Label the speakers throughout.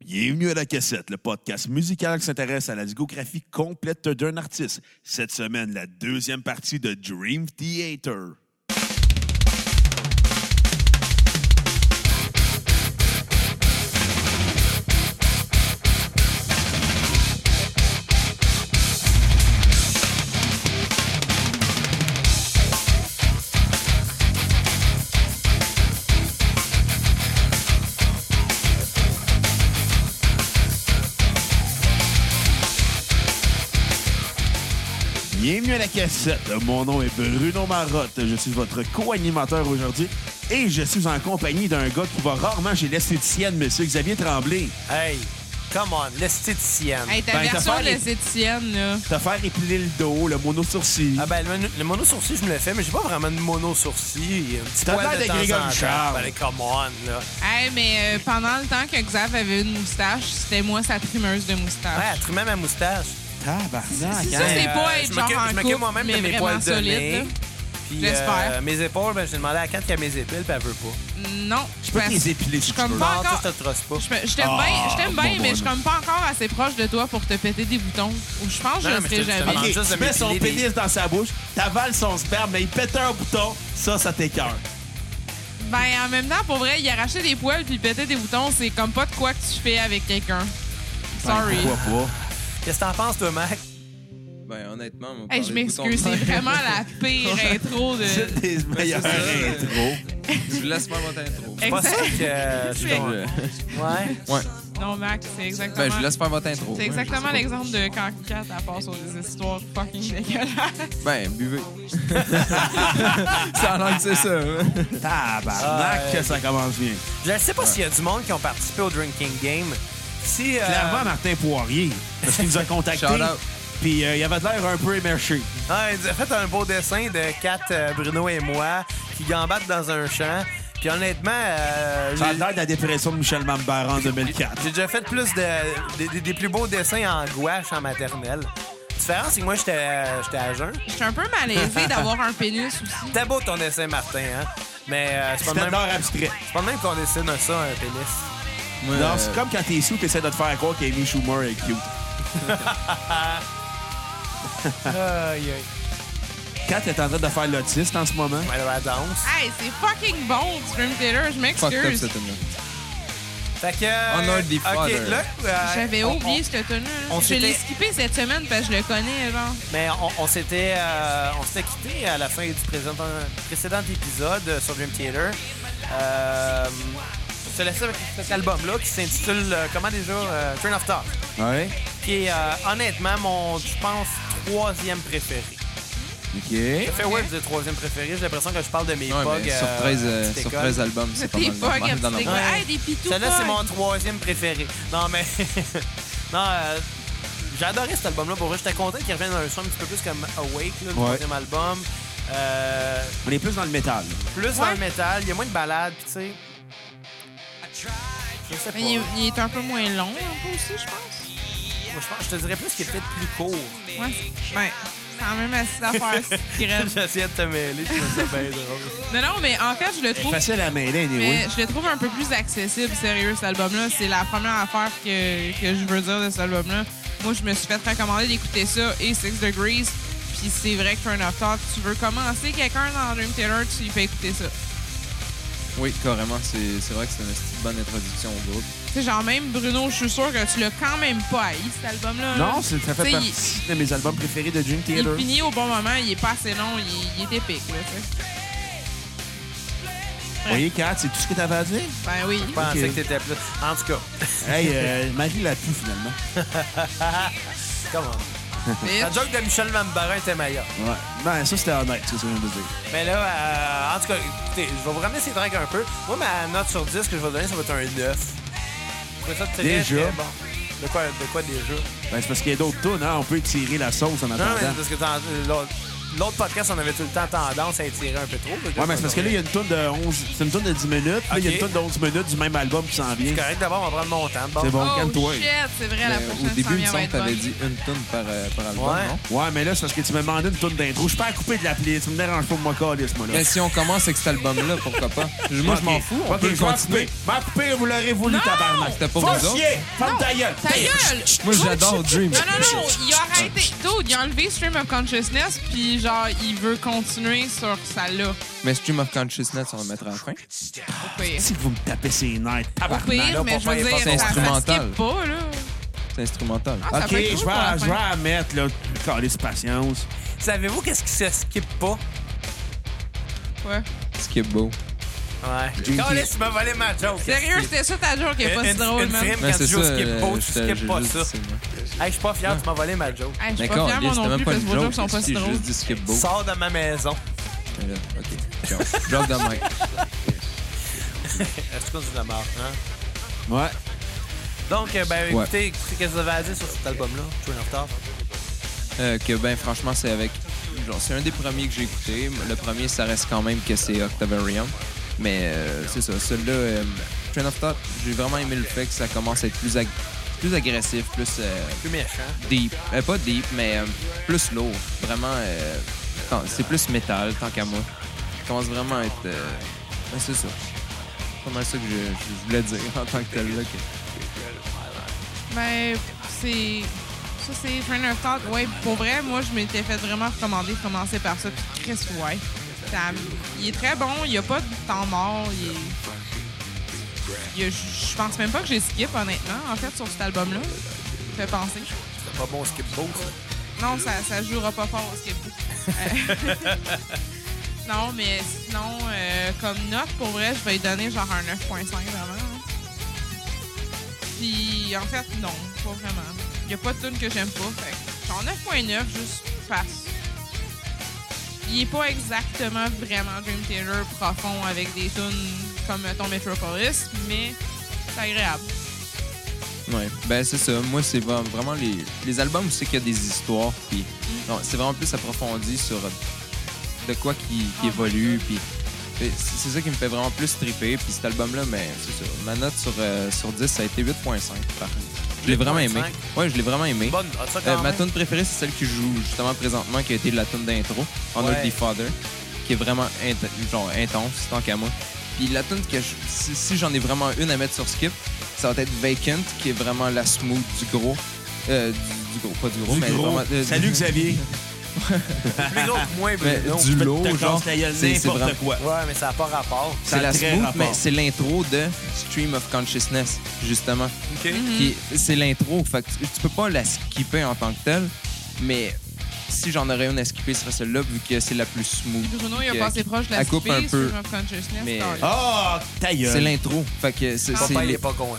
Speaker 1: Bienvenue à la cassette, le podcast musical qui s'intéresse à la discographie complète d'un artiste. Cette semaine, la deuxième partie de Dream Theater. Bienvenue à la cassette. Mon nom est Bruno Marotte. Je suis votre co-animateur aujourd'hui et je suis en compagnie d'un gars qui va rarement chez l'esthéticienne, monsieur Xavier Tremblay.
Speaker 2: Hey, come on, l'esthéticienne.
Speaker 3: Hey, ta
Speaker 1: Ben,
Speaker 3: version
Speaker 1: t'as fait
Speaker 3: de
Speaker 1: les-
Speaker 3: l'esthéticienne, là.
Speaker 1: Te faire épiler le dos, le mono-sourcil.
Speaker 2: Ah ben, le, mono- le mono-sourcil, je me l'ai fait, mais j'ai pas vraiment de mono-sourcil. Un petit
Speaker 1: T'as
Speaker 2: poil
Speaker 1: l'air de
Speaker 2: temps
Speaker 1: Grégory
Speaker 2: en temps.
Speaker 1: Charles.
Speaker 2: Ben, come on, là.
Speaker 3: Hey, mais euh, pendant le temps que Xav avait une moustache, c'était moi sa trimeuse de
Speaker 2: Ouais,
Speaker 3: moustache.
Speaker 2: elle trimait ma moustache.
Speaker 1: Tabarnak,
Speaker 3: c'est
Speaker 1: hein?
Speaker 3: Ah. ça, c'est
Speaker 2: Euh,
Speaker 3: pas être
Speaker 2: je
Speaker 3: genre
Speaker 2: m'occupe-
Speaker 3: en
Speaker 2: Je m'occupe
Speaker 3: couple,
Speaker 2: moi-même de
Speaker 3: mais
Speaker 2: mes
Speaker 3: vraiment
Speaker 2: poils de
Speaker 3: solide,
Speaker 2: nez.
Speaker 3: là.
Speaker 2: Puis,
Speaker 3: J'espère.
Speaker 2: euh, mes épaules, ben, j'ai demandé à Kat qu'elle mes épaules, puis elle veut pas.
Speaker 3: Non, je
Speaker 1: peux
Speaker 3: parce-
Speaker 1: te les épiler si
Speaker 3: je
Speaker 1: tu
Speaker 3: comme
Speaker 1: veux.
Speaker 3: pas
Speaker 2: Non, toi,
Speaker 3: encore.
Speaker 2: je te trosse pas.
Speaker 3: Je me- je t'aime
Speaker 1: Ah,
Speaker 3: bien, je t'aime
Speaker 1: bon,
Speaker 3: bien, mais
Speaker 1: bon,
Speaker 3: je suis
Speaker 1: bon.
Speaker 3: comme pas encore assez proche de toi pour te péter des boutons. Ou je pense que
Speaker 2: Non,
Speaker 3: je le
Speaker 2: mais
Speaker 3: ferai
Speaker 2: je te- je te
Speaker 3: jamais.
Speaker 2: demande-
Speaker 1: Ok,
Speaker 2: juste de
Speaker 1: tu mets son
Speaker 2: m'épiler les-
Speaker 1: pénis dans sa bouche, t'avales son sperme, mais il pète un bouton, ça, ça t'écœure.
Speaker 3: Ben, en même temps, pour vrai, il arrachait des poils puis il pétait des boutons, c'est comme pas de quoi que tu fais avec quelqu'un. Sorry.
Speaker 1: Ben, Pourquoi pas?
Speaker 2: Qu'est-ce que t'en penses, toi, Mac?
Speaker 4: Ben, honnêtement, moi,
Speaker 3: Hey, je m'excuse, c'est vraiment la pire intro de.
Speaker 1: C'est des meilleurs
Speaker 4: ça.
Speaker 1: intros.
Speaker 4: Je vous laisse faire votre intro.
Speaker 2: C'est Pas ça
Speaker 3: Exact.
Speaker 2: que euh, je suis
Speaker 3: C'est-
Speaker 2: con-
Speaker 4: Euh,
Speaker 2: Ouais.
Speaker 4: Ouais.
Speaker 3: Non, Max, c'est exactement.
Speaker 4: Ben, je vous laisse faire votre intro.
Speaker 3: C'est
Speaker 4: Ouais,
Speaker 3: exactement
Speaker 4: je sais
Speaker 3: l'exemple de quand Kat elle part sur des histoires fucking dégueulasses.
Speaker 4: pas. Ben, buvez. ça a l'air que c'est ça. hein.
Speaker 1: Tabarnak,
Speaker 2: Ah,
Speaker 1: que ça commence bien.
Speaker 2: Je sais pas s'il y a du monde qui ont participé au drinking game. Si, euh,
Speaker 1: Clairement, Martin Poirier, parce qu'il nous a contactés.
Speaker 4: Shout out.
Speaker 1: Puis euh, il avait de l'air un peu émerché.
Speaker 2: Ah, il nous a fait un beau dessin de Kat, euh, Bruno et moi qui gambadent dans un champ. Puis honnêtement, euh,
Speaker 1: Ça a
Speaker 2: j'ai-
Speaker 1: l'air de la dépression de Michel Mambara en 2004.
Speaker 2: j'ai déjà fait plus de, des- des- des plus beaux dessins en gouache en maternelle. La différence, c'est que moi, j'étais euh, j'étais à jeun.
Speaker 3: Je suis un peu malaisée d'avoir un pénis aussi.
Speaker 2: C'était beau ton dessin, Martin, hein? Mais euh, c'est pas,
Speaker 1: C'était
Speaker 2: le
Speaker 1: de
Speaker 2: même-
Speaker 1: l'art abstrait.
Speaker 2: c'est pas le même qu'on dessine ça, un pénis.
Speaker 4: Moi,
Speaker 1: Non,
Speaker 4: euh,
Speaker 1: c'est comme quand t'es sous, t'essaies de te faire croire qu'Amy Schumer est cute.
Speaker 2: Aïe, aïe.
Speaker 1: Kat est en train de faire l'autiste en ce moment.
Speaker 2: Ouais, la danse.
Speaker 3: Hey, c'est fucking bon, Scream Theater, je
Speaker 4: fucked up
Speaker 3: m'excuse.
Speaker 4: cette année.
Speaker 2: Fait que. euh,
Speaker 4: Honor the
Speaker 2: OK,
Speaker 4: father.
Speaker 2: là, euh,
Speaker 3: J'avais
Speaker 2: on-
Speaker 3: oublié cette tenue.
Speaker 2: on
Speaker 3: Je l'ai
Speaker 2: s'était-
Speaker 3: skippé cette semaine parce que je le connais, genre.
Speaker 2: Mais on, on s'était euh, on s'était quitté à la fin du présent- précédent épisode euh, sur Dream Theater. Euh, on se laissait avec cet album-là qui s'intitule euh, comment déjà Euh, Train of Thought.
Speaker 1: Ouais.
Speaker 2: Qui est euh, honnêtement mon, je pense, troisième préféré.
Speaker 1: OK.
Speaker 2: Fait ouais, je dis troisième préféré. J'ai l'impression que je parle de mes
Speaker 4: Ouais,
Speaker 2: bugs.
Speaker 4: mais
Speaker 2: euh,
Speaker 4: sur 13, euh,
Speaker 2: petite
Speaker 4: sur
Speaker 2: école.
Speaker 4: 13 albums, c'est pas
Speaker 3: Des
Speaker 4: mal.
Speaker 3: fuck,
Speaker 4: normal dans
Speaker 3: des
Speaker 4: le-
Speaker 3: quoi? Hey, des pitous.
Speaker 2: Celle-là, c'est mon
Speaker 3: fuck.
Speaker 2: troisième préféré. Non, mais. non, euh, j'ai adoré cet album-là pour vrai. J'étais content qu'il revienne dans un son un petit peu plus comme Awake, là, le
Speaker 1: Ouais.
Speaker 2: troisième album. Euh,
Speaker 1: On est plus dans le métal.
Speaker 2: plus dans le métal, il y a moins de balades, puis tu sais. Je sais pas.
Speaker 3: Mais il, est- il est un peu moins long, un peu aussi, je pense.
Speaker 2: Moi, je, pense- je te dirais plus qu'il est peut-être plus court.
Speaker 3: Ouais, c'est- ouais. C'est quand même assez d'affaires, c'est grave.
Speaker 2: J'essayais de te mêler, je trouve ça bien drôle.
Speaker 3: Non, non, mais en fait, je le trouve
Speaker 1: Facile à mêler, anyway.
Speaker 3: Oh. Mais je le trouve un peu plus accessible, sérieux, cet album-là. C'est la première affaire que, que je veux dire de cet album-là. Moi, je me suis fait recommander d'écouter ça et Six Degrees. Puis c'est vrai que Turn Off Thought, tu veux commencer quelqu'un dans Dream Theater, tu lui fais écouter ça.
Speaker 4: Oui, carrément. C'est c'est vrai que c'est une petite bonne introduction au groupe.
Speaker 3: Tu sais, genre, même Bruno, je suis sûr que tu l'as quand même pas haï, cet album-là. là.
Speaker 1: Non, c'est- ça fait
Speaker 3: euh, Tu sais,
Speaker 1: partie de mes albums préférés de Dream
Speaker 3: Il,
Speaker 1: Theater.
Speaker 3: il finit au bon moment, il est pas assez long, il, il est épique, là, tu sais.
Speaker 1: Vous voyez, Kat, c'est tout ce que t'avais à dire?
Speaker 3: Ben oui.
Speaker 2: Je pensais
Speaker 1: Ok.
Speaker 2: que t'étais plus. En tout cas,
Speaker 1: Hey, euh, Marie l'a pu, finalement.
Speaker 2: comment?
Speaker 3: Mais-
Speaker 2: La joke de Michel Mambarin était meilleure.
Speaker 1: Ouais. Ben, ça, c'était honnête, c'est ce que je viens de dire.
Speaker 2: Mais là, euh, en tout cas, écoutez, je vais vous ramener ces tracks un peu. Moi, ma note sur 10 que je vais donner, ça va être un 9. Je trouve ça très,
Speaker 1: Déjà? Ah,
Speaker 2: très bon. De quoi, de quoi déjà?
Speaker 1: Ben, c'est parce qu'il y a d'autres tunes, hein. On peut tirer la sauce en
Speaker 2: Non,
Speaker 1: attendant.
Speaker 2: mais parce que t'en- l'autre- l'autre podcast, on avait tout le temps tendance à étirer un peu trop. Fait
Speaker 1: Ouais, mais c'est parce que là, il y a une tourne de 11. C'est une tourne de 10 minutes. puis là, il y a une tourne
Speaker 2: Ok.
Speaker 1: de 11 minutes du même album qui s'en vient.
Speaker 2: C'est correct, d'abord, on va prendre mon temps. Bon.
Speaker 1: C'est bon,
Speaker 3: Oh
Speaker 1: calme-toi.
Speaker 3: shit, c'est vrai, la
Speaker 4: Mais
Speaker 3: prochaine
Speaker 4: au début,
Speaker 3: s'en
Speaker 4: il me
Speaker 3: vient, va
Speaker 4: semble
Speaker 3: être
Speaker 4: que t'avais
Speaker 3: bonne.
Speaker 4: dit une tonne par, euh, par album,
Speaker 2: Ouais.
Speaker 4: non?
Speaker 1: Ouais, mais là, c'est parce que tu m'as demandé une tourne d'intro. Je suis pas à couper de la playlist. Tu me déranges pas de moi, calice, moi, là.
Speaker 4: Mais si on commence avec cet album-là, pourquoi pas? Moi, je m'en fous, on
Speaker 1: Ok,
Speaker 4: peut le
Speaker 1: je vais
Speaker 4: continuer.
Speaker 1: couper. Ma couper, vous l'aurez voulu,
Speaker 3: Non!
Speaker 1: tabarnak.
Speaker 4: C'était pas
Speaker 1: Faut
Speaker 4: vous autres?
Speaker 1: chier! Ferme ta gueule!
Speaker 3: Ta gueule!
Speaker 4: Moi, j'adore Dream.
Speaker 3: Non, non, non, il a arrêté. Dude, il a enlevé Stream of Consciousness, puis genre, il veut continuer sur ça là.
Speaker 4: Mais Stream of Consciousness, on va le mettre à la fin.
Speaker 3: Au pire.
Speaker 1: Si vous me tapez ses nerfs,
Speaker 3: Au
Speaker 1: tabarnak.
Speaker 3: pire,
Speaker 2: là,
Speaker 3: mais
Speaker 2: pour
Speaker 3: je veux
Speaker 2: faire
Speaker 3: dire,
Speaker 2: passer
Speaker 3: ça, ça
Speaker 4: instrumental.
Speaker 3: skip pas, là.
Speaker 4: C'est instrumental.
Speaker 3: Ah, ça
Speaker 1: Ok,
Speaker 3: peut être
Speaker 1: je vais,
Speaker 3: cool pour la
Speaker 1: je vais
Speaker 3: fin.
Speaker 1: la mettre, là. Calice, patience.
Speaker 2: Savez-vous qu'est-ce qui se skip pas?
Speaker 3: Ouais.
Speaker 4: Ah, ce qui est beau.
Speaker 2: Ouais.
Speaker 4: Dream
Speaker 2: Calais, tu m'as volé ma joke.
Speaker 3: Sérieux, c'était ça ta joke qui est pas si
Speaker 2: Une-
Speaker 3: drôle,
Speaker 2: une
Speaker 3: man.
Speaker 2: frime.
Speaker 3: Hey,
Speaker 2: Quand
Speaker 4: Mais c'est
Speaker 2: tu
Speaker 4: ça.
Speaker 2: joues au skip
Speaker 4: euh,
Speaker 2: pas, tu
Speaker 4: j'étais-
Speaker 2: skippes
Speaker 4: j'ai
Speaker 2: pas
Speaker 4: juste-
Speaker 2: ça.
Speaker 4: c'est moi.
Speaker 2: Hey, je suis pas fier, tu m'as volé ma joke.
Speaker 3: Je suis pas
Speaker 4: D'accord,
Speaker 3: fier,
Speaker 4: Lise,
Speaker 3: moi
Speaker 4: c'était
Speaker 3: non
Speaker 4: même
Speaker 3: plus,
Speaker 4: pas
Speaker 3: parce
Speaker 4: une
Speaker 3: que vos jokes
Speaker 4: joke.
Speaker 3: sont pas si
Speaker 4: J'ai
Speaker 3: drôles.
Speaker 4: juste dit skip beau.
Speaker 2: Sors de ma maison.
Speaker 4: J'étais là, OK. Ciao. Drop the mic.
Speaker 2: Est-ce qu'on dit de la mort, hein?
Speaker 1: Ouais.
Speaker 2: Donc, euh, ben,
Speaker 4: Ouais.
Speaker 2: écoutez, écoutez, qu'est-ce que vous avez à dire sur cet album-là, Train of Thought?
Speaker 4: Euh, que ben franchement c'est avec genre c'est un des premiers que j'ai écouté le premier ça reste quand même que c'est Octavarium mais euh, c'est ça celui-là euh, Train of Thought j'ai vraiment aimé le fait que ça commence à être plus ag- plus agressif plus euh,
Speaker 2: Plus méchant.
Speaker 4: deep Euh, pas deep mais euh, plus lourd vraiment euh, tant- c'est plus métal tant qu'à moi ça commence vraiment à être euh, ben, c'est ça c'est pas mal ça que je, je voulais dire en tant que tel là que-
Speaker 3: Ben, c'est. Ça, c'est Train of Thought. Ouais, pour vrai, moi, je m'étais fait vraiment recommander de commencer par ça. Puis Chris, ouais. Ça- il est très bon, il n'y a pas de temps mort. il est- il y a- Je pense même pas que j'ai skip, honnêtement, en fait, sur cet album-là. Fait penser.
Speaker 2: C'est pas bon skip beau, ça.
Speaker 3: Non, ça, ça jouera pas fort au skip. Euh, non, mais sinon, euh, comme note, pour vrai, je vais lui donner genre un 9.5 vraiment. hein. Puis, en fait, non, pas vraiment. Il n'y a pas de tune que j'aime pas. Fait que genre 9.9, juste face. Il est pas exactement vraiment Dream Theater profond avec des tunes comme ton Metropolis, mais c'est agréable.
Speaker 4: ouais ben c'est ça moi c'est vra- vraiment les, les albums où c'est qu'il y a des histoires puis non, c'est vraiment plus approfondi sur euh, de quoi qui, qui
Speaker 3: Ah,
Speaker 4: évolue puis c'est- c'est ça qui me fait vraiment plus triper puis cet album là mais c'est ça ma note sur euh, sur 10 ça a été 8.5 par contre. je l'ai vraiment aimé
Speaker 2: 8.5.
Speaker 4: ouais je l'ai vraiment aimé
Speaker 2: Bonne note, ça, quand
Speaker 1: Ah
Speaker 4: Euh, ma
Speaker 2: même.
Speaker 4: tune préférée, c'est celle qui joue justement présentement, qui a été la tune d'intro, On
Speaker 2: Ouais.
Speaker 4: Earthly Father, qui est vraiment int- genre intense, tant qu'à moi. Puis la tune que je- si, si j'en ai vraiment une à mettre sur skip, ça va être Vacant, qui est vraiment la smooth du gros. Euh, du, du gros, pas du gros,
Speaker 1: Du
Speaker 4: mais
Speaker 1: gros.
Speaker 4: vraiment, euh,
Speaker 1: Salut, Xavier.
Speaker 2: Plus gros que moins,
Speaker 4: mais
Speaker 2: Bruno.
Speaker 4: du lot,
Speaker 1: Te casse
Speaker 4: genre.
Speaker 1: la gueule,
Speaker 4: c'est- c'est
Speaker 1: n'importe
Speaker 4: vraiment-
Speaker 1: quoi.
Speaker 2: Ouais, mais ça n'a pas rapport.
Speaker 1: Ça
Speaker 4: C'est
Speaker 1: a
Speaker 4: la
Speaker 1: très
Speaker 4: smooth,
Speaker 1: rapport.
Speaker 4: mais c'est l'intro de Stream of Consciousness, justement.
Speaker 2: OK?
Speaker 4: Puis
Speaker 1: Mhm.
Speaker 4: c'est l'intro. Fait que tu tu peux pas la skipper en tant que telle, mais si j'en aurais une à skipper, ce serait celle-là, vu que c'est la plus smooth.
Speaker 3: Bruno, il a
Speaker 4: Que-
Speaker 3: passé proche de la
Speaker 4: Elle coupe un
Speaker 3: CP,
Speaker 4: peu.
Speaker 3: Stream of Consciousness.
Speaker 4: Mais-
Speaker 3: carrément.
Speaker 1: Oh, ta
Speaker 4: C'est
Speaker 1: gueule.
Speaker 4: l'intro. Fait que c'est c'est-
Speaker 2: Papa, il est pas content.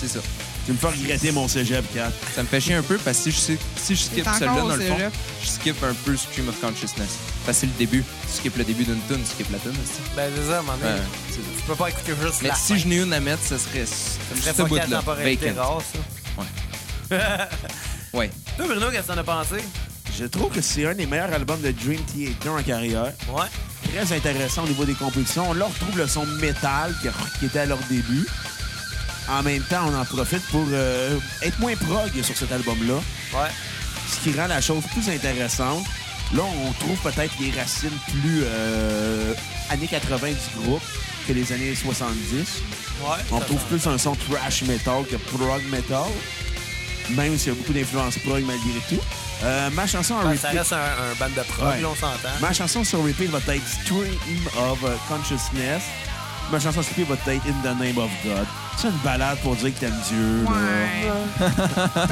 Speaker 4: c'est ça.
Speaker 1: Tu me fais regretter mon cégep, 4.
Speaker 4: Ça me fait chier un peu parce que si je, sais- si je skip
Speaker 3: C'est encore
Speaker 4: celle-là, dans le
Speaker 3: au
Speaker 4: fond,
Speaker 3: cégep.
Speaker 4: je skip un peu Stream of Consciousness. Parce que c'est le début. Tu skippes le début d'une tune, tu skippes la tune aussi.
Speaker 2: Ben, c'est ça, à un moment donné, Tu peux pas écouter juste
Speaker 4: Mais
Speaker 2: la
Speaker 4: si
Speaker 2: fin.
Speaker 4: j'en ai une à mettre, ça serait ce
Speaker 2: Ça
Speaker 4: ce
Speaker 2: serait pas qu'à
Speaker 4: bout-là.
Speaker 2: temporalité
Speaker 4: Vacant.
Speaker 2: rare, ça.
Speaker 4: Ouais.
Speaker 2: Toi, Bruno, qu'est-ce que t'en as pensé?
Speaker 1: Je trouve que c'est un des meilleurs albums de Dream Theater en carrière.
Speaker 2: Ouais.
Speaker 1: Très intéressant au niveau des compositions. On leur retrouve le son métal qui, qui était à leur début. En même temps, on en profite pour euh, être moins prog sur cet album-là,
Speaker 2: Ouais.
Speaker 1: ce qui rend la chose plus intéressante. Là, on trouve peut-être les racines plus euh, années 80 du groupe que les années 70.
Speaker 2: Ouais.
Speaker 1: On
Speaker 2: ça
Speaker 1: trouve
Speaker 2: sent-
Speaker 1: plus un son thrash metal que prog metal, même s'il y a beaucoup d'influence prog malgré tout. Euh, ma chanson en
Speaker 2: Ben,
Speaker 1: repeat-
Speaker 2: ça reste un, un band de prog,
Speaker 1: Ouais.
Speaker 2: là, on s'entend.
Speaker 1: Ma chanson sur repeat va être Stream of euh, Consciousness. Ma chanson sur repeat va être In the Name of God. C'est une balade pour dire que t'aimes Dieu.
Speaker 3: Ouais.
Speaker 1: Là.
Speaker 3: Ben,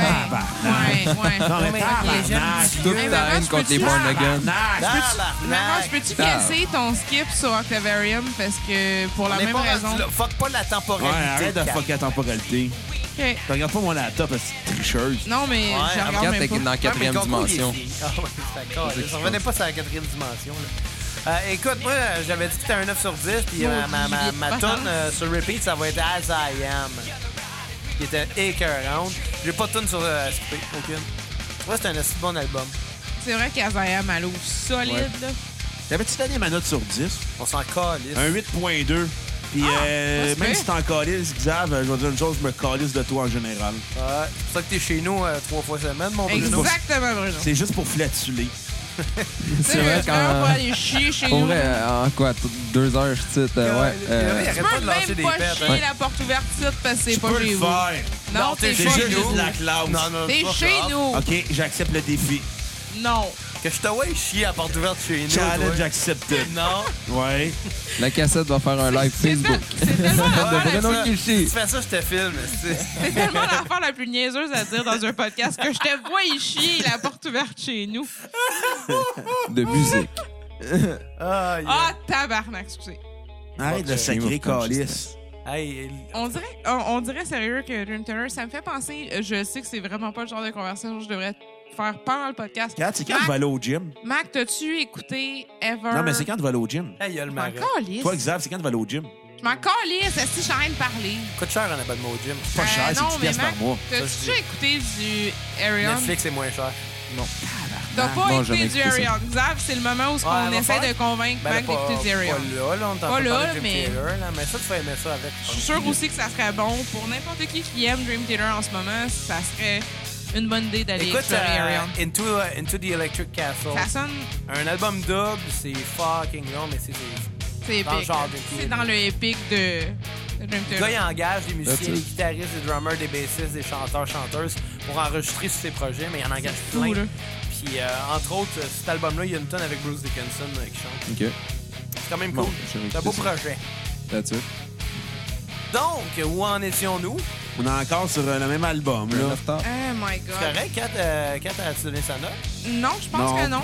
Speaker 3: ouais, ouais.
Speaker 1: Non, mais
Speaker 2: mais
Speaker 1: tabarnak!
Speaker 2: les jeunes
Speaker 4: Toute
Speaker 3: Hey,
Speaker 4: ta
Speaker 3: maman,
Speaker 4: haine
Speaker 3: je
Speaker 4: contre
Speaker 3: peux-tu
Speaker 4: les
Speaker 3: faire
Speaker 4: Born Again.
Speaker 1: Tabarnak!
Speaker 3: Maman, je
Speaker 2: Tabarnak!
Speaker 3: peux-tu casser ton skip sur Octavarium parce que pour la
Speaker 2: On est
Speaker 3: même
Speaker 2: pas rendu
Speaker 3: raison.
Speaker 2: là. Fuck pas la
Speaker 1: Ouais,
Speaker 2: temporalité.
Speaker 1: arrête de
Speaker 2: Kat.
Speaker 1: fucker la temporalité.
Speaker 3: Ok.
Speaker 1: Tu regardes pas mon laptop, c'est tricheuse.
Speaker 3: Non, mais
Speaker 2: Ouais,
Speaker 3: je
Speaker 2: regarde,
Speaker 3: regarde même
Speaker 4: t'es
Speaker 3: pas.
Speaker 4: dans la quatrième
Speaker 2: Ah, mais le concours,
Speaker 4: dimension.
Speaker 2: il est fini. Ah ouais, d'accord. On revenait pas sur la quatrième dimension. là. Euh, écoute, moi, euh, j'avais dit que t'as un 9 sur 10, puis euh, ma, ma, ma,
Speaker 3: Maudit.
Speaker 2: toune, euh, sur repeat, ça va être As I Am, qui était écœurante. J'ai pas de tune sur euh, skipper, aucune. Ouais, c'est un assez bon album.
Speaker 3: C'est vrai qu'Azayam, elle ouvre solide,
Speaker 4: Ouais.
Speaker 3: là.
Speaker 1: T'avais-tu donné ma note sur 10?
Speaker 2: On s'en calisse.
Speaker 1: Un 8.2. Puis
Speaker 3: Ah,
Speaker 1: euh,
Speaker 3: pas si
Speaker 1: même
Speaker 3: pire.
Speaker 1: si t'en calisses, Xav, euh, je vais dire une chose, je me calisse de toi en général.
Speaker 2: Ouais, c'est pour ça que t'es chez nous euh, trois fois semaine, mon Bruno.
Speaker 3: Exactement, Bruno.
Speaker 1: C'est juste pour flatuler.
Speaker 3: C'est vrai quand... pour aller chier chez
Speaker 4: Pour
Speaker 3: nous.
Speaker 4: vrai, euh, en quoi, t- deux heures, je cite, euh, ouais. euh,
Speaker 3: Tu
Speaker 2: Arrête pas
Speaker 3: peux
Speaker 2: de lancer
Speaker 3: même
Speaker 2: des
Speaker 3: pas
Speaker 2: pertes,
Speaker 3: chier
Speaker 2: hein.
Speaker 3: la porte ouverte titre parce que c'est
Speaker 1: Tu
Speaker 3: pas
Speaker 1: peux
Speaker 3: chez
Speaker 1: le
Speaker 3: vous.
Speaker 1: faire.
Speaker 3: Non, t'es
Speaker 2: t'es
Speaker 3: pas
Speaker 1: C'est
Speaker 3: chez Ah.
Speaker 1: juste
Speaker 3: nous.
Speaker 1: de la classe.
Speaker 2: Non, non,
Speaker 3: T'es
Speaker 2: pas
Speaker 3: chez
Speaker 2: grave.
Speaker 3: nous.
Speaker 1: OK, j'accepte le défi.
Speaker 3: Non.
Speaker 2: Que je te vois chier à porte ouverte chez nous.
Speaker 1: Challenge
Speaker 2: toi.
Speaker 1: accepted.
Speaker 2: Non.
Speaker 1: Ouais.
Speaker 4: la cassette va faire un live
Speaker 3: C'est tel-
Speaker 4: Facebook.
Speaker 3: c'est tellement l'affaire
Speaker 4: De
Speaker 3: la
Speaker 4: Bruno
Speaker 3: plus-
Speaker 2: Si
Speaker 4: Kishi.
Speaker 2: tu fais ça, je te filme. c'est-
Speaker 3: c'est tellement l'affaire la plus niaiseuse à dire dans un podcast que je te vois y chier la porte ouverte chez nous.
Speaker 4: De musique.
Speaker 2: Aïe.
Speaker 3: Ah, tabarnak, excusez.
Speaker 1: Arrête de sacrer calice.
Speaker 2: Aïe.
Speaker 3: On dirait, on, on dirait sérieux que Dream Turner, ça me fait penser, je sais que c'est vraiment pas le genre de conversation que je devrais faire pendant le podcast.
Speaker 1: Quand c'est quand tu
Speaker 3: Mac,
Speaker 1: vas aller au gym?
Speaker 3: Mac, t'as-tu écouté Ever?
Speaker 1: Non, mais c'est quand tu vas aller au gym.
Speaker 2: Aïe, le
Speaker 3: Je m'en
Speaker 2: marin.
Speaker 3: calisse.
Speaker 1: Toi, Xav, c'est quand tu vas aller au gym?
Speaker 3: Je m'en calisse, est-ce que je suis en train de parler?
Speaker 2: Coûte cher un abonnement au gym.
Speaker 1: Pas cher,
Speaker 3: Euh,
Speaker 1: c'est
Speaker 3: non,
Speaker 1: 10
Speaker 3: mais
Speaker 1: piastres par
Speaker 3: Mac,
Speaker 1: mois.
Speaker 3: T'as-tu
Speaker 2: Ça,
Speaker 3: écouté du Arion?
Speaker 2: Netflix est moins cher.
Speaker 3: T'as pas
Speaker 4: Non, jamais
Speaker 3: écouté du
Speaker 4: écouté ça.
Speaker 3: Arion. Xav, c'est le moment où
Speaker 2: Ouais,
Speaker 3: on
Speaker 2: va
Speaker 3: essaie
Speaker 2: faire.
Speaker 3: de convaincre
Speaker 2: Ben,
Speaker 3: Mac
Speaker 2: pas,
Speaker 3: d'écouter du Arion.
Speaker 2: pas là, là, on t'en
Speaker 3: Pas
Speaker 2: parle
Speaker 3: là,
Speaker 2: de Jim
Speaker 3: mais-
Speaker 2: Taylor, là, mais ça, tu fais aimer ça avec.
Speaker 3: Je suis sûre aussi que ça serait bon pour n'importe qui qui aime Dream Theater en ce moment. Ça serait une bonne idée d'aller
Speaker 2: Écoute,
Speaker 3: explorer
Speaker 2: euh,
Speaker 3: Arion.
Speaker 2: into, euh, Into the Electric Castle.
Speaker 3: Ça sonne,
Speaker 2: Un album double, c'est fucking long, mais c'est. c'est-
Speaker 3: c'est
Speaker 2: Dans le
Speaker 3: épique.
Speaker 2: genre de film.
Speaker 3: C'est dans le épique de de Dream
Speaker 2: Le gars, il
Speaker 3: Theater.
Speaker 2: engage des
Speaker 4: That's
Speaker 2: musiciens,
Speaker 4: it.
Speaker 2: des guitaristes, des drummers, des bassistes, des chanteurs, chanteuses pour enregistrer sur ses projets, mais il en engage
Speaker 3: fou,
Speaker 2: plein.
Speaker 3: là.
Speaker 2: Puis, euh, entre autres, euh, cet album-là, il y a une tonne avec Bruce Dickinson euh, qui chante.
Speaker 4: OK.
Speaker 2: C'est quand même
Speaker 4: Bon,
Speaker 2: cool.
Speaker 4: je vais
Speaker 2: C'est un beau
Speaker 4: écouter ça.
Speaker 2: projet.
Speaker 4: That's it.
Speaker 2: Donc, où en étions-nous?
Speaker 1: On est encore sur euh, le même album,
Speaker 4: Un
Speaker 1: là.
Speaker 4: after.
Speaker 3: Oh my
Speaker 2: C'est
Speaker 3: god.
Speaker 2: correct, Kat, euh, Kat a-tu donné sa note?
Speaker 3: Non, je pense
Speaker 1: Non.
Speaker 3: que non.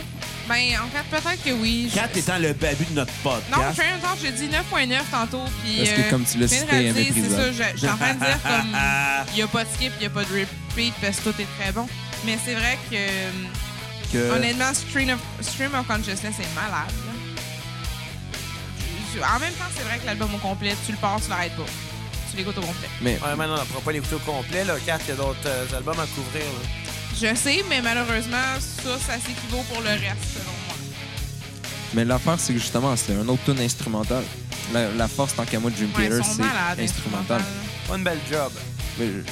Speaker 3: Ben, en fait, peut-être que oui. Je-
Speaker 1: 4 étant le babu de notre
Speaker 3: Non,
Speaker 1: podcast.
Speaker 3: je suis en train de dire, j'ai dit 9.9 tantôt. Puis,
Speaker 4: Parce que
Speaker 3: euh,
Speaker 4: comme tu l'as
Speaker 3: je viens de
Speaker 4: cité, elle est
Speaker 3: réaliser,
Speaker 4: méprisable.
Speaker 3: C'est ça, je, je suis en train de dire comme
Speaker 1: Ah,
Speaker 3: il n'y a pas de skip, il n'y a pas de repeat parce que tout est très bon. Mais c'est vrai que, euh,
Speaker 1: Que-
Speaker 3: honnêtement, stream of, Stream of Consciousness est malade. là. Je- En même temps, c'est vrai que l'album au complet, tu le passes, tu l'arrêtes pas. Tu l'écoutes au complet.
Speaker 4: Mais
Speaker 2: Ouais, mais non, on ne pourra pas l'écouter au complet, là. Kat, il y a d'autres euh, albums à couvrir, là.
Speaker 3: Je sais, mais malheureusement, ça, ça s'équivaut pour le reste, selon moi.
Speaker 4: Mais l'affaire, c'est que justement, c'est un autre tune instrumental. La, la force, tant qu'à moi, de Dream
Speaker 3: Ouais,
Speaker 4: Theater,
Speaker 3: ils sont malades, hein,
Speaker 4: c'est instrumental.
Speaker 3: instrumentales.
Speaker 2: Pas une belle job.
Speaker 4: Mais, euh,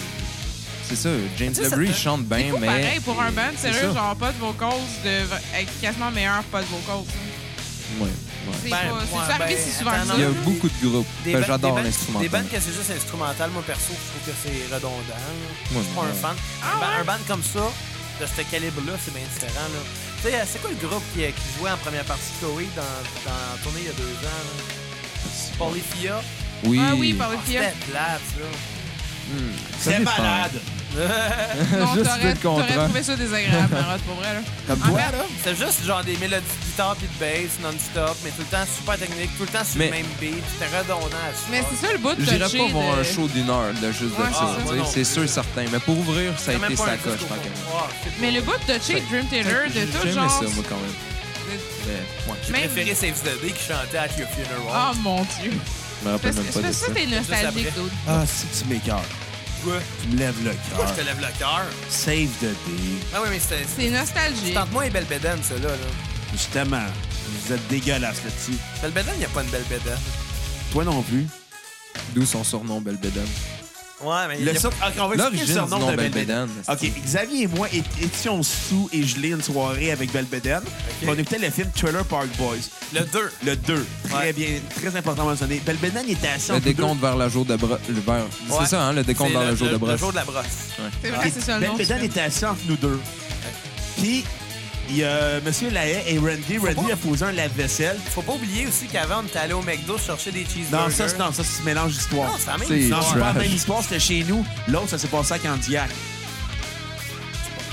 Speaker 4: C'est ça, James
Speaker 2: Tu sais, ça
Speaker 4: Labrie,
Speaker 2: fait-
Speaker 4: il chante
Speaker 3: C'est
Speaker 4: bien,
Speaker 3: cool,
Speaker 4: Ben, mais.
Speaker 3: pareil pour un band,
Speaker 4: C'est
Speaker 3: sérieux,
Speaker 4: ça.
Speaker 3: genre pas de vocals, de... être quasiment meilleur pas de vocals. hein.
Speaker 4: Ouais, ouais.
Speaker 3: C'est
Speaker 2: Ben,
Speaker 3: pas- c'est-tu
Speaker 2: ouais,
Speaker 3: arrivé
Speaker 2: ben,
Speaker 3: si souvent
Speaker 2: attends,
Speaker 3: que ça?
Speaker 4: Il y a
Speaker 2: non.
Speaker 4: beaucoup de groupes.
Speaker 2: Des
Speaker 4: Fait,
Speaker 2: ba-
Speaker 4: Ben, J'adore
Speaker 2: des ba- Des
Speaker 4: l'instrumental.
Speaker 2: bandes que c'est juste instrumental, moi perso, je trouve que c'est redondant. là.
Speaker 4: Moi,
Speaker 2: je suis pas
Speaker 4: non.
Speaker 2: un fan.
Speaker 3: Ah
Speaker 2: un, ba-
Speaker 3: ouais?
Speaker 2: un band comme ça, de ce calibre-là, c'est bien différent. là. Tu sais, euh, c'est quoi le groupe qui, qui jouait en première partie de Koei dans, dans la tournée il y a deux ans? là? Polyphia?
Speaker 4: Oui.
Speaker 3: Ah oui, par
Speaker 2: Ah,
Speaker 3: les filles.
Speaker 2: C'était plate, là.
Speaker 4: Ça
Speaker 1: C'est
Speaker 4: dépend.
Speaker 1: malade.
Speaker 3: Non,
Speaker 4: Juste
Speaker 3: t'aurais
Speaker 4: le contrat.
Speaker 3: t'aurais trouvé ça désagréable, Marotte, pour vrai. Là.
Speaker 1: Comme
Speaker 3: En
Speaker 1: toi,
Speaker 3: fait,
Speaker 1: là.
Speaker 2: C'est juste genre des mélodies de guitare puis de bass non-stop, mais tout le temps super technique, tout le temps sur
Speaker 4: Mais-
Speaker 2: le même beat. C'était redondant à ce
Speaker 3: Mais
Speaker 2: point.
Speaker 3: c'est ça le bout de
Speaker 4: J'irais
Speaker 3: toucher
Speaker 4: pas voir
Speaker 3: de-
Speaker 4: un show d'une heure de juste
Speaker 3: Ouais,
Speaker 4: de
Speaker 3: c'est
Speaker 4: ça.
Speaker 3: ça.
Speaker 4: tu sais,
Speaker 2: Moi non
Speaker 4: C'est
Speaker 2: plus.
Speaker 4: sûr, certain. Mais pour ouvrir, ça a
Speaker 2: C'est même
Speaker 4: été
Speaker 2: pas un
Speaker 4: sa
Speaker 2: disco.
Speaker 4: coche, tant qu'à moi.
Speaker 2: Ah, c'est-
Speaker 3: Mais le bout de toucher de Dream Taylor, de tout
Speaker 4: J'aimais
Speaker 3: genre.
Speaker 4: ça, moi, quand même. Mais, ouais,
Speaker 2: J'ai
Speaker 3: Même-
Speaker 2: préféré Save the Day qui chantait At Your Funeral.
Speaker 3: Oh mon dieu.
Speaker 4: je me
Speaker 3: Parce
Speaker 4: rappelle
Speaker 3: que
Speaker 4: même
Speaker 3: c'est
Speaker 4: pas de
Speaker 3: parce que
Speaker 4: ça.
Speaker 3: ça, t'es nostalgique,
Speaker 2: après.
Speaker 3: d'autre.
Speaker 1: Ah, si tu m'écœures.
Speaker 2: Ouais.
Speaker 1: Tu me lèves le
Speaker 2: Pourquoi je te
Speaker 1: cœur.
Speaker 2: lève le cœur?
Speaker 1: Save the day.
Speaker 2: Ah oui, mais c'était.
Speaker 3: C'est nostalgique.
Speaker 2: Tente-moi un belle bédaine, ceux-là. Là.
Speaker 1: Justement, vous êtes dégueulasse là-dessus.
Speaker 2: Belle bédaine, il n'y a pas une belle bédaine.
Speaker 1: Toi non plus.
Speaker 4: D'où son surnom, Belle Bédane.
Speaker 2: Ouais, mais.
Speaker 1: Le
Speaker 2: il y a- Ah,
Speaker 1: sur- OK, on va expliquer
Speaker 4: L'origine
Speaker 1: le surnom
Speaker 4: du nom
Speaker 1: de
Speaker 4: Belbédène.
Speaker 1: Belbédène. OK, Xavier et moi é- étions sous et gelés une soirée avec Belbédène. On écoutait le film Trailer Park Boys,
Speaker 2: Le 2.
Speaker 1: le 2. Très
Speaker 2: Ouais.
Speaker 1: bien, très important à mentionner. Belbédène était assis
Speaker 4: Le
Speaker 1: entre
Speaker 4: décompte vers la jour de bro- le vers- C'est ça, hein, le décompte vers le jour de
Speaker 2: Le
Speaker 4: brosse.
Speaker 2: jour de la brosse.
Speaker 3: C'est
Speaker 1: nous
Speaker 3: vrai,
Speaker 1: deux.
Speaker 3: c'est ça le nom.
Speaker 1: Belbédène
Speaker 3: du film.
Speaker 1: était assis entre nous deux. Puis, il y a Monsieur Lahaye et Randy. Randy
Speaker 2: pas-
Speaker 1: a posé un lave-vaisselle.
Speaker 2: Faut pas oublier aussi qu'avant, on était allé au McDo chercher des cheeseburgers.
Speaker 1: Non, ça, c'est- non, ça, c'est mélange d'histoire.
Speaker 2: Non, c'est la même
Speaker 4: C'est-
Speaker 1: Non,
Speaker 2: histoire.
Speaker 1: c'est pas la
Speaker 4: Trash.
Speaker 1: même histoire, c'était chez nous. L'autre, ça s'est passé à Candiac.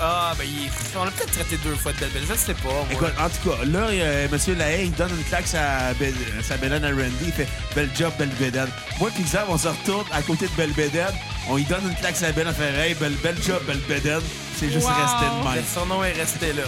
Speaker 2: Ah, ben, il- on l'a peut-être traité deux fois de belle bédaine, je sais pas. moi.
Speaker 1: Écoute, en tout cas, là, euh, M. Lahaye, il donne une claque à Bel- sa Bélène à Randy. Il fait Bel job, Belle Bédène. Moi, puis Xav, on se retourne à côté de Belle Bédène. On lui donne une claque à Bélène. On fait Hey, bel, bel job, Belle Bédène. C'est juste
Speaker 3: Wow.
Speaker 1: resté de
Speaker 2: Le
Speaker 1: même.
Speaker 2: surnom est resté là.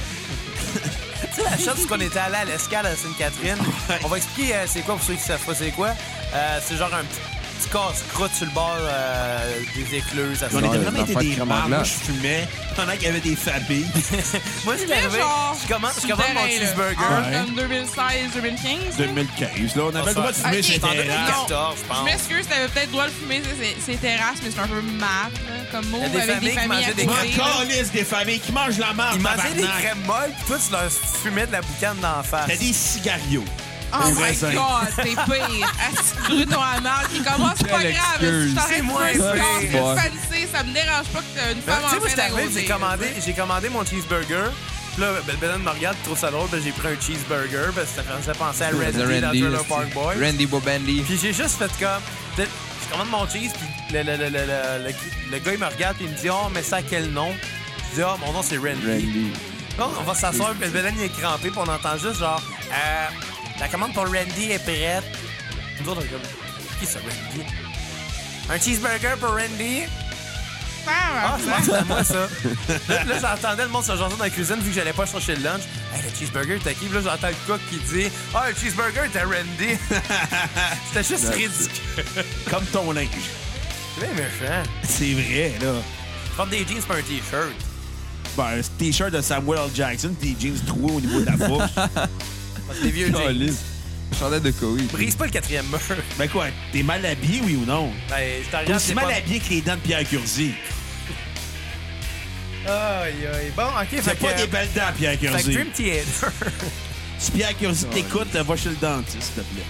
Speaker 2: tu sais, la chance qu'on était allé à l'escale à Sainte-Catherine, on va expliquer euh, c'est quoi pour ceux qui savent pas c'est quoi. Euh, c'est genre un petit du casse-croûte sur le bord euh, des écluses. À
Speaker 1: On
Speaker 4: Non,
Speaker 1: était
Speaker 4: les
Speaker 1: vraiment été
Speaker 4: affaires de
Speaker 1: des
Speaker 4: crème
Speaker 1: marres. Moi,
Speaker 4: anglaise.
Speaker 1: je fumais pendant qu'il y avait des fabis.
Speaker 2: Moi, je suis
Speaker 3: Mais
Speaker 2: arrivé,
Speaker 3: genre,
Speaker 2: je commande, je
Speaker 3: sur le
Speaker 2: commande mon
Speaker 3: terrain, là,
Speaker 2: cheeseburger.
Speaker 1: Ouais.
Speaker 3: en Comme 2016, 2015. là.
Speaker 1: 2015, là, Ah. on avait le droit de
Speaker 3: Ok.
Speaker 1: fumer chez
Speaker 2: En
Speaker 1: Terra.
Speaker 2: 2014, je
Speaker 3: Je
Speaker 2: pense.
Speaker 3: m'excuse, t'avais peut-être le droit de fumer c'est- c'est- ces terrasses, mais c'est un peu marre, là, comme mot,
Speaker 2: Il y a
Speaker 3: avec
Speaker 2: des
Speaker 3: des
Speaker 2: familles
Speaker 3: familles,
Speaker 2: qui mangeaient des
Speaker 3: à côté,
Speaker 1: Mon
Speaker 3: là.
Speaker 1: calice des familles qui mangent la marde,
Speaker 2: Ils mangeaient des
Speaker 1: tabarnak.
Speaker 2: crèmes molles, puis toi, tu leur fumais de la boucane d'en face.
Speaker 1: T'as des cigarios.
Speaker 3: Oh
Speaker 1: Des
Speaker 3: my
Speaker 1: raisins.
Speaker 3: god, t'es pire. Asti Bruno Amard qui commence, c'est pas
Speaker 4: Quelle
Speaker 3: grave. Si
Speaker 4: excuse.
Speaker 3: je t'aurais
Speaker 2: C'est moi,
Speaker 3: trouvé
Speaker 2: c'est
Speaker 3: une
Speaker 4: bon.
Speaker 3: blonde, une fancy, ça me dérange pas que t'aies une
Speaker 2: Mais
Speaker 3: femme
Speaker 2: Tu sais, moi,
Speaker 3: enceinte
Speaker 2: j'étais
Speaker 3: à
Speaker 2: arrivé,
Speaker 3: côté,
Speaker 2: j'ai
Speaker 3: là.
Speaker 2: commandé, j'ai commandé mon cheeseburger. Puis là, Belle Belen me regarde, trouve ça drôle, puis j'ai pris un cheeseburger, parce que ça faisait penser à
Speaker 4: Randy,
Speaker 2: Randy dans Trailer Park Boys.
Speaker 4: Randy Bobandy.
Speaker 2: Puis j'ai juste fait comme. peut-être- Je commande mon cheese, puis le, le, le, le, le, le- le gars, il me regarde, puis il me dit Oh, mais ça, quel nom Je dis Ah, mon nom, c'est Randy.
Speaker 4: Randy.
Speaker 2: Là, on va s'asseoir, puis Belen, il est crampé, puis on entend juste genre Euh, La commande pour Randy est prête. Nous autres, on est comme Qui c'est Randy Un cheeseburger pour Randy Ah,
Speaker 3: Ah,
Speaker 2: je pense que c'est à moi, ça. là, là, j'entendais le monde se jaser dans la cuisine vu que j'allais pas chercher le lunch. Hey, le cheeseburger, t'as qui? Puis Là, j'entends le cook qui dit Ah, le cheeseburger, t'as Randy. C'était juste ridicule.
Speaker 1: Comme ton linge.
Speaker 2: C'est bien méchant.
Speaker 1: C'est vrai, là.
Speaker 2: Prendre des jeans pour un t-shirt.
Speaker 1: Ben, un t-shirt de Samuel L. Jackson, des jeans troués au niveau de la bouche.
Speaker 2: Parce que Des vieux jeans.
Speaker 4: Calice. Chandelle de Koei.
Speaker 2: Brise pas le quatrième mur.
Speaker 1: ben quoi, t'es mal habillé, oui ou non?
Speaker 2: Ben, je
Speaker 1: T'es
Speaker 2: t'arrive
Speaker 1: aussi mal habillé que les dents de Pierre Curzi.
Speaker 2: Aïe, aïe. Bon, ok,
Speaker 1: T'as
Speaker 2: fait
Speaker 1: pas
Speaker 2: que.
Speaker 1: des belles dents, Pierre
Speaker 2: fait que
Speaker 1: Curzi.
Speaker 2: Dream Theater.
Speaker 1: Si Pierre Curzi t'écoute, va chez le dentiste, s'il te plaît.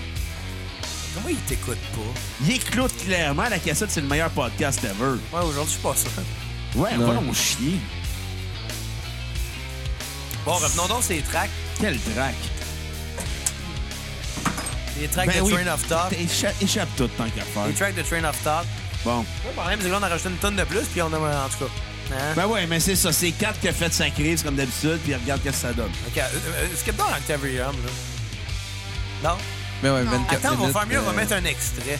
Speaker 2: Comment il t'écoute pas?
Speaker 1: Il éclate clairement la cassette, c'est le meilleur podcast ever.
Speaker 2: Ouais, aujourd'hui, je suis pas ça.
Speaker 1: Ouais,
Speaker 4: Non.
Speaker 1: va donc chier.
Speaker 2: Bon, revenons donc sur les tracks.
Speaker 1: Quel drac.
Speaker 2: Les tracks
Speaker 1: Ben
Speaker 2: de
Speaker 1: oui.
Speaker 2: Train of Thought.
Speaker 1: Échappe, échappe tout, tant qu'à faire.
Speaker 2: Les tracks de Train of Thought.
Speaker 1: Bon.
Speaker 2: Pas de problème, c'est que là, on a rajouté une tonne de plus, puis on a. En tout cas. Hein?
Speaker 1: Ben ouais, mais c'est ça. C'est 4 qui a fait sa crise comme d'habitude, puis regarde qu'est-ce que ça donne.
Speaker 2: Ok, euh, euh, skip dans Octavarium, là. Non?
Speaker 4: Mais ouais,
Speaker 3: Non.
Speaker 4: 24
Speaker 2: Attends, on va
Speaker 4: minutes,
Speaker 2: faire mieux, on va
Speaker 4: euh,
Speaker 2: mettre un extrait.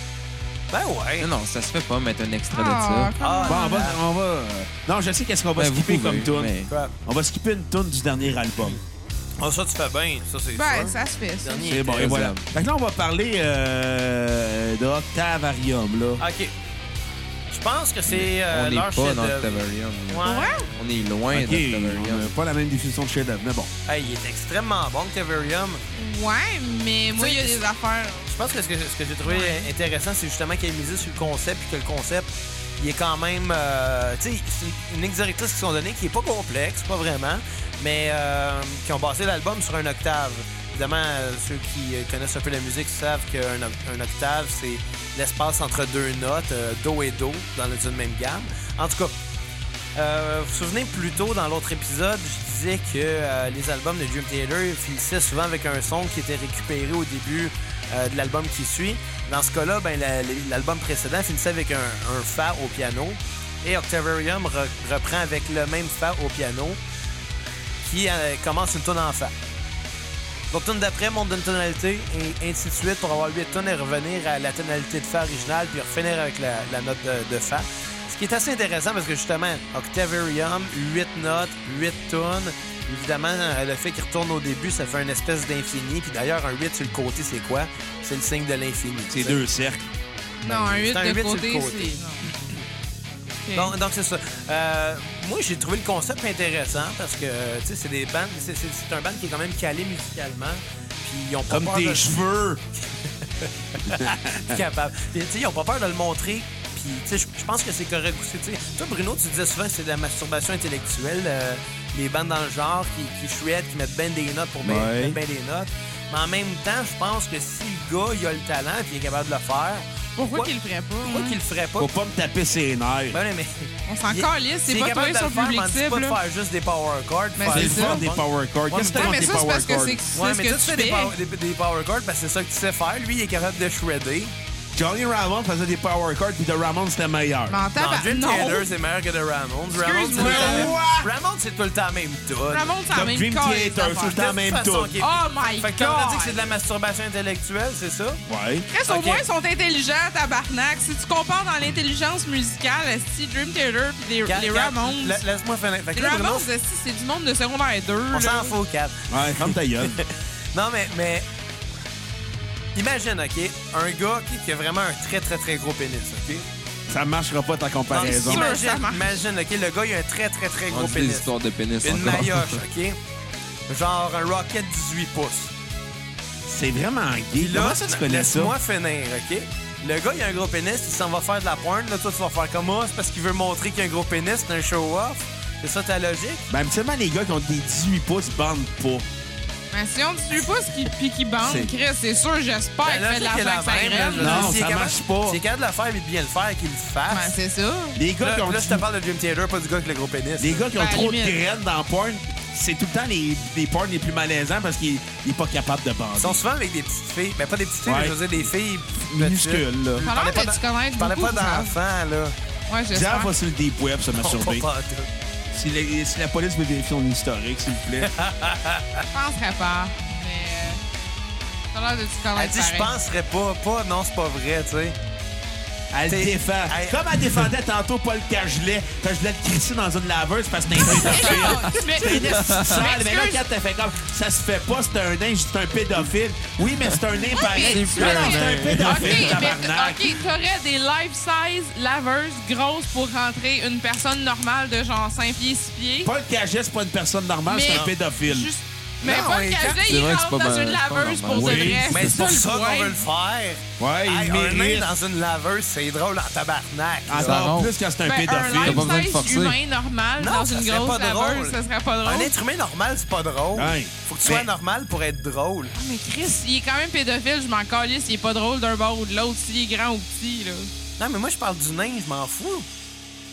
Speaker 2: Ben ouais.
Speaker 4: Non, non, ça se fait pas mettre un extrait de
Speaker 3: Ah,
Speaker 4: ça.
Speaker 2: Ah,
Speaker 1: Bon, on va. On va euh, non, je sais qu'est-ce qu'on va
Speaker 4: Ben, vous
Speaker 1: skipper
Speaker 4: pouvez,
Speaker 1: comme tune.
Speaker 4: mais-
Speaker 2: Crap.
Speaker 1: On va skipper une tune du dernier album.
Speaker 2: Oh, ça, tu fais bien, ça, c'est
Speaker 3: Ben,
Speaker 2: sûr.
Speaker 3: ça se fait, ça.
Speaker 2: Dernier
Speaker 1: C'est bon,
Speaker 4: était
Speaker 1: et voilà.
Speaker 4: raisonnable.
Speaker 1: Fait que là, on va parler euh, de Octavarium, là.
Speaker 2: OK. Je pense que c'est euh,
Speaker 4: On n'est
Speaker 2: leur
Speaker 4: pas
Speaker 2: shit
Speaker 4: dans
Speaker 2: de...
Speaker 4: Octavarium. là.
Speaker 2: Ouais.
Speaker 3: Ouais?
Speaker 4: On est loin
Speaker 1: Ok, on
Speaker 4: d'Octavarium.
Speaker 1: a pas la même définition de chef-d'œuvre, mais bon.
Speaker 2: Hey, il est extrêmement bon, Octavarium.
Speaker 3: Ouais, mais moi, il y a des affaires.
Speaker 2: Je pense que ce que, ce que j'ai trouvé intéressant, c'est justement qu'il a misé sur le concept, puis que le concept, il est quand même... euh, tu sais, c'est une exoratrice qui sont donnée qui est pas complexe, pas vraiment, mais euh, qui ont basé l'album sur un octave. Évidemment, euh, ceux qui euh, connaissent un peu la musique savent qu'un oc- un octave, c'est l'espace entre deux notes, euh, do et do, dans le- une même gamme. En tout cas, euh, vous vous souvenez plus tôt dans l'autre épisode, je disais que euh, les albums de Dream Theater finissaient souvent avec un son qui était récupéré au début euh, de l'album qui suit. Dans ce cas-là, ben, la- l'album précédent finissait avec un, un fa au piano et Octavarium re- reprend avec le même fa au piano qui euh, commence une tonne en fa. Donc, tonne d'après monte d'une tonalité et ainsi de suite pour avoir 8 tonnes et revenir à la tonalité de Fa originale puis refinir avec la, la note de, de Fa. Ce qui est assez intéressant parce que justement, Octavarium, 8 notes, 8 tonnes. Évidemment, euh, le fait qu'il retourne au début, ça fait une espèce d'infini. Puis d'ailleurs, un 8 sur le côté, c'est quoi? C'est le signe de l'infini.
Speaker 1: C'est
Speaker 2: tu sais.
Speaker 1: deux cercles.
Speaker 3: Non, un 8
Speaker 2: un huit
Speaker 3: de
Speaker 2: sur le
Speaker 3: côté,
Speaker 2: côté.
Speaker 3: c'est. non.
Speaker 2: Donc, donc, c'est ça. Euh, moi, j'ai trouvé le concept intéressant parce que, euh, tu sais, c'est des bandes, c'est- c'est c'est un band qui est quand même calé musicalement. Puis ils ont pas
Speaker 1: Comme
Speaker 2: peur de-
Speaker 1: tes cheveux.
Speaker 2: plus capable. Puis, tu sais, ils ont pas peur de le montrer. Puis, tu sais, je- je pense que c'est correct aussi. Tu sais, toi, Bruno, tu disais souvent que c'est de la masturbation intellectuelle. euh, les bandes dans le genre qui, qui shred, qui mettent bien des notes pour bien
Speaker 1: Ouais.
Speaker 2: mettre ben des notes. Mais en même temps, je pense que si le gars, il a le talent et il est capable de le faire,
Speaker 3: Pourquoi qu'il le ferait pas?
Speaker 2: pourquoi
Speaker 3: hein?
Speaker 2: qu'il le ferait pas?
Speaker 1: Faut pas me taper ses nerfs.
Speaker 2: Ben, ouais, mais...
Speaker 3: On s'en
Speaker 2: il-
Speaker 3: calisse, Ah, c'est
Speaker 2: s'il est
Speaker 3: pas toi
Speaker 2: capable
Speaker 3: et
Speaker 2: de
Speaker 3: son
Speaker 2: le faire,
Speaker 3: public
Speaker 2: m'en dis pas
Speaker 3: cible.
Speaker 2: de
Speaker 3: là.
Speaker 2: faire juste des power chords.
Speaker 3: Mais
Speaker 2: faire
Speaker 1: c'est le
Speaker 3: c'est
Speaker 1: fun
Speaker 3: ça.
Speaker 1: des power chords.
Speaker 2: Ouais,
Speaker 1: Qu'est-ce que
Speaker 2: mais
Speaker 1: t'as
Speaker 3: Ouais,
Speaker 1: contre
Speaker 3: mais
Speaker 1: des
Speaker 3: ça, c'est
Speaker 1: power
Speaker 3: parce que
Speaker 1: chords?
Speaker 3: c'est
Speaker 2: Ouais,
Speaker 3: c'est ce
Speaker 2: mais toi,
Speaker 3: que
Speaker 2: tu
Speaker 3: tu
Speaker 2: fais des
Speaker 3: fais.
Speaker 2: power, des, des power chords parce que c'est ça que tu sais faire. Lui, il est capable de shredder.
Speaker 1: Johnny Ramone faisait des power chords, puis de Ramone, c'était meilleur.
Speaker 3: Mais en
Speaker 2: Dans
Speaker 3: tabac-
Speaker 2: Dream
Speaker 3: non.
Speaker 2: Theater, c'est meilleur que de Ramones. Ramones, c'est tout
Speaker 3: Excuse-moi.
Speaker 2: le temps-
Speaker 1: What?
Speaker 2: Ramones, c'est tout le temps même tonne.
Speaker 3: Ramonde, c'est la
Speaker 1: Comme
Speaker 3: même
Speaker 1: Dream
Speaker 3: calisse
Speaker 1: Theater,
Speaker 3: d'affaires.
Speaker 1: tout le temps
Speaker 2: De
Speaker 1: même
Speaker 2: façon
Speaker 1: tune.
Speaker 2: qu'il-
Speaker 3: Oh my
Speaker 2: Fait que quand on dit que c'est de
Speaker 3: god!
Speaker 2: la masturbation intellectuelle, c'est ça?
Speaker 1: Ouais.
Speaker 3: Chris,
Speaker 2: Ok.
Speaker 3: au moins, ils sont intelligents, tabarnak. Si tu compares dans l'intelligence musicale, si Dream Theater pis les,
Speaker 2: Regarde,
Speaker 3: les
Speaker 2: regarde,
Speaker 3: Ramones.
Speaker 2: la- Laisse-moi finir. Fait que
Speaker 3: Les
Speaker 2: là, Bruno,
Speaker 3: Ramones, esti, c'est du monde de secondaire 2.
Speaker 2: on
Speaker 3: là.
Speaker 2: s'en fout, Cap.
Speaker 1: Ouais, comme ta gueule.
Speaker 2: Non, mais, mais Imagine, OK, un gars qui, qui a vraiment un très, très, très gros pénis, OK?
Speaker 1: Ça marchera pas ta comparaison.
Speaker 3: Non,
Speaker 2: imagine,
Speaker 3: Ça marche.
Speaker 2: imagine, OK, le gars, il a un très, très, très
Speaker 4: On
Speaker 2: gros
Speaker 4: dit des
Speaker 2: pénis.
Speaker 4: histoires de pénis
Speaker 2: Une
Speaker 4: encore.
Speaker 2: maillotche, OK? Genre un Rocket 18 pouces.
Speaker 1: C'est vraiment gay.
Speaker 2: Là,
Speaker 1: Comment ça, tu connais ça?
Speaker 2: Laisse-moi finir, OK? Le gars, il a un gros pénis, il s'en va faire de la pointe. Là, toi, tu vas faire comme moi, c'est parce qu'il veut montrer qu'il a un gros pénis, c'est un show-off. C'est ça ta logique?
Speaker 1: Ben, habituellement, les gars qui ont des 18 pouces bandent pas.
Speaker 3: Mais si on ne suit pas ce qui, puis qui bande,
Speaker 1: C'est-
Speaker 3: Chris, c'est sûr, j'espère qu'il
Speaker 2: Ben,
Speaker 3: Ah, fait de l'argent avec sa
Speaker 2: là, je veux
Speaker 3: graine.
Speaker 2: dire,
Speaker 1: Non,
Speaker 2: s'il est
Speaker 1: ça
Speaker 2: capable-
Speaker 1: marche pas.
Speaker 2: S'il est capable de le faire et de bien le faire, qu'il le
Speaker 3: Ben,
Speaker 2: fasse.
Speaker 3: c'est ça.
Speaker 1: Les gars
Speaker 2: Là,
Speaker 1: qui ont,
Speaker 2: là, je te parle de Dream Theater, pas du gars avec le gros pénis.
Speaker 1: les gars qui ont
Speaker 3: Ben, à
Speaker 1: trop
Speaker 3: limite.
Speaker 1: de graines dans le porn, c'est tout le temps les, les porn les plus malaisants parce qu'il n'est pas capable de bander.
Speaker 2: Ils sont souvent avec des petites filles. Ben, pas des petites filles,
Speaker 1: Ouais.
Speaker 2: mais je veux dire des filles petites.
Speaker 1: minuscules, là.
Speaker 3: Ça a
Speaker 2: parlais
Speaker 3: l'air
Speaker 2: pas
Speaker 3: que tu connais
Speaker 2: Je parlais pas
Speaker 3: beaucoup,
Speaker 2: d'enfants, là.
Speaker 3: Jean. Ouais,
Speaker 1: Pierre
Speaker 3: j'espère.
Speaker 1: va sur le deep web se masturber.
Speaker 2: Pas tout.
Speaker 1: Si, les- si la police veut vérifier son historique, s'il vous plaît.
Speaker 3: Je penserais pas. Mais euh, ça a l'air de tu connais
Speaker 2: Elle dit, je penserais pas. Pas, non, c'est pas vrai, tu sais.
Speaker 1: Elle
Speaker 2: T'es-
Speaker 1: défend.
Speaker 2: Hey.
Speaker 1: Comme elle défendait tantôt Paul Cagelet, quand je voulais te crisser dans une laveuse parce que t'es un pédophile.
Speaker 3: Mais
Speaker 1: Pénis sale. Mais là,
Speaker 3: M'excuse.
Speaker 1: quand t'as fait comme ça se fait pas, c'est un nain, c'est un pédophile. Oui, mais c'est un nain
Speaker 3: mais-
Speaker 1: pareil.
Speaker 4: C'est
Speaker 1: Non,
Speaker 4: plus
Speaker 1: non,
Speaker 4: un
Speaker 1: c'est un
Speaker 4: nain.
Speaker 1: pédophile,
Speaker 3: OK, mais
Speaker 1: tabarnak.
Speaker 3: OK, t'aurais des life-size laveuses grosses pour rentrer une personne normale de genre 5 pieds, 6 pieds.
Speaker 1: Paul Cagelet, c'est pas une personne normale,
Speaker 3: Mais-
Speaker 1: c'est un pédophile.
Speaker 3: Juste- Mais
Speaker 2: Non,
Speaker 3: pas
Speaker 2: mais
Speaker 3: le
Speaker 2: quand-
Speaker 3: cadet,
Speaker 4: C'est
Speaker 3: il
Speaker 4: vrai que
Speaker 3: rentre
Speaker 4: c'est pas
Speaker 3: dans
Speaker 4: mal-
Speaker 3: une
Speaker 4: c'est pas
Speaker 3: laveuse
Speaker 4: normal.
Speaker 3: pour de
Speaker 1: Oui,
Speaker 3: vrai.
Speaker 2: Mais c'est pour ça qu'on veut le faire.
Speaker 1: Ouais,
Speaker 2: Hey,
Speaker 1: il
Speaker 2: un nain
Speaker 1: mérite. Ah,
Speaker 2: dans une laveuse, c'est drôle en tabarnak. là.
Speaker 1: Encore
Speaker 4: Ça
Speaker 1: plus quand c'est un
Speaker 3: Ben, un
Speaker 1: pédophile.
Speaker 4: T'as pas besoin de
Speaker 3: life-size
Speaker 4: forcer.
Speaker 3: humain normal
Speaker 2: Non,
Speaker 3: dans
Speaker 2: ça
Speaker 3: une
Speaker 2: serait
Speaker 3: grosse
Speaker 2: pas drôle.
Speaker 3: laveuse, ça serait pas
Speaker 2: Un
Speaker 3: drôle.
Speaker 2: être humain normal, c'est pas drôle.
Speaker 1: Ouais.
Speaker 2: Faut que tu
Speaker 1: Mais-
Speaker 2: sois normal pour être drôle.
Speaker 3: Ah, Mais Chris, il est quand même pédophile, je m'en calisse, il est pas drôle d'un bord ou de l'autre, s'il est grand ou petit, là.
Speaker 2: Non, mais moi, je parle du nain, je m'en fous.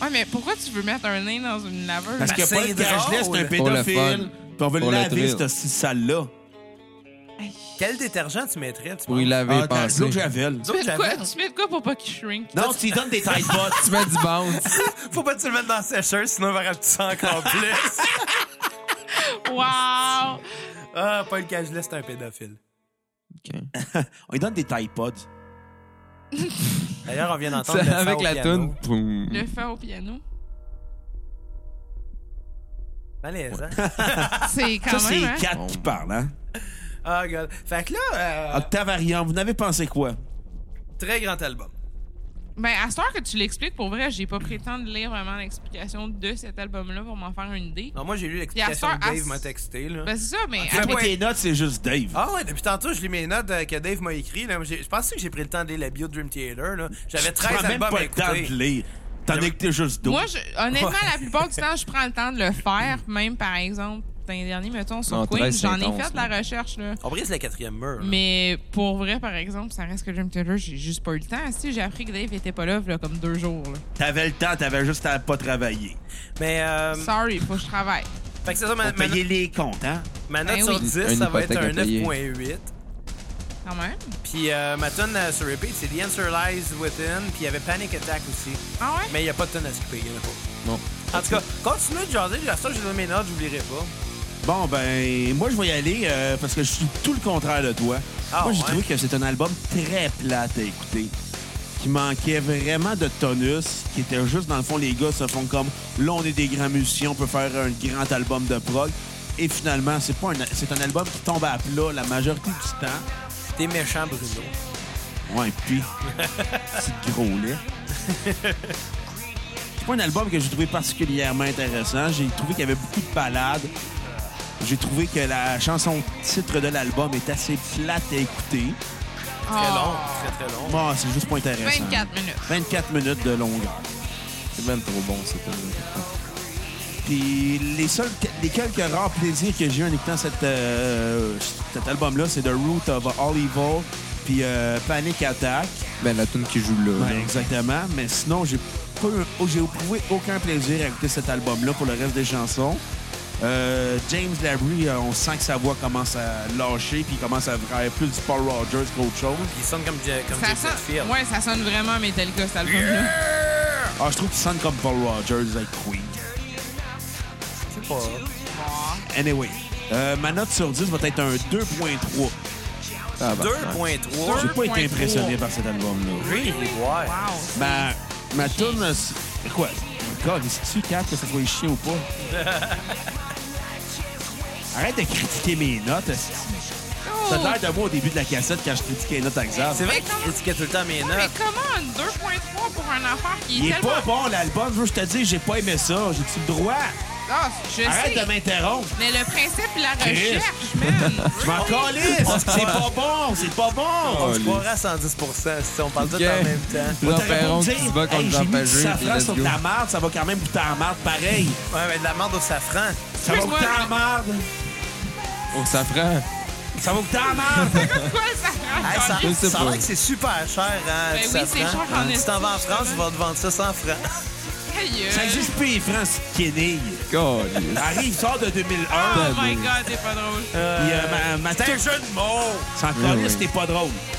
Speaker 3: Ouais, mais pourquoi tu veux mettre un nain dans une laveuse?
Speaker 1: Parce
Speaker 2: Ben,
Speaker 1: que Paul Cagelet,
Speaker 2: c'est
Speaker 1: c'est un
Speaker 2: drôle.
Speaker 4: Pour le fun.
Speaker 1: pédophile. Puis on veut le
Speaker 4: Pour le
Speaker 1: laver, cette
Speaker 4: thrill.
Speaker 1: sale-là.
Speaker 3: Ben,
Speaker 2: Quel détergent tu mettrais, tu
Speaker 4: Pour y laver
Speaker 1: Ah, t'as
Speaker 4: pensé.
Speaker 1: l'eau que j'avais.
Speaker 2: penses? Nous
Speaker 3: Tu
Speaker 2: autres,
Speaker 3: mets de quoi-
Speaker 2: j'avais-
Speaker 3: tu mets de quoi pour pas qu'il shrink?
Speaker 1: Non, tu lui donnes des Tide Pods.
Speaker 4: Tu mets du bounce.
Speaker 2: Faut pas que tu le mettes dans la sécheuse, sinon il va rajouter ça encore plus.
Speaker 3: Wow!
Speaker 2: Ah, Paul Cagelet, c'est un pédophile.
Speaker 1: On lui donne des Tide Pods.
Speaker 2: D'ailleurs, on vient d'entendre
Speaker 4: C'est
Speaker 2: le
Speaker 4: avec
Speaker 2: faux
Speaker 4: la
Speaker 2: piano.
Speaker 4: toune. Poum.
Speaker 3: Le faire au piano.
Speaker 2: Malaisant.
Speaker 3: C'est
Speaker 1: Ça,
Speaker 3: quand
Speaker 1: c'est
Speaker 3: même,
Speaker 1: les
Speaker 3: hein?
Speaker 1: quatre qui parlent, hein?
Speaker 2: Ah, God. Fait que là, euh,
Speaker 1: Ah. Octavarium, vous n'avez pensé quoi?
Speaker 2: très grand album.
Speaker 3: Ben, à ce heure que tu l'expliques, pour vrai, j'ai pas prétendu lire vraiment l'explication de cet album-là pour m'en faire une idée.
Speaker 2: Non, moi, j'ai lu
Speaker 3: Et
Speaker 2: l'explication
Speaker 3: à
Speaker 2: que
Speaker 3: soir, à-
Speaker 2: Dave m'a texté. Là.
Speaker 3: Ben, c'est ça, mais.
Speaker 1: Toi,
Speaker 2: ouais.
Speaker 1: tes notes, c'est juste Dave.
Speaker 2: Ah ouais, depuis tantôt, je lis mes notes euh, que Dave m'a écrit. Là. J'ai- Je pensais que j'ai pris le temps de lire la bio de Dream Theater. Là. J'avais
Speaker 1: Tu
Speaker 2: 13
Speaker 1: prends même
Speaker 2: albums
Speaker 1: pas
Speaker 2: à
Speaker 1: le temps
Speaker 2: écouter.
Speaker 1: de lire. T'en as écouté juste deux.
Speaker 3: Moi, je- honnêtement, la plupart du temps, je prends le temps de le faire. Même, par exemple, dans les derniers, mettons, sur
Speaker 4: Non,
Speaker 3: Queen,
Speaker 4: 13, c'est
Speaker 3: j'en ai
Speaker 4: intense,
Speaker 3: fait de la
Speaker 4: là.
Speaker 3: recherche, là.
Speaker 2: On brise le quatrième mur. là.
Speaker 3: Mais pour vrai, par exemple, ça reste que Dream Theater, j'ai juste pas eu le temps. Ah, Si, j'ai appris que Dave était pas là, là comme deux jours, là.
Speaker 1: T'avais le temps, t'avais juste à pas travailler.
Speaker 2: Mais, euh,
Speaker 3: Sorry, faut que je travaille.
Speaker 2: fait que c'est ça, ma,
Speaker 1: Pour
Speaker 2: ma-
Speaker 1: payer les comptes, hein?
Speaker 2: ma note
Speaker 3: Ben
Speaker 2: sur
Speaker 3: oui.
Speaker 2: 10,
Speaker 4: Une
Speaker 2: ça va être
Speaker 4: hypothèque
Speaker 2: un
Speaker 4: à payer.
Speaker 2: 9.8.
Speaker 3: Quand même.
Speaker 2: Puis euh, ma tune euh, sur repeat, c'est The Answer Lies Within. Puis il y avait Panic Attack aussi.
Speaker 3: Ah ouais?
Speaker 2: Mais il n'y a pas de tune à skipper. il y en a pas.
Speaker 4: Non.
Speaker 2: En tout cas, continuez de jaser. À ça, j'ai donné mes notes, j'oublierai pas.
Speaker 1: Bon, ben, moi, je vais y aller euh, parce que je suis tout le contraire de toi.
Speaker 2: Ah,
Speaker 1: moi, j'ai
Speaker 2: ouais?
Speaker 1: trouvé que c'est un album très plate à écouter, qui manquait vraiment de tonus, qui était juste, dans le fond, les gars se font comme, là, on est des grands musiciens, on peut faire un grand album de prog. Et finalement, c'est pas un, c'est un album qui tombe à plat la majorité du temps.
Speaker 2: T'es méchant, Bruno.
Speaker 1: Ouais, puis. Petit gros lait. C'est pas un album que j'ai trouvé particulièrement intéressant. J'ai trouvé qu'il y avait beaucoup de balades. J'ai trouvé que la chanson titre de l'album est assez plate à écouter.
Speaker 2: Très long,
Speaker 3: Ah.
Speaker 2: très très long.
Speaker 1: Bon, c'est juste pas intéressant.
Speaker 3: 24 minutes.
Speaker 1: 24 minutes de longueur.
Speaker 4: C'est même trop bon, cette toune.
Speaker 1: Puis les seuls, les quelques rares plaisirs que j'ai eu en écoutant cette, euh, cet album-là, c'est The Root of All Evil, puis euh, Panic Attack.
Speaker 4: Ben, la toune qui joue là.
Speaker 1: Ouais, exactement. Mais sinon, j'ai pas eu- oh, j'ai éprouvé aucun plaisir à écouter cet album-là pour le reste des chansons. Euh, James Labrie, euh, on sent que sa voix commence à lâcher puis il commence à faire plus du Paul Rogers qu'autre chose.
Speaker 2: Il sonne comme, J- comme
Speaker 3: Ça
Speaker 2: Jason Field.
Speaker 3: sonne, ouais, ça sonne vraiment Metallica, cet album-là.
Speaker 1: Ah, je trouve qu'il sonne comme Paul Rogers avec Queen.
Speaker 2: Je sais pas.
Speaker 1: Anyway, euh, ma note sur 10 va être un 2.3.
Speaker 4: Ah, bah, ouais.
Speaker 2: 2.3.
Speaker 1: J'ai pas été
Speaker 3: 2.3.
Speaker 1: impressionné par cet album-là.
Speaker 2: Oui, ouais.
Speaker 3: Wow.
Speaker 1: Ma, ma tourne... Quoi? God, est-ce que tu captes que ça soit chier ou pas? Arrête de critiquer mes notes, esti.
Speaker 3: Oh,
Speaker 1: T'as l'air de moi au début de la cassette quand je critiquais les notes à
Speaker 4: Ah.
Speaker 1: Xav.
Speaker 2: C'est vrai
Speaker 3: Mais comment-
Speaker 2: qu'il critiquait tout le temps mes
Speaker 3: Ouais, mais
Speaker 2: notes.
Speaker 3: comment un 2.3 pour un affaire qui est
Speaker 1: Il est
Speaker 3: tellement...
Speaker 1: pas bon, l'album. Je veux que je te dise, j'ai pas aimé ça. J'ai-tu le droit?
Speaker 3: Ah, je
Speaker 1: Arrête
Speaker 3: sais.
Speaker 1: de m'interrompre.
Speaker 3: Mais le principe et la
Speaker 1: Chris.
Speaker 3: recherche, man.
Speaker 1: Je m'en calisse. C'est pas bon. C'est pas bon.
Speaker 2: On se
Speaker 4: Oh,
Speaker 2: croirait à 110 si on parle tout
Speaker 4: Ok.
Speaker 2: en même temps.
Speaker 1: Moi,
Speaker 4: Jean
Speaker 1: t'aurais pas
Speaker 4: Perron
Speaker 1: me
Speaker 4: qui se bat
Speaker 1: dire,
Speaker 4: contre
Speaker 1: hey,
Speaker 4: Jean
Speaker 1: j'ai mis du
Speaker 4: Pagé, puis
Speaker 1: safran
Speaker 4: let's
Speaker 1: sur
Speaker 4: go.
Speaker 1: ta marde, ça va quand même goûter à marde pareil.
Speaker 2: Ouais, mais de la merde au safran.
Speaker 1: Ça va
Speaker 3: Excuse-moi.
Speaker 1: goûter à marde.
Speaker 4: Au safran.
Speaker 1: Ça va goûter à marde.
Speaker 3: Pourquoi Ah, ça
Speaker 2: Hey, ça,
Speaker 4: Je sais
Speaker 2: ça a
Speaker 4: pas.
Speaker 2: l'air que c'est super cher, hein,
Speaker 3: Ben
Speaker 2: du
Speaker 3: oui,
Speaker 2: safran.
Speaker 3: c'est cher en
Speaker 2: Si t'en vas en
Speaker 3: esti,
Speaker 2: France, ils
Speaker 3: justement.
Speaker 2: vont te vendre ça 100 francs.
Speaker 3: Aïe, euh,
Speaker 1: Ça existe plus les francs, ce Kenny.
Speaker 4: Calisse.
Speaker 1: Arrive, sort de 2001.
Speaker 3: Oh my God, c'est pas drôle.
Speaker 1: Puis euh, ma, ma tête,
Speaker 2: jeu de mots!
Speaker 1: sans
Speaker 4: Oui, oui.
Speaker 1: calisse, t'es pas drôle. Ah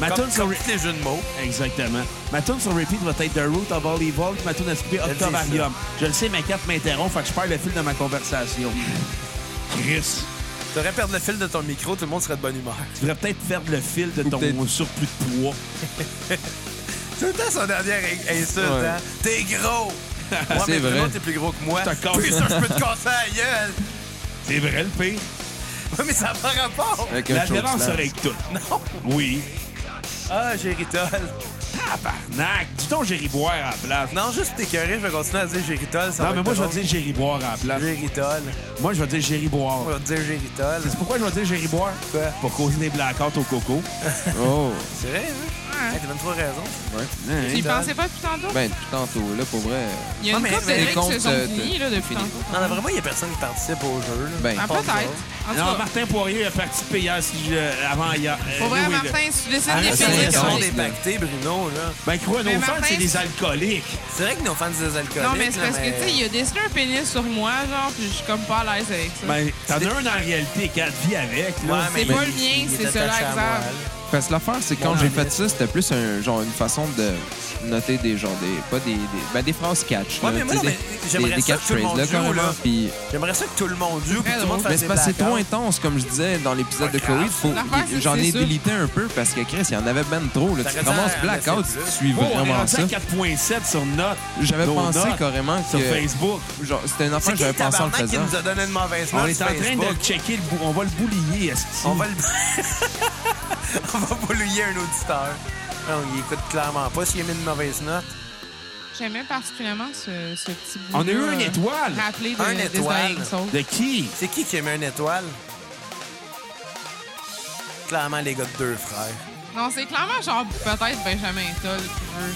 Speaker 1: Ma
Speaker 2: Comme,
Speaker 1: tune sur...
Speaker 2: comme tous les jeux de mots.
Speaker 1: Exactement. Ma tune sur repeat va être The Root of All Evil, puis ma tune à skipper
Speaker 2: Elle dit ça.
Speaker 1: Octavarium. Je le sais, ma carte m'interrompt, fait que je perds le fil de ma conversation. Chris,
Speaker 2: Tu devrais perdre le fil de ton micro, tout le monde serait de bonne humeur.
Speaker 1: tu devrais peut-être perdre le fil de ton
Speaker 4: peut-être-
Speaker 1: surplus de poids.
Speaker 2: C'est le temps son dernière in- insulte,
Speaker 4: Ouais.
Speaker 2: hein? T'es gros! Ouais, mais tout le
Speaker 4: vrai.
Speaker 2: monde est plus gros que moi.
Speaker 1: Je te casse.
Speaker 2: Puis ça, je peux te casser la gueule!
Speaker 1: C'est vrai, le pire.
Speaker 2: Ouais, mais ça n'a pas rapport!
Speaker 4: Avec un
Speaker 1: La
Speaker 4: choix de
Speaker 1: violence
Speaker 4: slash.
Speaker 1: règle tout.
Speaker 2: Non!
Speaker 1: Oui.
Speaker 2: Ah, géritole!
Speaker 1: Tabarnak! Dis donc Gériboire à la place.
Speaker 2: Non, juste t'écœurer, je vais continuer à dire géritole. ça
Speaker 1: Non,
Speaker 2: va
Speaker 1: mais
Speaker 2: être
Speaker 1: moi, je vais
Speaker 2: drôle.
Speaker 1: dire Gériboire à la place.
Speaker 2: Géritole.
Speaker 1: Moi, je vais dire Gériboire.
Speaker 2: On va dire géritole.
Speaker 1: C'est pourquoi je vais dire Gériboire?
Speaker 2: Quoi?
Speaker 1: Pour causer des blackouts au coco.
Speaker 4: Oh,
Speaker 2: C'est vrai, hein?
Speaker 3: Ouais.
Speaker 2: Ouais, T'as même trop raison.
Speaker 4: ouais.
Speaker 3: Tu y pensais pas depuis tantôt?
Speaker 4: Ben, tout tantôt, là, pour vrai. euh,
Speaker 3: Il y a
Speaker 2: non,
Speaker 3: une
Speaker 2: mais-
Speaker 3: couple de
Speaker 2: mais
Speaker 4: les
Speaker 3: trucs qui se
Speaker 4: comptes, euh,
Speaker 3: sont finis là, depuis
Speaker 4: finis.
Speaker 2: Non, mais
Speaker 3: tantôt.
Speaker 2: vraiment, il n'y a personne qui participe au jeu. Là.
Speaker 4: Ben,
Speaker 3: Ah,
Speaker 2: pense
Speaker 3: Peut-être. En
Speaker 1: Non,
Speaker 3: tout cas,
Speaker 1: Martin Poirier a participé hier, si je- avant hier. Euh,
Speaker 3: pour vrai,
Speaker 1: oui, là. Ah,
Speaker 3: Martin, si tu décides
Speaker 1: Arrête,
Speaker 3: des
Speaker 2: C'est
Speaker 4: c'est
Speaker 2: vrai
Speaker 3: films,
Speaker 2: qu'ils
Speaker 4: vrai.
Speaker 2: sont dépactés, Bruno. là.
Speaker 1: Ben, quoi, nos
Speaker 3: Mais
Speaker 1: fans,
Speaker 3: Martin,
Speaker 1: c'est des
Speaker 3: c'est-
Speaker 1: alcooliques.
Speaker 2: C'est vrai que nos fans des alcooliques.
Speaker 3: Non, mais c'est
Speaker 2: là,
Speaker 3: parce que, tu sais, il a dessiné un pénis sur moi, genre, puis je suis comme pas à l'aise avec ça.
Speaker 1: Ben, t'en as un en réalité, quatre vies avec,
Speaker 2: Ouais,
Speaker 1: là.
Speaker 2: mais
Speaker 3: pas
Speaker 2: il-
Speaker 3: le mien,
Speaker 2: il est
Speaker 3: c'est
Speaker 2: attaché
Speaker 3: celui-là,
Speaker 2: à moi,
Speaker 3: Xav.
Speaker 2: là.
Speaker 4: Parce que l'affaire, c'est quand
Speaker 2: Non,
Speaker 4: j'ai
Speaker 2: mais-
Speaker 4: fait ça, c'était plus un, genre, une façon de noter des genre des pas des, des ben, des phrases catch
Speaker 2: Ouais,
Speaker 4: là,
Speaker 2: mais moi,
Speaker 4: tu
Speaker 2: non,
Speaker 4: sais, des-
Speaker 2: mais
Speaker 4: des,
Speaker 2: j'aimerais
Speaker 4: des
Speaker 2: ça que tout le
Speaker 4: catchphrases
Speaker 2: monde
Speaker 4: là
Speaker 2: joue,
Speaker 4: carrément
Speaker 2: là.
Speaker 4: puis
Speaker 2: J'aimerais ça que tout le monde joue, que tout le monde
Speaker 4: mais
Speaker 2: fasse
Speaker 4: c'est
Speaker 2: des
Speaker 4: parce que c'est trop
Speaker 2: blackouts.
Speaker 4: intense comme je disais dans l'épisode de
Speaker 2: Pas grave.
Speaker 4: Covid faut-
Speaker 3: L'affaire, c'est que
Speaker 4: j'en
Speaker 3: c'est
Speaker 4: ai
Speaker 3: ça.
Speaker 4: délité un peu parce que Chris il y en avait ben trop là,
Speaker 2: Ça
Speaker 4: tu
Speaker 2: aurait
Speaker 4: commences
Speaker 2: dû en
Speaker 4: blackout
Speaker 2: laisser
Speaker 4: si
Speaker 2: plus.
Speaker 4: tu suis
Speaker 1: Oh, on est
Speaker 4: vraiment
Speaker 1: rendu
Speaker 4: ça
Speaker 1: à 4.7 sur notre.
Speaker 4: j'avais
Speaker 1: nos
Speaker 4: pensé
Speaker 1: notes
Speaker 4: carrément
Speaker 1: Sur
Speaker 4: que
Speaker 1: Facebook.
Speaker 4: genre c'était une
Speaker 2: C'est qui
Speaker 4: affaire que j'avais
Speaker 2: le
Speaker 4: pensé en le
Speaker 2: tabarnak qui
Speaker 4: faisant
Speaker 2: nous a donné une mauvaise note
Speaker 1: On est
Speaker 2: sur
Speaker 1: en train de
Speaker 2: Facebook?
Speaker 1: le checker, le bou- on va le boulier, esti.
Speaker 2: On va le... On va boulier un auditeur. Non, il écoute clairement pas s'il a mis une mauvaise note.
Speaker 3: J'aimais particulièrement ce, ce petit bout.
Speaker 1: On a eu une étoile.
Speaker 3: Rappelé de
Speaker 2: Un
Speaker 3: des
Speaker 2: étoile.
Speaker 3: Dying Souls.
Speaker 1: De qui?
Speaker 2: C'est qui qui a mis une étoile? Clairement, les gars de deux frères.
Speaker 3: Non, c'est clairement genre peut-être Benjamin Toll qui veut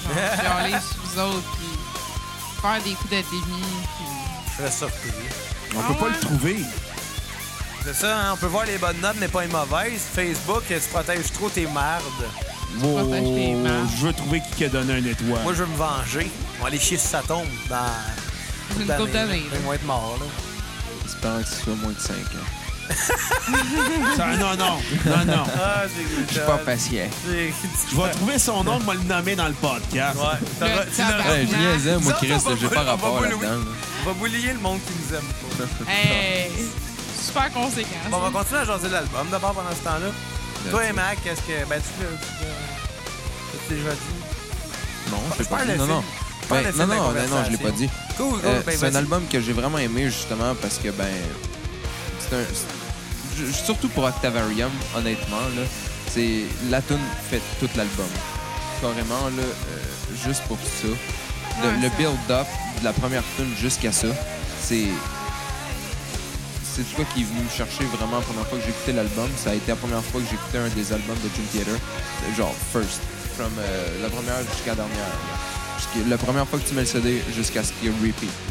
Speaker 3: genre chialer sur vous autres puis faire des coups d'atémie. Puis...
Speaker 2: Je serais surpris.
Speaker 1: On
Speaker 3: Ah
Speaker 1: peut pas
Speaker 3: ouais?
Speaker 1: le trouver.
Speaker 2: C'est ça, hein, on peut voir les bonnes notes, mais pas les mauvaises. Facebook, euh, tu protèges trop tes merdes.
Speaker 1: Wow,
Speaker 3: partages tes marques.
Speaker 1: je veux trouver qui a donné un étoile.
Speaker 2: Moi, je veux me venger. On va aller chier sur sa tombe dans...
Speaker 3: Une couple d'années,
Speaker 2: Ils vont être morts, là.
Speaker 4: j'espère que ce soit moins de hein. 5 ans
Speaker 1: Ça- non, non, non, non.
Speaker 2: Ah, j'ai
Speaker 4: je suis pas
Speaker 2: Euh,
Speaker 4: patient
Speaker 1: Je vais trouver son nom, je vais le nommer dans le podcast.
Speaker 2: Ouais, t'auras-
Speaker 3: Le
Speaker 2: tu l'auras-
Speaker 3: tabac.
Speaker 4: Ouais, je niaisais, moi
Speaker 2: Ça,
Speaker 4: Chris
Speaker 2: on va
Speaker 4: j'ai
Speaker 2: pas-
Speaker 4: pas
Speaker 2: on va Hein?
Speaker 4: rapport
Speaker 2: pas
Speaker 4: là-dedans là.
Speaker 2: On va boulier le monde qui nous aime pas.
Speaker 3: Hey, super conséquent.
Speaker 2: Bon, on
Speaker 3: ça.
Speaker 2: va continuer à jaser de l'album d'abord pendant ce temps-là. Toi, Mac, qu'est-ce que. Ben, tu l'as. tu l'as- Tu l'as déjà dit.
Speaker 4: non je sais
Speaker 2: Parle
Speaker 4: pas
Speaker 2: le
Speaker 4: non
Speaker 2: film.
Speaker 4: non
Speaker 2: Parle le
Speaker 4: Ben,
Speaker 2: film
Speaker 4: non
Speaker 2: de la
Speaker 4: non non je l'ai pas
Speaker 2: conversation.
Speaker 4: dit
Speaker 2: Cool, cool.
Speaker 4: Euh,
Speaker 2: ben,
Speaker 4: c'est un
Speaker 2: vas-y.
Speaker 4: album que j'ai vraiment aimé justement parce que ben c'est un c'est- je- surtout pour Octavarium honnêtement là c'est la tune fait tout l'album carrément là euh, juste pour ça le,
Speaker 3: Ouais,
Speaker 4: le
Speaker 3: ça-
Speaker 4: build up de la première tune jusqu'à ça c'est c'est quoi qui est venu me chercher vraiment la première fois que j'ai écouté l'album ça a été la première fois que j'ai écouté un des albums de Jim Theater genre first from euh, la première jusqu'à la dernière là. Jusqu'à- la première fois que tu mets le CD jusqu'à ce qu'il y ait repeat là.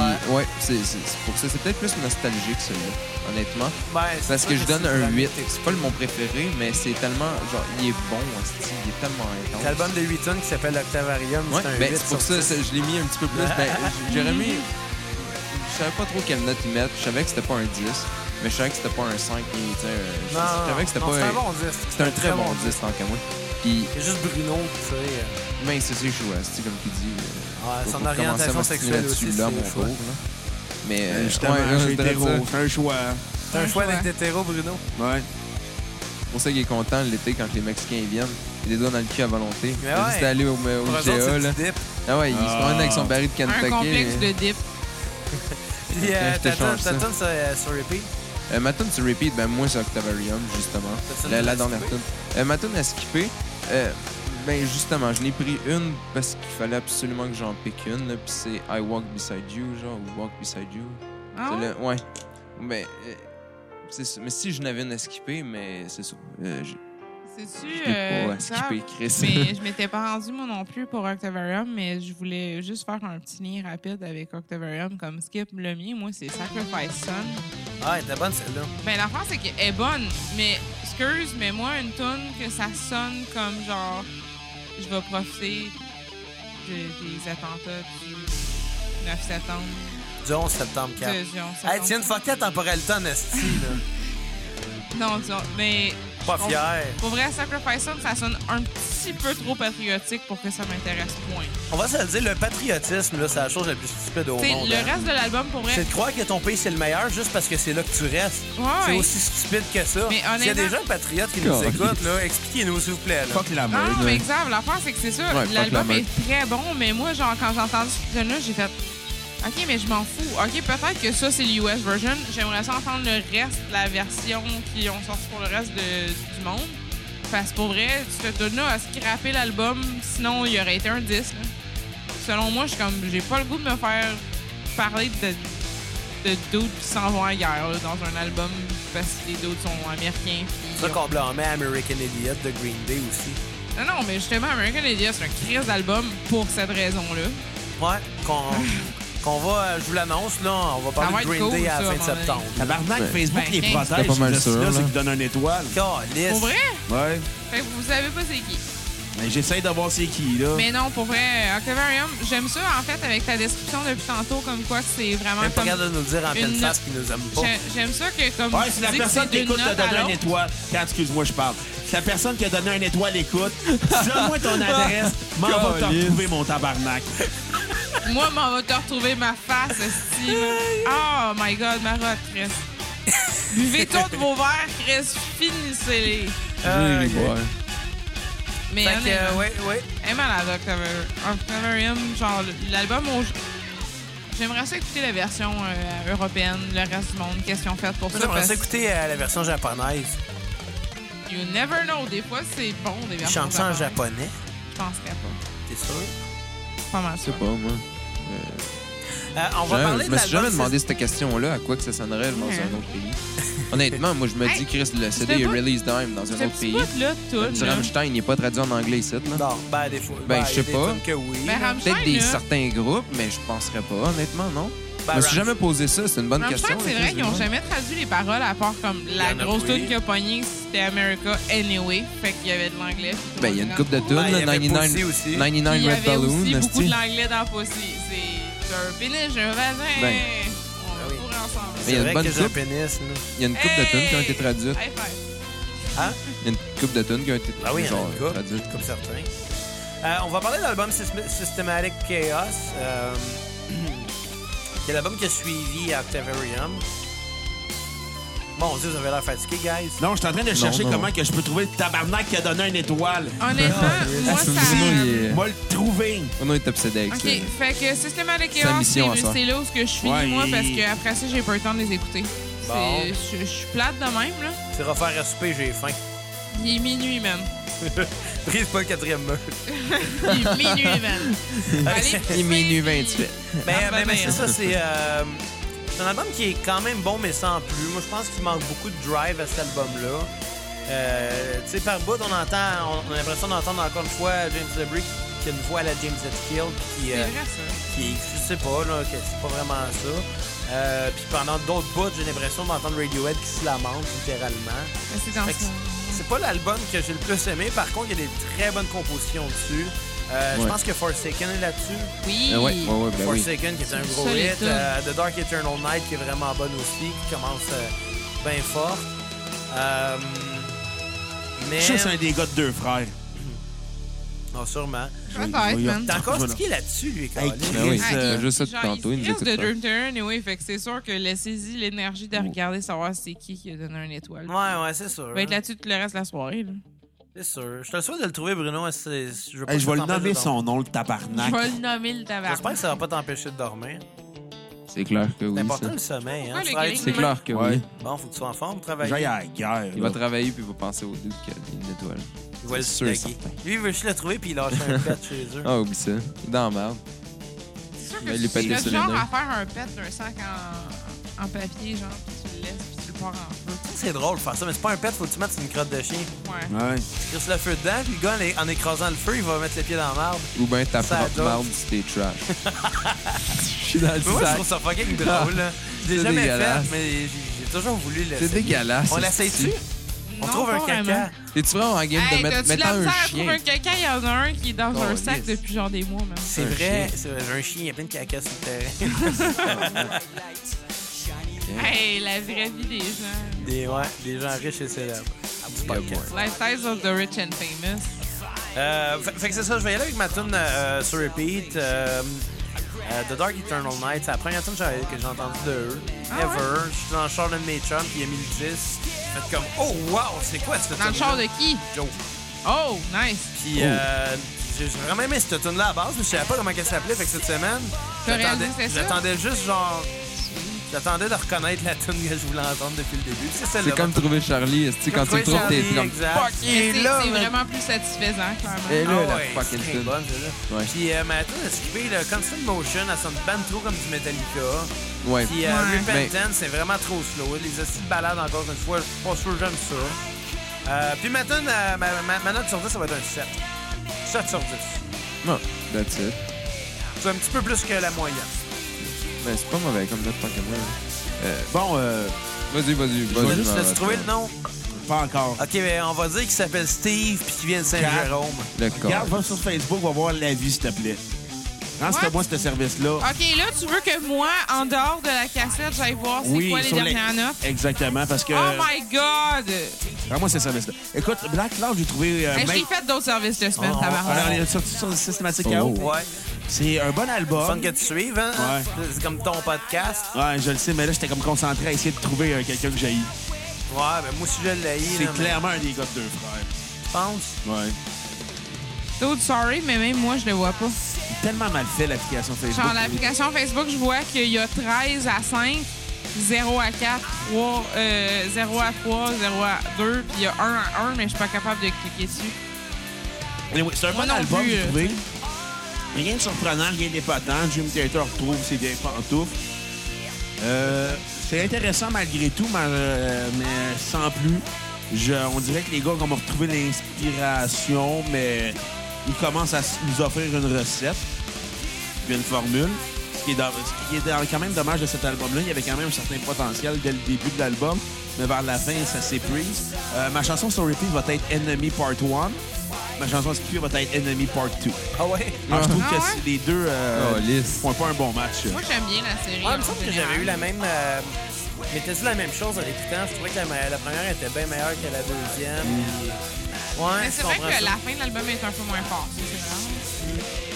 Speaker 2: Ouais.
Speaker 4: Puis, ouais, c'est c'est- c'est pour ça. C'est peut-être plus nostalgique, celui-là, honnêtement.
Speaker 2: Ben, c'est
Speaker 4: Parce
Speaker 2: sûr
Speaker 4: que je donne
Speaker 2: c'est
Speaker 4: un
Speaker 2: l'album
Speaker 4: 8.
Speaker 2: que
Speaker 4: C'est pas le mon préféré, mais c'est tellement. Genre, il est bon, hostie, il est tellement intense.
Speaker 2: t'écoutes. L'album de 8 tonnes qui s'appelle Octavarium,
Speaker 4: Ouais,
Speaker 2: c'est un
Speaker 4: ben,
Speaker 2: 8
Speaker 4: c'est pour
Speaker 2: sur
Speaker 4: ça,
Speaker 2: dix.
Speaker 4: c'est- je l'ai mis un petit peu plus. Ben, j- j'aurais mis. Je savais pas trop quelle note y mettre. Je savais que c'était pas un 10, mais je savais que c'était pas un 5. ni, tu sais, un- je
Speaker 2: Non, non,
Speaker 4: savais que c'était
Speaker 2: non,
Speaker 4: pas
Speaker 2: C'est
Speaker 4: un.
Speaker 2: un bon 10.
Speaker 4: C'était un très bon 10, tant qu'à moi. Puis,
Speaker 2: C'est juste Bruno, tu sais. euh,
Speaker 4: mais c'est c'est joué, hostie, comme tu dis. euh,
Speaker 2: Ouais,
Speaker 4: faut
Speaker 2: son
Speaker 4: pas commencer à
Speaker 2: orientation
Speaker 4: m'obstiner
Speaker 2: sexuelle
Speaker 4: là-dessus,
Speaker 2: aussi, c'est
Speaker 4: là,
Speaker 2: un
Speaker 4: mon
Speaker 2: choix.
Speaker 4: pauvre, là. Mais euh,
Speaker 1: Justement,
Speaker 4: ouais,
Speaker 1: j'ai
Speaker 4: là, je dirais
Speaker 1: hétéro.
Speaker 4: ça.
Speaker 1: C'est un choix.
Speaker 2: C'est un
Speaker 3: Un
Speaker 2: choix
Speaker 3: choix.
Speaker 2: d'être hétéro, Bruno.
Speaker 1: Ouais.
Speaker 4: C'est pour ça qu'il est content l'été quand les Mexicains ils viennent. Il les donne dans le cul à volonté. Il
Speaker 2: Mais
Speaker 4: a
Speaker 2: ouais.
Speaker 4: juste allé au, euh, au
Speaker 2: Pour eux autres,
Speaker 4: IGA,
Speaker 2: c'est
Speaker 4: là.
Speaker 2: du dip.
Speaker 4: Ah ouais, il se
Speaker 1: Ah.
Speaker 4: promène avec son baril de euh,
Speaker 3: Un
Speaker 4: Kentucky.
Speaker 2: hein.
Speaker 3: complexe
Speaker 4: mais-
Speaker 3: de dip.
Speaker 2: Puis, euh,
Speaker 4: Ok, je
Speaker 2: t'as
Speaker 4: t'échange
Speaker 2: t'as-
Speaker 4: ça.
Speaker 2: t'as sur euh, sur repeat.
Speaker 4: Euh, ma tune sur repeat, ben moi c'est Octavarium, justement.
Speaker 2: T'as-tu
Speaker 4: La,
Speaker 2: une
Speaker 4: la
Speaker 2: tune à
Speaker 4: dernière tune. Euh, ma tune à skipper, euh, ben justement, je n'ai pris une parce qu'il fallait absolument que j'en pique une. là, Puis c'est I Walk Beside You, genre, ou Walk Beside You.
Speaker 3: Ah ouais?
Speaker 4: Celle-là, ouais. Ben, euh, c'est ça. Mais si je n'avais une à skipper, mais c'est ça. Euh, je
Speaker 3: C'est-tu.
Speaker 4: je l'ai pas
Speaker 3: euh,
Speaker 4: à skipper,
Speaker 3: grave?
Speaker 4: Chris.
Speaker 3: mais je m'étais pas rendu moi non plus pour Octavarium, mais je voulais juste faire un petit lien rapide avec Octavarium comme skip. Le mien, moi, c'est Sacrifice Sun.
Speaker 2: Ah, elle était bonne celle-là.
Speaker 3: Ben, l'affaire, c'est qu'elle est bonne, mais excuse, mais moi, une tune que ça sonne comme genre, je vais profiter de- des attentats du 9 septembre.
Speaker 2: Du 11 septembre 4.
Speaker 3: de- du 11
Speaker 2: Hey,
Speaker 3: septembre.
Speaker 2: tiens, une fuckée à temporalité en esti, là.
Speaker 3: Non, du 11, mais.
Speaker 2: Pas
Speaker 3: je comprends-
Speaker 2: fier.
Speaker 3: Pour vrai, Sacrifice Son, ça sonne un petit peu trop patriotique pour que ça m'intéresse point.
Speaker 2: On va se le dire, le patriotisme, là, c'est la chose la plus stupide au
Speaker 3: Tu sais,
Speaker 2: monde.
Speaker 3: le
Speaker 2: hein.
Speaker 3: reste de l'album, pour vrai.
Speaker 2: C'est de croire que ton pays c'est le meilleur juste parce que c'est là que tu restes.
Speaker 3: Ouais,
Speaker 2: C'est
Speaker 3: ouais.
Speaker 2: aussi stupide que ça.
Speaker 3: Mais
Speaker 2: S'il y a
Speaker 3: honnêtement-
Speaker 2: des jeunes patriotes qui nous
Speaker 4: Caliste.
Speaker 2: écoutent, là, expliquez-nous, s'il vous plaît. là.
Speaker 1: Fuck la mode.
Speaker 3: Ah, non, mais exact. L'affaire, c'est que c'est ça.
Speaker 4: Ouais, fuck
Speaker 3: L'album
Speaker 4: la
Speaker 3: est
Speaker 4: meute.
Speaker 3: très bon, mais moi, genre, quand j'ai entendu ce tune-là, j'ai fait OK, mais je m'en fous. OK, peut-être que ça, c'est l'US version. J'aimerais ça entendre le reste de la version qui ont sorti pour le reste de- du monde. Parce que pour vrai, ce tune-là a scrappé l'album, sinon, il aurait été un disque. là. Selon moi, je suis comme, j'ai pas le goût de me faire parler de, de dudes qui s'en vont ailleurs là, dans un album parce que les dudes sont américains. puis
Speaker 2: C'est ça qu'on blâmait American Idiot de Green Day aussi.
Speaker 3: non, non, mais justement, American Idiot, c'est un crise d'album pour cette raison-là.
Speaker 2: Ouais, qu'on qu'on va, euh, je vous l'annonce, là, on va
Speaker 3: va
Speaker 2: parler de
Speaker 3: être
Speaker 2: Green
Speaker 3: cool,
Speaker 2: Day à
Speaker 3: ça,
Speaker 2: la
Speaker 3: à un
Speaker 2: fin
Speaker 3: moment
Speaker 2: de
Speaker 3: donné.
Speaker 2: septembre.
Speaker 1: Tabarnak, Facebook
Speaker 3: Ben,
Speaker 1: les
Speaker 3: quinze.
Speaker 1: protège.
Speaker 4: C'était pas mal
Speaker 1: ces
Speaker 4: sûr, hein.
Speaker 1: hosties-là,
Speaker 4: là.
Speaker 1: C'est qui donne une étoile.
Speaker 2: Caliste.
Speaker 3: Pour vrai? hein,
Speaker 1: Ouais.
Speaker 3: Fait que vous savez pas c'est qui.
Speaker 1: Mais j'essaye de voir c'est qui, là.
Speaker 3: Mais non, pour vrai, Octavarium, j'aime ça, en fait, avec ta description depuis tantôt, comme quoi que c'est vraiment
Speaker 2: Même pas
Speaker 3: comme...
Speaker 2: capable de nous dire en pleine
Speaker 3: une-
Speaker 2: face qu'ils nous aiment pas.
Speaker 3: J'ai- J'aime ça que, comme...
Speaker 1: Ouais,
Speaker 3: tu
Speaker 1: si la
Speaker 3: dis que
Speaker 1: personne
Speaker 3: c'est
Speaker 1: qui
Speaker 3: d'une
Speaker 1: écoute t'a
Speaker 3: note à
Speaker 1: donné une
Speaker 3: l'autre.
Speaker 1: étoile, quand, excuse-moi, je parle. Si la personne qui a donné une étoile écoute, donne-moi ton adresse, m'en va t'en
Speaker 4: Caliste.
Speaker 1: retrouver mon tabarnak.
Speaker 3: Moi, m'en va te retrouver ma face, Steve. Oh my God, Marotte, Chris. Buvez tous vos verres, Chris, finissez-les.
Speaker 2: Euh,
Speaker 4: J'ai les boire.
Speaker 3: Mais
Speaker 2: Fait que, euh,
Speaker 3: honnêtement,
Speaker 2: ouais, ouais.
Speaker 3: est malade, Octaver- Octavarium. Genre, l'album, on- j'aimerais ça écouter la version euh, européenne, le reste du monde, qu'est-ce qu'ils ont fait pour
Speaker 2: Moi,
Speaker 3: ça.
Speaker 2: J'aimerais
Speaker 3: parce
Speaker 2: ça écouter euh, la version japonaise.
Speaker 3: que You never know, des fois, c'est bon, des
Speaker 2: Ils
Speaker 3: versions.
Speaker 2: chantent ça en
Speaker 3: japonaises.
Speaker 2: japonais.
Speaker 3: Je penserais pas.
Speaker 2: T'es sûr?
Speaker 3: Pas mal
Speaker 4: Je
Speaker 3: ça.
Speaker 4: sais pas, moi.
Speaker 2: Euh, on va
Speaker 4: Jamais-
Speaker 2: parler
Speaker 4: je
Speaker 2: de
Speaker 4: me suis
Speaker 2: l'album
Speaker 4: jamais demandé cette question-là, à quoi que ça sonnerait dans
Speaker 3: Ouais.
Speaker 4: un autre pays. Honnêtement, moi, je me
Speaker 3: Hey,
Speaker 4: dis, Chris,
Speaker 3: c'était
Speaker 4: le CD est
Speaker 3: pas-
Speaker 4: release dime dans un
Speaker 3: Ce
Speaker 4: autre
Speaker 3: petit
Speaker 4: pays.
Speaker 3: bout-là, tout.
Speaker 4: Du
Speaker 3: là. Ben,
Speaker 4: Rammstein, il n'est pas traduit en anglais ici, là.
Speaker 2: Non, ben des fois. il y
Speaker 4: Ben, je
Speaker 2: a
Speaker 4: sais
Speaker 2: des
Speaker 4: pas.
Speaker 2: tunes Que oui.
Speaker 3: Ben, Rammstein,
Speaker 4: Peut-être des
Speaker 3: là.
Speaker 4: certains groupes, mais je penserais pas, honnêtement,
Speaker 2: Ben,
Speaker 4: non? je me suis
Speaker 2: Rammstein.
Speaker 4: jamais posé ça, c'est une bonne
Speaker 3: Rammstein,
Speaker 4: question.
Speaker 3: c'est
Speaker 4: là,
Speaker 3: vrai
Speaker 4: Chris,
Speaker 3: qu'ils ont
Speaker 4: je
Speaker 3: jamais traduit les paroles à part comme
Speaker 2: Il
Speaker 3: la
Speaker 2: y en a
Speaker 3: grosse
Speaker 2: pas eu.
Speaker 3: tune qui a pogné, c'était America Anyway. Fait qu'il y avait de l'anglais. puis tout
Speaker 4: Ben,
Speaker 3: le
Speaker 4: il y a
Speaker 3: monde
Speaker 4: une coupe de
Speaker 3: était
Speaker 4: tunes,
Speaker 2: Ben, il y
Speaker 4: là,
Speaker 2: avait
Speaker 4: 99,
Speaker 2: Pussy aussi.
Speaker 4: 99
Speaker 3: Puis il y
Speaker 4: Red
Speaker 3: avait
Speaker 4: Balloon,
Speaker 3: aussi beaucoup
Speaker 4: esti.
Speaker 3: de l'anglais dans Pussy. C'est un pénis, j'ai un vagin. On
Speaker 4: Ben.
Speaker 2: Ben oui.
Speaker 3: court ensemble.
Speaker 4: Mais il y
Speaker 2: C'est
Speaker 4: a une
Speaker 2: vrai
Speaker 4: bonne
Speaker 2: que j'ai un
Speaker 4: coupe.
Speaker 2: pénis. là.
Speaker 4: Il y a une coupe de tunes qui ont été traduites.
Speaker 3: High five.
Speaker 4: Il y a une coupe de tunes qui ont été
Speaker 2: Ah oui, il y en a
Speaker 4: genre,
Speaker 2: une couple,
Speaker 4: traduites.
Speaker 2: comme certains. Euh, on va parler de l'album Sysm- Systematic Chaos, euh, qui est l'album qui a suivi Octavarium. Mon Dieu, vous avez l'air fatigué, guys.
Speaker 1: Non, je suis en train de chercher
Speaker 4: non.
Speaker 1: comment que je peux trouver le tabarnak qui a donné une étoile.
Speaker 3: Honnêtement, moi, ça...
Speaker 4: Bruno, il est-
Speaker 1: Moi, le trouver.
Speaker 4: Bruno est obsédé avec
Speaker 3: OK,
Speaker 4: ça.
Speaker 3: fait que Systematic
Speaker 4: Sa
Speaker 3: Chaos,
Speaker 4: mission à
Speaker 3: c'est
Speaker 4: ça.
Speaker 3: c'est là où ce que je finis,
Speaker 1: Ouais,
Speaker 3: moi,
Speaker 1: il-
Speaker 3: parce qu'après ça, j'ai pas le temps de les écouter. C'est-
Speaker 2: Bon.
Speaker 3: Je je suis plate de même, là.
Speaker 2: C'est refaire à souper, j'ai faim.
Speaker 3: Il est minuit, même.
Speaker 2: Brise pas le quatrième mur.
Speaker 3: Il est minuit, même. Allez,
Speaker 4: Il est minuit 28.
Speaker 2: Mais,
Speaker 3: Ah,
Speaker 2: mais- mais
Speaker 3: ben, ben.
Speaker 2: euh, c'est ça, c'est... euh, c'est un album qui est quand même bon, mais sans plus. Moi, je pense qu'il manque beaucoup de drive à cet album-là. Euh, tu sais, par bout, on entend... On, on a l'impression d'entendre encore une fois James Debris qui- qui a une voix à la James Hetfield. puis qui,
Speaker 3: C'est
Speaker 2: euh,
Speaker 3: vrai, ça.
Speaker 2: qui je sais pas, là, que c'est pas vraiment ça. Euh, puis pendant d'autres bouts, j'ai l'impression d'entendre Radiohead qui se lamente littéralement.
Speaker 3: Mais C'est dans
Speaker 2: Fait que
Speaker 3: ce
Speaker 2: C'est pas l'album que j'ai le plus aimé, par contre, il y a des très bonnes compositions dessus. Euh, Je
Speaker 4: Ouais.
Speaker 2: pense que Forsaken est là-dessus.
Speaker 3: Oui.
Speaker 4: Ouais, ouais, ouais,
Speaker 1: Bah
Speaker 4: ben oui.
Speaker 2: Forsaken qui est un
Speaker 3: C'est
Speaker 2: gros
Speaker 3: ça, les
Speaker 2: hit.
Speaker 3: tunes.
Speaker 2: Euh, The Dark Eternal Night qui est vraiment bonne aussi, qui commence euh, bien fort. Euh, mais.
Speaker 1: Je suis sûr que c'est un des gars de deux frères.
Speaker 2: Non, sûrement.
Speaker 3: Peut-être, man.
Speaker 2: T'as encore
Speaker 1: Ah, Voilà.
Speaker 2: ce qui est là-dessus, lui, quand
Speaker 1: Hey,
Speaker 4: Ben
Speaker 1: Chris,
Speaker 4: oui,
Speaker 1: Ah,
Speaker 4: euh,
Speaker 1: il-
Speaker 4: juste ça
Speaker 3: Genre,
Speaker 4: depuis tantôt, il
Speaker 3: il
Speaker 4: nous
Speaker 3: se crisse
Speaker 4: écoute
Speaker 3: de
Speaker 4: pas.
Speaker 3: Dream Turn, anyway, fait que c'est sûr que laissez-y l'énergie de
Speaker 4: Mm.
Speaker 3: regarder, savoir c'est qui qui a donné une étoile.
Speaker 2: Ouais, ouais, c'est sûr.
Speaker 3: va être là-dessus tout le reste de la soirée. Là.
Speaker 2: C'est sûr. Je te souhaite de le trouver, Bruno. c'est- Je, veux pas
Speaker 1: Hey,
Speaker 2: que
Speaker 1: je
Speaker 2: ça
Speaker 1: vais le
Speaker 2: t'empêche de
Speaker 1: nommer
Speaker 2: dormir.
Speaker 1: son nom, le
Speaker 3: Je
Speaker 1: tabarnak.
Speaker 3: vais le nommer le
Speaker 2: J'espère
Speaker 3: tabarnak.
Speaker 2: que ça va pas t'empêcher de dormir.
Speaker 4: C'est clair que
Speaker 2: C'est
Speaker 4: oui.
Speaker 2: important
Speaker 4: ça.
Speaker 2: le sommeil. Hein?
Speaker 3: Pourquoi
Speaker 2: Tu
Speaker 3: le
Speaker 2: travailles-
Speaker 3: gris?
Speaker 4: C'est clair que
Speaker 1: Ouais.
Speaker 4: oui.
Speaker 2: Bon, faut que tu sois en forme, travailler.
Speaker 1: J'aille à la guerre.
Speaker 4: Il
Speaker 1: là.
Speaker 4: va travailler puis il va penser au doute qu'il y a une étoile.
Speaker 2: Il va le
Speaker 4: C'est sûr et
Speaker 2: taguer.
Speaker 4: certain.
Speaker 2: Lui, il veut juste le trouver puis il lâche un pet chez eux.
Speaker 4: Ah, oublie ça. Il est dans la merde.
Speaker 3: C'est sûr
Speaker 4: Il va lui
Speaker 3: que c'est
Speaker 4: péter
Speaker 3: le
Speaker 4: sur les
Speaker 3: genre
Speaker 4: nerfs.
Speaker 3: à faire un pet d'un sac en, en papier, genre, puis tu le laisses, puis tu le pars en feu.
Speaker 2: C'est drôle de faire ça, mais c'est pas un pet, faut que tu mettes sur une crotte de chien.
Speaker 3: Ouais.
Speaker 1: Ouais.
Speaker 2: Tu crisses le feu dedans, puis le gars, en é- en écrasant le feu, il va mettre les pieds dans la marbre.
Speaker 4: Ou bien ta
Speaker 2: Ça
Speaker 4: propre
Speaker 2: donne.
Speaker 4: merde si t'es trash. Je suis dans le
Speaker 2: Mais moi, je
Speaker 4: sac.
Speaker 2: trouve ça fucking drôle. là. Je l'ai
Speaker 4: C'est
Speaker 2: jamais fait,
Speaker 4: dégueulasse.
Speaker 2: mais j'ai j'ai toujours voulu le
Speaker 4: C'est dégueulasse.
Speaker 2: On
Speaker 4: l'essaie
Speaker 2: l'essaye-tu? On
Speaker 3: Non,
Speaker 2: trouve un
Speaker 3: pas
Speaker 2: caca.
Speaker 3: vraiment.
Speaker 4: T'es-tu vraiment en game
Speaker 3: Hey,
Speaker 4: de mettre
Speaker 3: t'as-tu
Speaker 4: mettant
Speaker 3: la
Speaker 4: un
Speaker 3: misère à trouver
Speaker 4: chien?
Speaker 3: un caca? Il y en a un qui est dans
Speaker 4: Oh,
Speaker 3: un sac
Speaker 4: yes.
Speaker 3: depuis genre des mois, même.
Speaker 2: C'est
Speaker 4: Un
Speaker 2: vrai,
Speaker 4: chien.
Speaker 2: c'est vrai, j'ai un chien, il y a plein de caca sur le terrain.
Speaker 3: Hey, la vraie vie des gens.
Speaker 2: Des, ouais, des gens riches et célèbres. Du podcast.
Speaker 4: boy.
Speaker 3: Lifestyles of the rich and famous.
Speaker 2: Euh, fait, fait que c'est ça, je vais y aller avec ma tune euh, sur repeat. euh, euh, The Dark Eternal Night, c'est la première tune que j'ai- que j'ai entendue de eux.
Speaker 3: Ah
Speaker 2: ever. Je suis dans le char de mes chums, puis il a mis le 10. Fait comme, oh wow, c'est quoi cette
Speaker 3: Dans le char de qui?
Speaker 2: Joe.
Speaker 3: Oh, nice.
Speaker 2: Puis euh, j'ai j'ai vraiment aimé cette tune là à base, mais je savais pas comment elle s'appelait. Fait que cette semaine,
Speaker 3: T'as
Speaker 2: j'attendais-
Speaker 3: réalisé ça?
Speaker 2: j'attendais juste genre. J'attendais de reconnaître la tune que je voulais entendre depuis le début. Puis C'est celle-là.
Speaker 4: C'est comme trouver Charlie. esti, Quand tu le trouves, t'es t'es comme...
Speaker 2: Fuck,
Speaker 3: Mais C'est
Speaker 2: ben-
Speaker 3: c'est vraiment plus satisfaisant,
Speaker 4: Et
Speaker 3: clairement.
Speaker 4: là,
Speaker 2: Ah
Speaker 4: la
Speaker 2: ouais,
Speaker 4: fucking
Speaker 2: c'est
Speaker 4: tune.
Speaker 2: bonne, celle-là.
Speaker 4: Ouais.
Speaker 2: Puis euh, ma tune a skippé le Constant Motion, elle sonne ben trop comme du Metallica.
Speaker 4: Ouais.
Speaker 2: Puis euh,
Speaker 3: Ouais.
Speaker 2: Repentance, c'est vraiment trop slow. Les hosties de balade, encore une fois, je suis pas sûr que j'aime ça. Euh, puis ma, tune, euh, ma, ma- ma note sur 10, ça va être un 7. 7 sur 10.
Speaker 4: Non, that's it.
Speaker 2: C'est un petit peu plus que la moyenne.
Speaker 4: Mais Ben, c'est pas mauvais comme notre Pokémon.
Speaker 1: Bon, euh,
Speaker 4: Vas-y, vas-y,
Speaker 2: Je vais
Speaker 4: vas-y.
Speaker 2: juste
Speaker 4: ma-
Speaker 2: laisser trouver le nom.
Speaker 1: pas encore.
Speaker 2: Ok, ben, on va dire qu'il s'appelle Steve puis qu'il vient de Saint-Jérôme.
Speaker 4: Le corps.
Speaker 1: Regarde, va sur Facebook, va voir la vie, s'il te plaît. Rends-moi ce service-là.
Speaker 3: OK, là, tu veux que moi, en dehors de la cassette, j'aille voir c'est quoi les
Speaker 1: sur les-
Speaker 3: dernières notes?
Speaker 1: Exactement, parce que. Ah,
Speaker 3: Oh my God!
Speaker 1: Rends-moi ce service-là. Écoute, Black Cloud, j'ai trouvé. euh,
Speaker 3: Hey, Ben, Je
Speaker 1: main-
Speaker 3: t'ai fait d'autres services de semaine,
Speaker 1: On- on
Speaker 3: tabarnak.
Speaker 1: est sorti sur le systématique KO.
Speaker 4: Oh.
Speaker 2: Ouais.
Speaker 1: C'est un bon
Speaker 2: Fun
Speaker 1: album.
Speaker 2: que tu suives, hein?
Speaker 1: Ouais.
Speaker 2: C'est comme ton podcast.
Speaker 1: Ouais, je le sais, mais là, j'étais comme concentré à essayer de trouver euh, quelqu'un que j'aille.
Speaker 2: Ouais, ben, moi aussi, je l'ai.
Speaker 1: C'est clairement un des gars de deux frères.
Speaker 2: Je pense.
Speaker 1: Ouais.
Speaker 3: D'autres sorry, mais même moi, je le vois pas.
Speaker 1: Tellement mal fait, l'application Facebook.
Speaker 3: Genre, l'application Facebook, je vois qu'il y a 13 à 5, 0 à 4, 3, euh, 0 à 3, 0 à 2, puis il y a 1 à 1, mais je suis pas capable de cliquer dessus.
Speaker 1: Anyway, c'est un
Speaker 3: Moi
Speaker 1: bon
Speaker 3: non
Speaker 1: album,
Speaker 3: plus,
Speaker 1: j'ai
Speaker 3: euh,
Speaker 1: trouvé. Rien de surprenant, rien d'épatant. Jim Taylor retrouve ses vieilles pantoufles. Euh, c'est intéressant malgré tout, mais, euh, mais sans plus. Je- on dirait que les gars vont retrouver l'inspiration, mais ils commencent à s- nous offrir une recette puis une formule. Ce qui est, dans- ce qui est dans- quand même dommage de cet album-là, il y avait quand même un certain potentiel dès le début de l'album, mais vers la fin, ça s'éprise. Euh, ma chanson sur repeat va être Enemy Part 1. Ma chanson skippée va être Enemy Part 2.
Speaker 2: Ah ouais?
Speaker 1: Alors, je trouve
Speaker 3: Ah
Speaker 1: que
Speaker 3: ouais?
Speaker 1: c'est- les deux euh,
Speaker 4: Oh, lisse.
Speaker 1: font pas un bon match.
Speaker 3: Moi, j'aime bien la série.
Speaker 2: Ouais, Ah, il
Speaker 3: en
Speaker 2: me semble que
Speaker 3: général.
Speaker 2: j'avais eu la même. euh, mais t'as dit la même chose en l'écoutant. Je trouvais que la, me- la première était bien meilleure que la deuxième.
Speaker 4: Mm.
Speaker 2: Puis- Ouais,
Speaker 3: Mais
Speaker 2: je
Speaker 3: c'est vrai
Speaker 2: comprends
Speaker 3: que
Speaker 2: ça.
Speaker 3: la fin de l'album est un peu moins forte. ça, c'est vrai.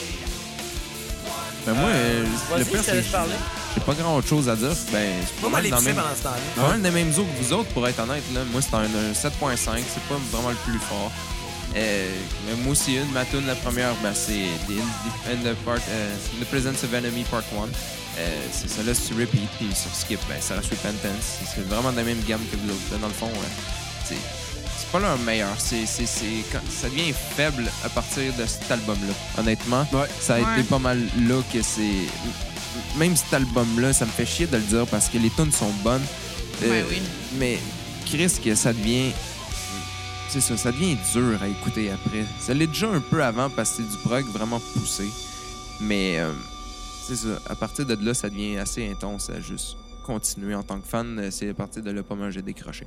Speaker 4: Ben moi, euh, le
Speaker 2: Vas-y,
Speaker 4: pire,
Speaker 2: je te laisse
Speaker 4: c'est que
Speaker 2: parler.
Speaker 4: j'ai pas grand autre chose à dire. Ben, c'est pas
Speaker 2: Moi,
Speaker 4: mal
Speaker 2: les
Speaker 4: dans le
Speaker 2: pisser
Speaker 4: même...
Speaker 2: pendant ce temps-là.
Speaker 4: Pas mal des mêmes eaux que vous autres, pour être honnête. Là. Moi, c'est un, un 7.5. C'est pas vraiment le plus fort. Euh, mais moi aussi, une, ma tune, la première, ben, c'est The, the- and the, part, euh, The Presence of Enemy Part 1. c'est ça là sur repeat puis sur skip ben, ça reste repentance c'est vraiment de la même gamme que vous autres Là, dans le fond ouais, c'est c'est pas leur meilleur c'est c'est- c'est quand- ça devient faible à partir de cet album là honnêtement
Speaker 1: Ouais.
Speaker 4: ça a
Speaker 3: Ouais.
Speaker 4: été pas mal là que c'est. Même cet album-là, ça me fait chier de le dire parce que les tunes sont bonnes. Euh,
Speaker 3: Ben oui.
Speaker 4: Mais Chris, que ça devient. C'est ça, ça devient dur à écouter après. Ça l'est déjà un peu avant parce que c'est du prog vraiment poussé. Mais euh, c'est ça, à partir de là, ça devient assez intense à juste continuer en tant que fan. euh, C'est à partir de là pas mal j'ai décroché.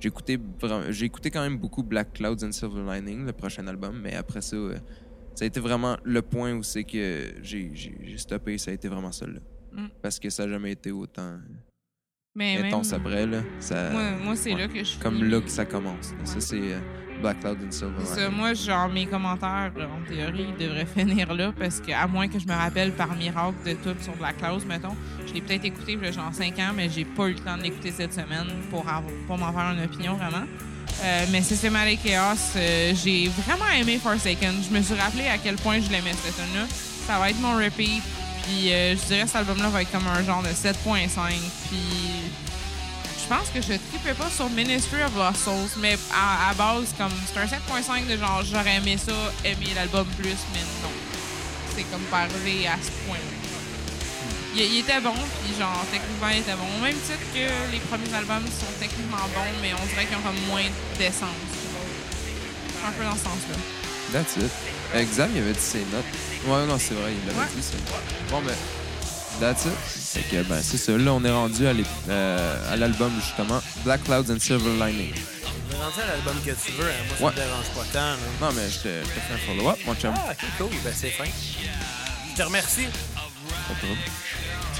Speaker 4: J'ai écouté, vra- j'ai écouté quand même beaucoup Black Clouds and Silver Lining, le prochain album, mais après ça, euh, ça a été vraiment le point où c'est que j'ai- j'ai j'ai stoppé, ça a été vraiment ça là.
Speaker 3: Mm.
Speaker 4: Parce que ça n'a jamais été autant
Speaker 3: Mais même,
Speaker 4: intense après là. Ça,
Speaker 3: Moi, moi, c'est
Speaker 4: Euh, ouais.
Speaker 3: là que je suis.
Speaker 4: Comme là que ça commence. Ça c'est euh, Black Cloud and Silver.
Speaker 3: C'est ça,
Speaker 4: Lining.
Speaker 3: moi, genre, mes commentaires, euh, en théorie, ils devraient finir là parce que, à moins que je me rappelle par miracle de tout sur Black Clause, mettons, je l'ai peut-être écouté il y a genre 5 ans, mais j'ai pas eu le temps de l'écouter cette semaine pour, avoir- pour m'en faire une opinion vraiment. Euh, mais Systematic Chaos, euh, j'ai vraiment aimé Forsaken. Je me suis rappelé à quel point je l'aimais cette tune-là. Ça va être mon repeat. Puis euh, je dirais que cet album-là va être comme un genre de 7.5. Puis je pense que je tripais pas sur Ministry of Lost Souls, mais à, à base, comme c'est un 7.5 de genre j'aurais aimé ça, aimer l'album plus, mais non. C'est comme pas arrivé à ce point-là. Il, il était bon, puis genre, techniquement, il était bon. Au même titre que les premiers albums sont techniquement bons, mais on dirait qu'ils ont comme moins d'essence. je sais pas. Un peu dans ce sens-là.
Speaker 4: That's it. Euh, Xav, il avait dit ses notes. Ouais, non, c'est vrai, il l'avait
Speaker 3: Ouais.
Speaker 4: dit. c'est- Bon, mais. That's it. Fait que, ben, c'est ça. Là, on est rendu à l'ép- euh, à l'album, justement, Black Clouds and Silver Lining.
Speaker 2: On est rendu à l'album que tu veux, hein. moi ça
Speaker 4: Ouais.
Speaker 2: me dérange pas tant. là.
Speaker 4: Non, mais je te, je te fais un follow-up, mon chum.
Speaker 2: Ah, ok, cool, ben c'est fin. Je te remercie.
Speaker 4: Pas de trouble.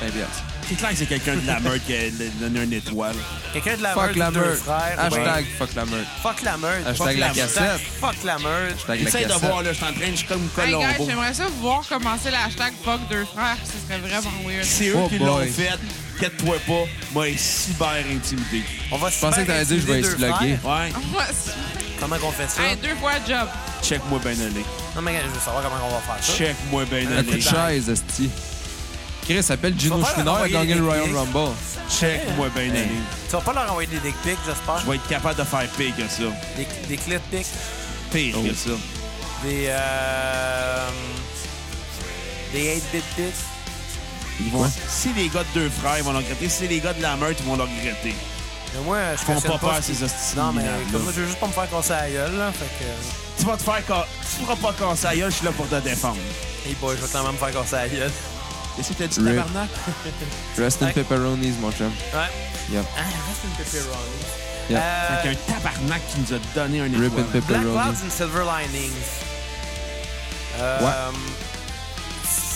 Speaker 4: 5 piastres.
Speaker 1: C'est clair que c'est quelqu'un de la meute qui a donné une étoile.
Speaker 2: Quelqu'un de la meute,
Speaker 4: Fuck la
Speaker 2: deux
Speaker 4: meute.
Speaker 2: frères.
Speaker 4: Hashtag fuck la meute.
Speaker 2: Ouais. Fuck la meute.
Speaker 4: Hashtag
Speaker 2: Fuck
Speaker 4: la
Speaker 2: hashtag
Speaker 4: cassette.
Speaker 2: Fuck la meute.
Speaker 4: Hashtag la
Speaker 1: J'essaie de
Speaker 4: cassette.
Speaker 1: voir, là, je suis en train, je suis comme
Speaker 3: Hey guys,
Speaker 1: Colombo.
Speaker 3: j'aimerais ça voir commencer le hashtag fuck deux frères, ce serait vraiment weird.
Speaker 1: C'est eux
Speaker 4: Oh
Speaker 1: qui l'ont
Speaker 4: boy.
Speaker 1: fait. Quête-toi pas, moi, cyber intimidé.
Speaker 2: On va se
Speaker 4: Je pensais que t'allais dire je vais
Speaker 2: deux
Speaker 4: sloguer.
Speaker 2: frères.
Speaker 1: Ouais,
Speaker 3: Moi, c'est-
Speaker 2: Comment qu'on fait ça?
Speaker 3: hey, deux fois job.
Speaker 1: check-moi bien aller.
Speaker 2: Non, mais je veux savoir comment on va faire ça.
Speaker 1: Check-moi bien
Speaker 4: Un coup de
Speaker 1: aller.
Speaker 4: chaise, Esti. Chris appelle Gino
Speaker 2: Faut pas
Speaker 4: Schwinner à
Speaker 2: leur envoyer
Speaker 4: gagner le
Speaker 2: des
Speaker 4: Royal
Speaker 2: pics.
Speaker 4: Rumble.
Speaker 1: Check-moi bien aller.
Speaker 2: Tu vas pas leur envoyer des dick pics, j'espère.
Speaker 1: Je vais être capable de faire pire que ça.
Speaker 2: Des, des clip pics.
Speaker 1: Pire
Speaker 4: Oh.
Speaker 1: que ça.
Speaker 2: Des. Euh, des 8-bit pics.
Speaker 1: Ils
Speaker 4: Hein?
Speaker 1: vont- Si les gars de deux frères vont le regretter, si les gars de la meute ils vont le regretter.
Speaker 2: Mais moi, je
Speaker 1: Font
Speaker 2: cautionne
Speaker 1: pas peur,
Speaker 2: ce-
Speaker 1: ces hosties
Speaker 2: Non, mais
Speaker 1: minables,
Speaker 2: comme
Speaker 1: là.
Speaker 2: moi, je veux juste pas me faire casser la gueule, là. Fait que.
Speaker 1: Tu vas te faire ca- Tu feras pas casser la gueule, je suis là pour te défendre.
Speaker 2: Hey boy, je vais quand même me faire casser la gueule.
Speaker 1: Qu'est-ce que t'as dit,
Speaker 4: Rip.
Speaker 1: tabarnak?
Speaker 4: Rest in
Speaker 2: Ouais.
Speaker 4: pepperonis, mon chum.
Speaker 2: Ouais.
Speaker 4: Yep.
Speaker 2: Ah, reste une pepperoni.
Speaker 4: Yep.
Speaker 2: Euh,
Speaker 1: Avec un tabarnak qui nous a donné un
Speaker 4: Rip and
Speaker 1: étoile.
Speaker 2: Black
Speaker 4: pepperoni.
Speaker 2: Clouds and Silver Linings. Euh,
Speaker 4: Ouais.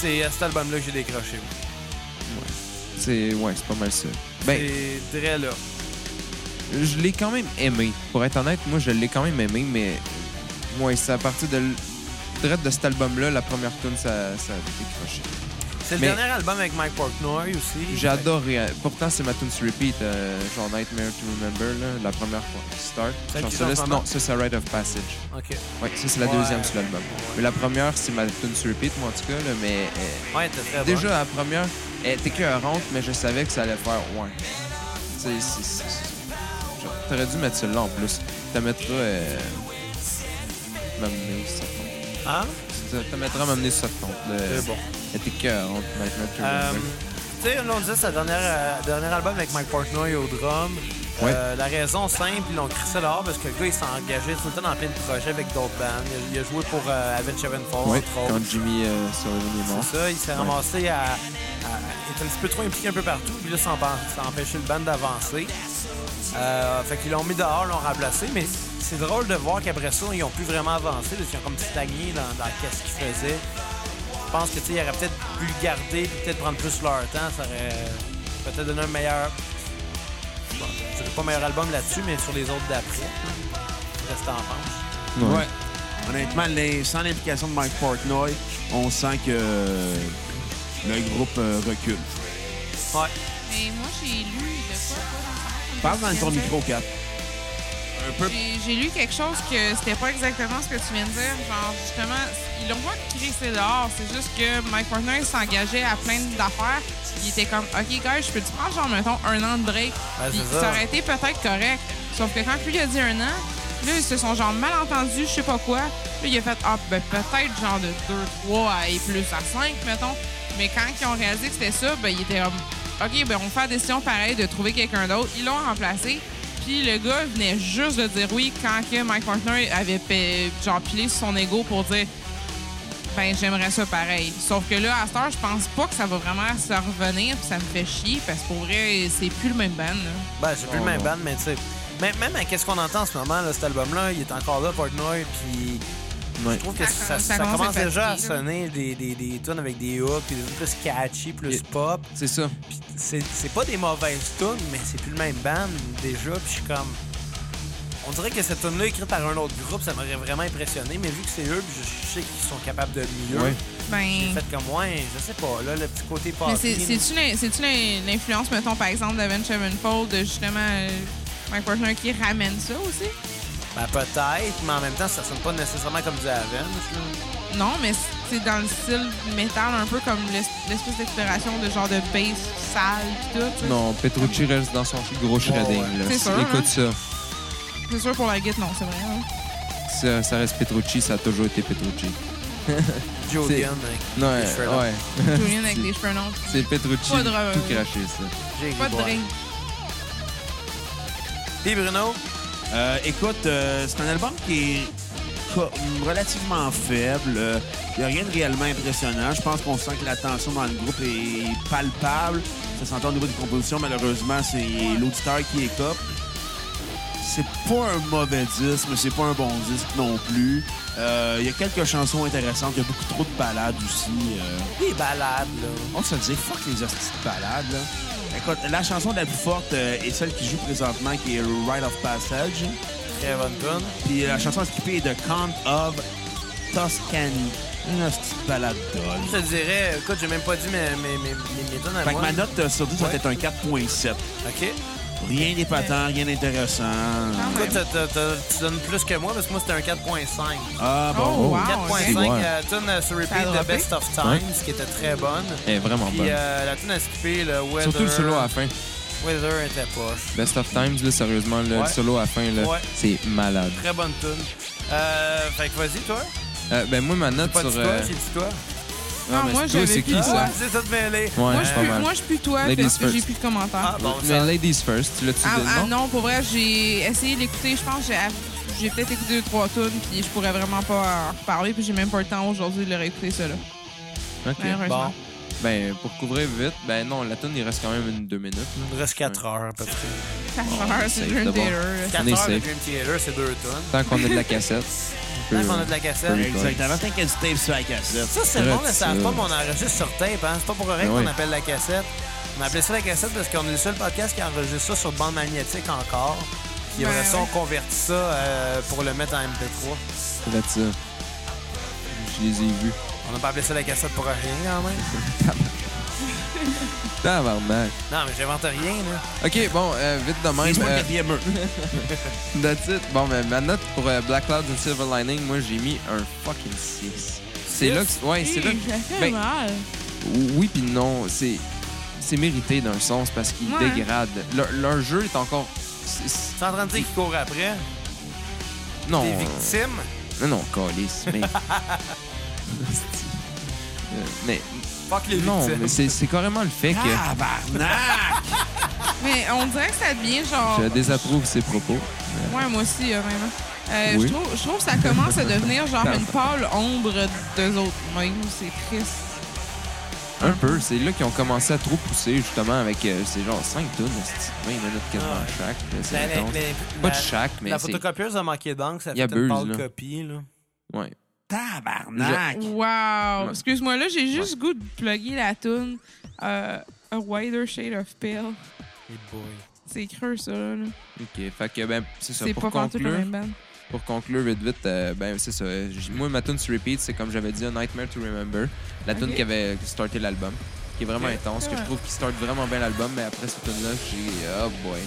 Speaker 2: C'est à cet album-là que j'ai décroché. moi.
Speaker 4: C'est ouais, c'est pas mal ça. Ben,
Speaker 2: C'est très là.
Speaker 4: je l'ai quand même aimé. Pour être honnête, moi je l'ai quand même aimé, mais ouais, c'est à partir de l- direct de cet album-là, la première tune, ça, ça a décroché.
Speaker 2: C'est le
Speaker 4: Mais-
Speaker 2: dernier album avec Mike Portnoy aussi.
Speaker 4: J'ai adoré. euh, Pourtant, c'est ma tune sur repeat, euh, genre Nightmare to Remember, là, la première fois. Start.
Speaker 2: Celle
Speaker 4: Genre,
Speaker 2: qui
Speaker 4: celle-là,
Speaker 2: joue en ce
Speaker 4: c'est-
Speaker 2: moment?
Speaker 4: non, ça c'est Rite of Passage.
Speaker 2: Ok.
Speaker 4: Ouais, ça c'est la
Speaker 2: Ouais.
Speaker 4: deuxième sur l'album. Mais la première, c'est ma tune sur repeat, moi en tout cas, là, mais euh,
Speaker 2: Ah Ouais, t'es très
Speaker 4: Déjà, la première, elle était cohérente, mais je savais que ça allait faire ouais. Tu sais, c'est- c'est- c'est- genre, T'aurais dû mettre celle-là en plus. T'as mettras. Euh... M'amener sur cette tombe.
Speaker 2: bonne. Hein?
Speaker 4: Ça- T'as mettras m'amener sur cette tombe. Le-
Speaker 2: C'est bon.
Speaker 4: Elle était cohérente, maintenant. tu
Speaker 2: Euh,
Speaker 4: vois.
Speaker 2: tu sais, là, on disait, c'est le dernier, euh, dernier album avec Mike Portnoy au drum. Euh, la raison simple, ils l'ont crissé dehors parce que le gars, il s'est engagé tout le temps dans plein de projets avec d'autres bands. Il a, il a joué pour euh, Avenged Sevenfold,
Speaker 4: Ouais,
Speaker 2: entre autres.
Speaker 4: quand Jimmy euh, Sullivan est mort.
Speaker 2: C'est ça, il s'est ramassé à, à- Il était un petit peu trop impliqué un peu partout, puis là, ça, empa- ça a empêché le band d'avancer. Euh, fait qu'ils l'ont mis dehors, l'ont remplacé, mais c'est drôle de voir qu'après ça, ils ont plus vraiment avancé, parce qu'ils ont comme stagné dans, dans qu'est-ce qu'ils faisaient. Je pense que, tu sais, ils auraient peut-être pu le garder, puis peut-être prendre plus leur temps, ça aurait peut-être donné un meilleur. Bon, je dirais pas meilleur album là-dessus, mais sur les autres d'après. Reste en pense.
Speaker 4: Ouais.
Speaker 1: Ouais. Honnêtement, les- sans l'implication de Mike Portnoy, on sent que euh, le groupe euh, recule.
Speaker 2: Ouais.
Speaker 3: Mais moi, j'ai lu de quoi, quoi,
Speaker 1: Parle dans ton micro, Kat. Un peu.
Speaker 3: J'ai- J'ai lu quelque chose que c'était pas exactement ce que tu viens de dire. Genre, justement, ils l'ont pas crissé dehors. C'est juste que Mike Portnoy s'engageait à plein d'affaires. Il était comme, OK, guys, je peux-tu prendre, genre, mettons, un an de break?
Speaker 2: Ouais,
Speaker 3: Puis
Speaker 2: c'est ça.
Speaker 3: ça aurait été peut-être correct. Sauf que quand lui a dit un an, là, ils se sont, genre, mal entendus, je sais pas quoi. Là, il a fait, ah, ben, peut-être, genre, de 2, 3 à et plus à 5, mettons. Mais quand ils ont réalisé que c'était ça, ben, il était comme, OK, ben, on fait la décision pareille de trouver quelqu'un d'autre. Ils l'ont remplacé. Puis le gars venait juste de dire oui quand que Mike Portnoy avait pa- genre pilé sur son ego pour dire ben j'aimerais ça pareil. Sauf que là à cette heure, je pense pas que ça va vraiment se revenir, puis ça me fait chier parce que pour vrai, c'est plus le même band. là.
Speaker 2: Ben, c'est plus le
Speaker 4: Oh
Speaker 2: même
Speaker 4: non.
Speaker 2: band, mais tu sais. Même, même à qu'est-ce qu'on entend en ce moment, là, cet album-là, il est encore là, Portnoy, puis
Speaker 4: Ouais.
Speaker 2: je trouve que
Speaker 3: Ça
Speaker 2: ça,
Speaker 3: commence-
Speaker 2: ça
Speaker 3: ça commence
Speaker 2: commence
Speaker 3: à être
Speaker 2: déjà à
Speaker 3: fatigué, là.
Speaker 2: sonner des, des, des tunes avec des hooks, puis des tunes plus catchy, plus
Speaker 4: Yeah.
Speaker 2: pop.
Speaker 4: C'est ça.
Speaker 2: Puis c'est c'est pas des mauvaises tunes, mais c'est plus le même band déjà, puis je suis comme. On dirait que cette tune-là écrite par un autre groupe, ça m'aurait vraiment impressionné, mais vu que c'est eux, puis je sais qu'ils sont capables de mieux.
Speaker 4: Ouais.
Speaker 2: J'ai
Speaker 3: Ben
Speaker 2: fait comme, ouais, je sais pas, là, le petit côté
Speaker 3: mais
Speaker 2: pop.
Speaker 3: c'est- c'est-tu l'in- c'est-tu l'in- l'influence, mettons, par exemple, d'Avenge Sevenfold, de justement euh, Mike Portnoy qui ramène ça aussi?
Speaker 2: Ben, peut-être, mais en même temps, ça sonne pas nécessairement comme du Avenge, là.
Speaker 3: Non, mais c- c'est dans le style métal, un peu comme l'es- l'espèce d'exploration de genre de bass sale pis tout. tu sais.
Speaker 4: Non, Petrucci reste dans son gros shredding. là.
Speaker 3: C'est sûr, hein?
Speaker 4: Écoute
Speaker 3: C'est sûr pour la guide, non, c'est vrai. hein.
Speaker 4: ça. ça. ça reste Petrucci, ça a toujours été Petrucci.
Speaker 2: Joe
Speaker 4: C'est-
Speaker 2: Gunn, hein.
Speaker 4: Non,
Speaker 2: Les cheveux longs.
Speaker 4: ouais.
Speaker 3: Julian avec des cheveux longs.
Speaker 4: C'est Petrucci
Speaker 3: Pas de re-
Speaker 4: tout craché, ça.
Speaker 2: J'ai
Speaker 3: Pas de
Speaker 2: ri, ouais.
Speaker 3: drink.
Speaker 2: Et Bruno,
Speaker 1: Euh, écoute, euh, c'est un album qui est co- relativement faible. Il n'y a rien de réellement impressionnant. Je pense qu'on sent que la tension dans le groupe est palpable. Ça s'entend au niveau des compositions. Malheureusement, c'est l'auditeur qui écope. C'est pas un mauvais disque, mais c'est pas un bon disque non plus. Euh, Il y a quelques chansons intéressantes. Il y a beaucoup trop de ballades aussi. euh.
Speaker 2: des balades, là.
Speaker 1: On se le dit, fuck les hosties de balades, là. Écoute, la chanson la plus forte euh, est celle qui joue présentement, qui est Rite of Passage.
Speaker 2: Très bonne tune.
Speaker 1: Puis euh, la chanson à skipper est The Count of Toscany. Une petite balade
Speaker 2: Je
Speaker 1: dolle.
Speaker 2: te dirais, écoute, j'ai même pas dit mes, mes, mes, mes, mes tunes à
Speaker 1: Fait que
Speaker 2: moi.
Speaker 1: ma note euh, sur 10 va
Speaker 2: Ouais.
Speaker 1: être un 4.7.
Speaker 2: OK.
Speaker 1: Rien d'épatant, rien d'intéressant.
Speaker 3: Ah,
Speaker 2: Toi, t'as- t'as- t'as- tu donnes plus que moi parce que moi, c'était un 4.5.
Speaker 1: Ah bon.
Speaker 3: Oh, wow.
Speaker 4: c'est
Speaker 2: 4.5,
Speaker 4: bon. hein,
Speaker 2: la tune euh, sur
Speaker 3: Ça a
Speaker 2: repeat de
Speaker 3: droppé?
Speaker 2: Best of Times, qui était très bonne.
Speaker 4: Elle est vraiment
Speaker 2: Puis
Speaker 4: bonne.
Speaker 2: euh, la tune à skipper, le Weather...
Speaker 4: Surtout le solo à la fin.
Speaker 2: Weather était poche.
Speaker 4: Best of Times, là, sérieusement, là,
Speaker 2: Ouais.
Speaker 4: le solo à la fin, là,
Speaker 2: Ouais.
Speaker 4: c'est malade.
Speaker 2: Très bonne tune. Euh, fait que vas-y, toi.
Speaker 4: Euh, ben moi, ma note
Speaker 2: Pas
Speaker 4: sur...
Speaker 2: dis toi,
Speaker 4: euh,
Speaker 2: c'est dis toi.
Speaker 4: non,
Speaker 3: Ah,
Speaker 4: mais
Speaker 3: moi,
Speaker 4: c'est toi,
Speaker 3: j'avais
Speaker 4: c'est
Speaker 3: plus
Speaker 4: qui,
Speaker 3: de
Speaker 4: ça?
Speaker 3: voix.
Speaker 2: Ah, c'est ça de mêlée.
Speaker 4: Ouais,
Speaker 3: moi, je
Speaker 4: c'est
Speaker 3: suis
Speaker 4: pas
Speaker 3: plus-
Speaker 4: mal.
Speaker 3: moi, je suis plus toi
Speaker 4: Ladies
Speaker 3: parce que j'ai
Speaker 4: first.
Speaker 3: plus de commentaires.
Speaker 2: Ah, bon,
Speaker 4: Mais
Speaker 2: ça...
Speaker 4: Ladies First, là, tu
Speaker 3: Ah,
Speaker 4: donnes-
Speaker 3: ah,
Speaker 4: non?
Speaker 3: non, pour vrai, j'ai essayé de l'écouter. Je pense que j'ai j'ai peut-être écouté deux, trois tunes, puis je pourrais vraiment pas en reparler, puis j'ai même pas le temps aujourd'hui de le réécouter, ça, là.
Speaker 4: Ok.
Speaker 3: Malheureusement.
Speaker 2: Bon,
Speaker 4: Ben, pour couvrir vite, ben non, la tune, il reste quand même une deux minutes. là.
Speaker 2: il reste 4 heures à peu près.
Speaker 3: Ça
Speaker 4: Bon,
Speaker 3: meurt,
Speaker 4: safe
Speaker 3: Ah, c'est Dream
Speaker 4: d'abord.
Speaker 3: Theater.
Speaker 2: 4
Speaker 4: On est
Speaker 2: heures de
Speaker 4: safe.
Speaker 2: Dream Theater, c'est 2 tonnes.
Speaker 4: Tant qu'on a de la cassette. on
Speaker 2: Là,
Speaker 4: peut-
Speaker 2: on a de la cassette.
Speaker 4: Oui.
Speaker 1: Exactement. T'inquiète du tape sur la cassette.
Speaker 2: Ça, c'est bon, là, ça
Speaker 4: Retire.
Speaker 2: pas, mais on enregistre sur tape. Hein. C'est pas pour rien
Speaker 4: Ben
Speaker 2: qu'on
Speaker 4: oui.
Speaker 2: appelle la cassette. On appelait ça la cassette parce qu'on est le seul podcast qui enregistre ça sur bande magnétique encore. Puis
Speaker 3: Ben
Speaker 2: après ça, on
Speaker 3: oui.
Speaker 2: convertit ça euh, pour le mettre en MP3.
Speaker 4: Faites ça. Je les ai vus.
Speaker 2: On n'a pas appelé ça la cassette pour rien, quand même.
Speaker 4: Tabarnak.
Speaker 2: Non, mais j'invente rien, là.
Speaker 4: Ok, bon, euh, vite de
Speaker 1: C'est
Speaker 4: même.
Speaker 1: moi le
Speaker 4: euh,
Speaker 1: quatrième eux.
Speaker 4: That's it. Bon, mais ma note pour euh, Black Clouds and Silver Lining, moi, j'ai mis un fucking 6. C'est là que... Ouais, c'est là que...
Speaker 3: Ça fait
Speaker 4: ben-
Speaker 3: mal.
Speaker 4: Oui puis non, c'est c'est mérité d'un sens parce qu'ils
Speaker 3: Ouais.
Speaker 4: dégradent. Leur, leur jeu est encore c'est- c'est-
Speaker 2: Tu es en train de dire qu'ils courent après.
Speaker 4: non euh,
Speaker 2: Des victimes.
Speaker 4: non non calice, mais Euh, mais
Speaker 2: Fuck les
Speaker 4: non,
Speaker 2: victimes. Ah!
Speaker 4: mais c'est c'est carrément le fait que
Speaker 1: Tabarnak!
Speaker 3: Mais on dirait que ça devient genre.
Speaker 4: je désapprouve ses propos.
Speaker 3: Ouais, moi aussi, euh, vraiment. Euh,
Speaker 4: Oui.
Speaker 3: je, trouve, je trouve que ça commence à devenir genre une pâle ombre d'eux autres même. C'est triste.
Speaker 4: Un peu, c'est là qu'ils ont commencé à trop pousser justement avec euh, c'est genre 5 tonnes, 20 minutes quasiment
Speaker 2: Ouais.
Speaker 4: chaque. là, c'est
Speaker 2: La- la-
Speaker 4: intense.
Speaker 2: la-
Speaker 4: Pas de
Speaker 2: la-
Speaker 4: chaque, mais
Speaker 2: La
Speaker 4: c'est
Speaker 2: photocopieuse a manqué d'encre, ça
Speaker 4: Il
Speaker 2: fait une
Speaker 4: abuse,
Speaker 2: pâle
Speaker 4: là.
Speaker 2: copie, là.
Speaker 4: ouais.
Speaker 1: Tabarnak!
Speaker 3: Wow!
Speaker 4: Ouais.
Speaker 3: Excuse-moi, là, j'ai juste goût de plugger la toune. euh, a wider shade of pale.
Speaker 2: Et boy.
Speaker 3: C'est creux, ça, là.
Speaker 4: OK, fait que ben c'est ça
Speaker 3: C'est
Speaker 4: pour
Speaker 3: pas partout la
Speaker 4: conclure.
Speaker 3: même band.
Speaker 4: Pour conclure vite vite, euh, ben c'est ça. euh, j- Moi ma tune sur repeat, c'est comme j'avais dit, A Nightmare to Remember, la tune
Speaker 3: Ok.
Speaker 4: qui avait starté l'album, qui est vraiment
Speaker 2: Ok.
Speaker 4: intense, que je
Speaker 3: Ouais.
Speaker 4: trouve qui start vraiment bien l'album, mais après cette tune là, j'ai oh boy.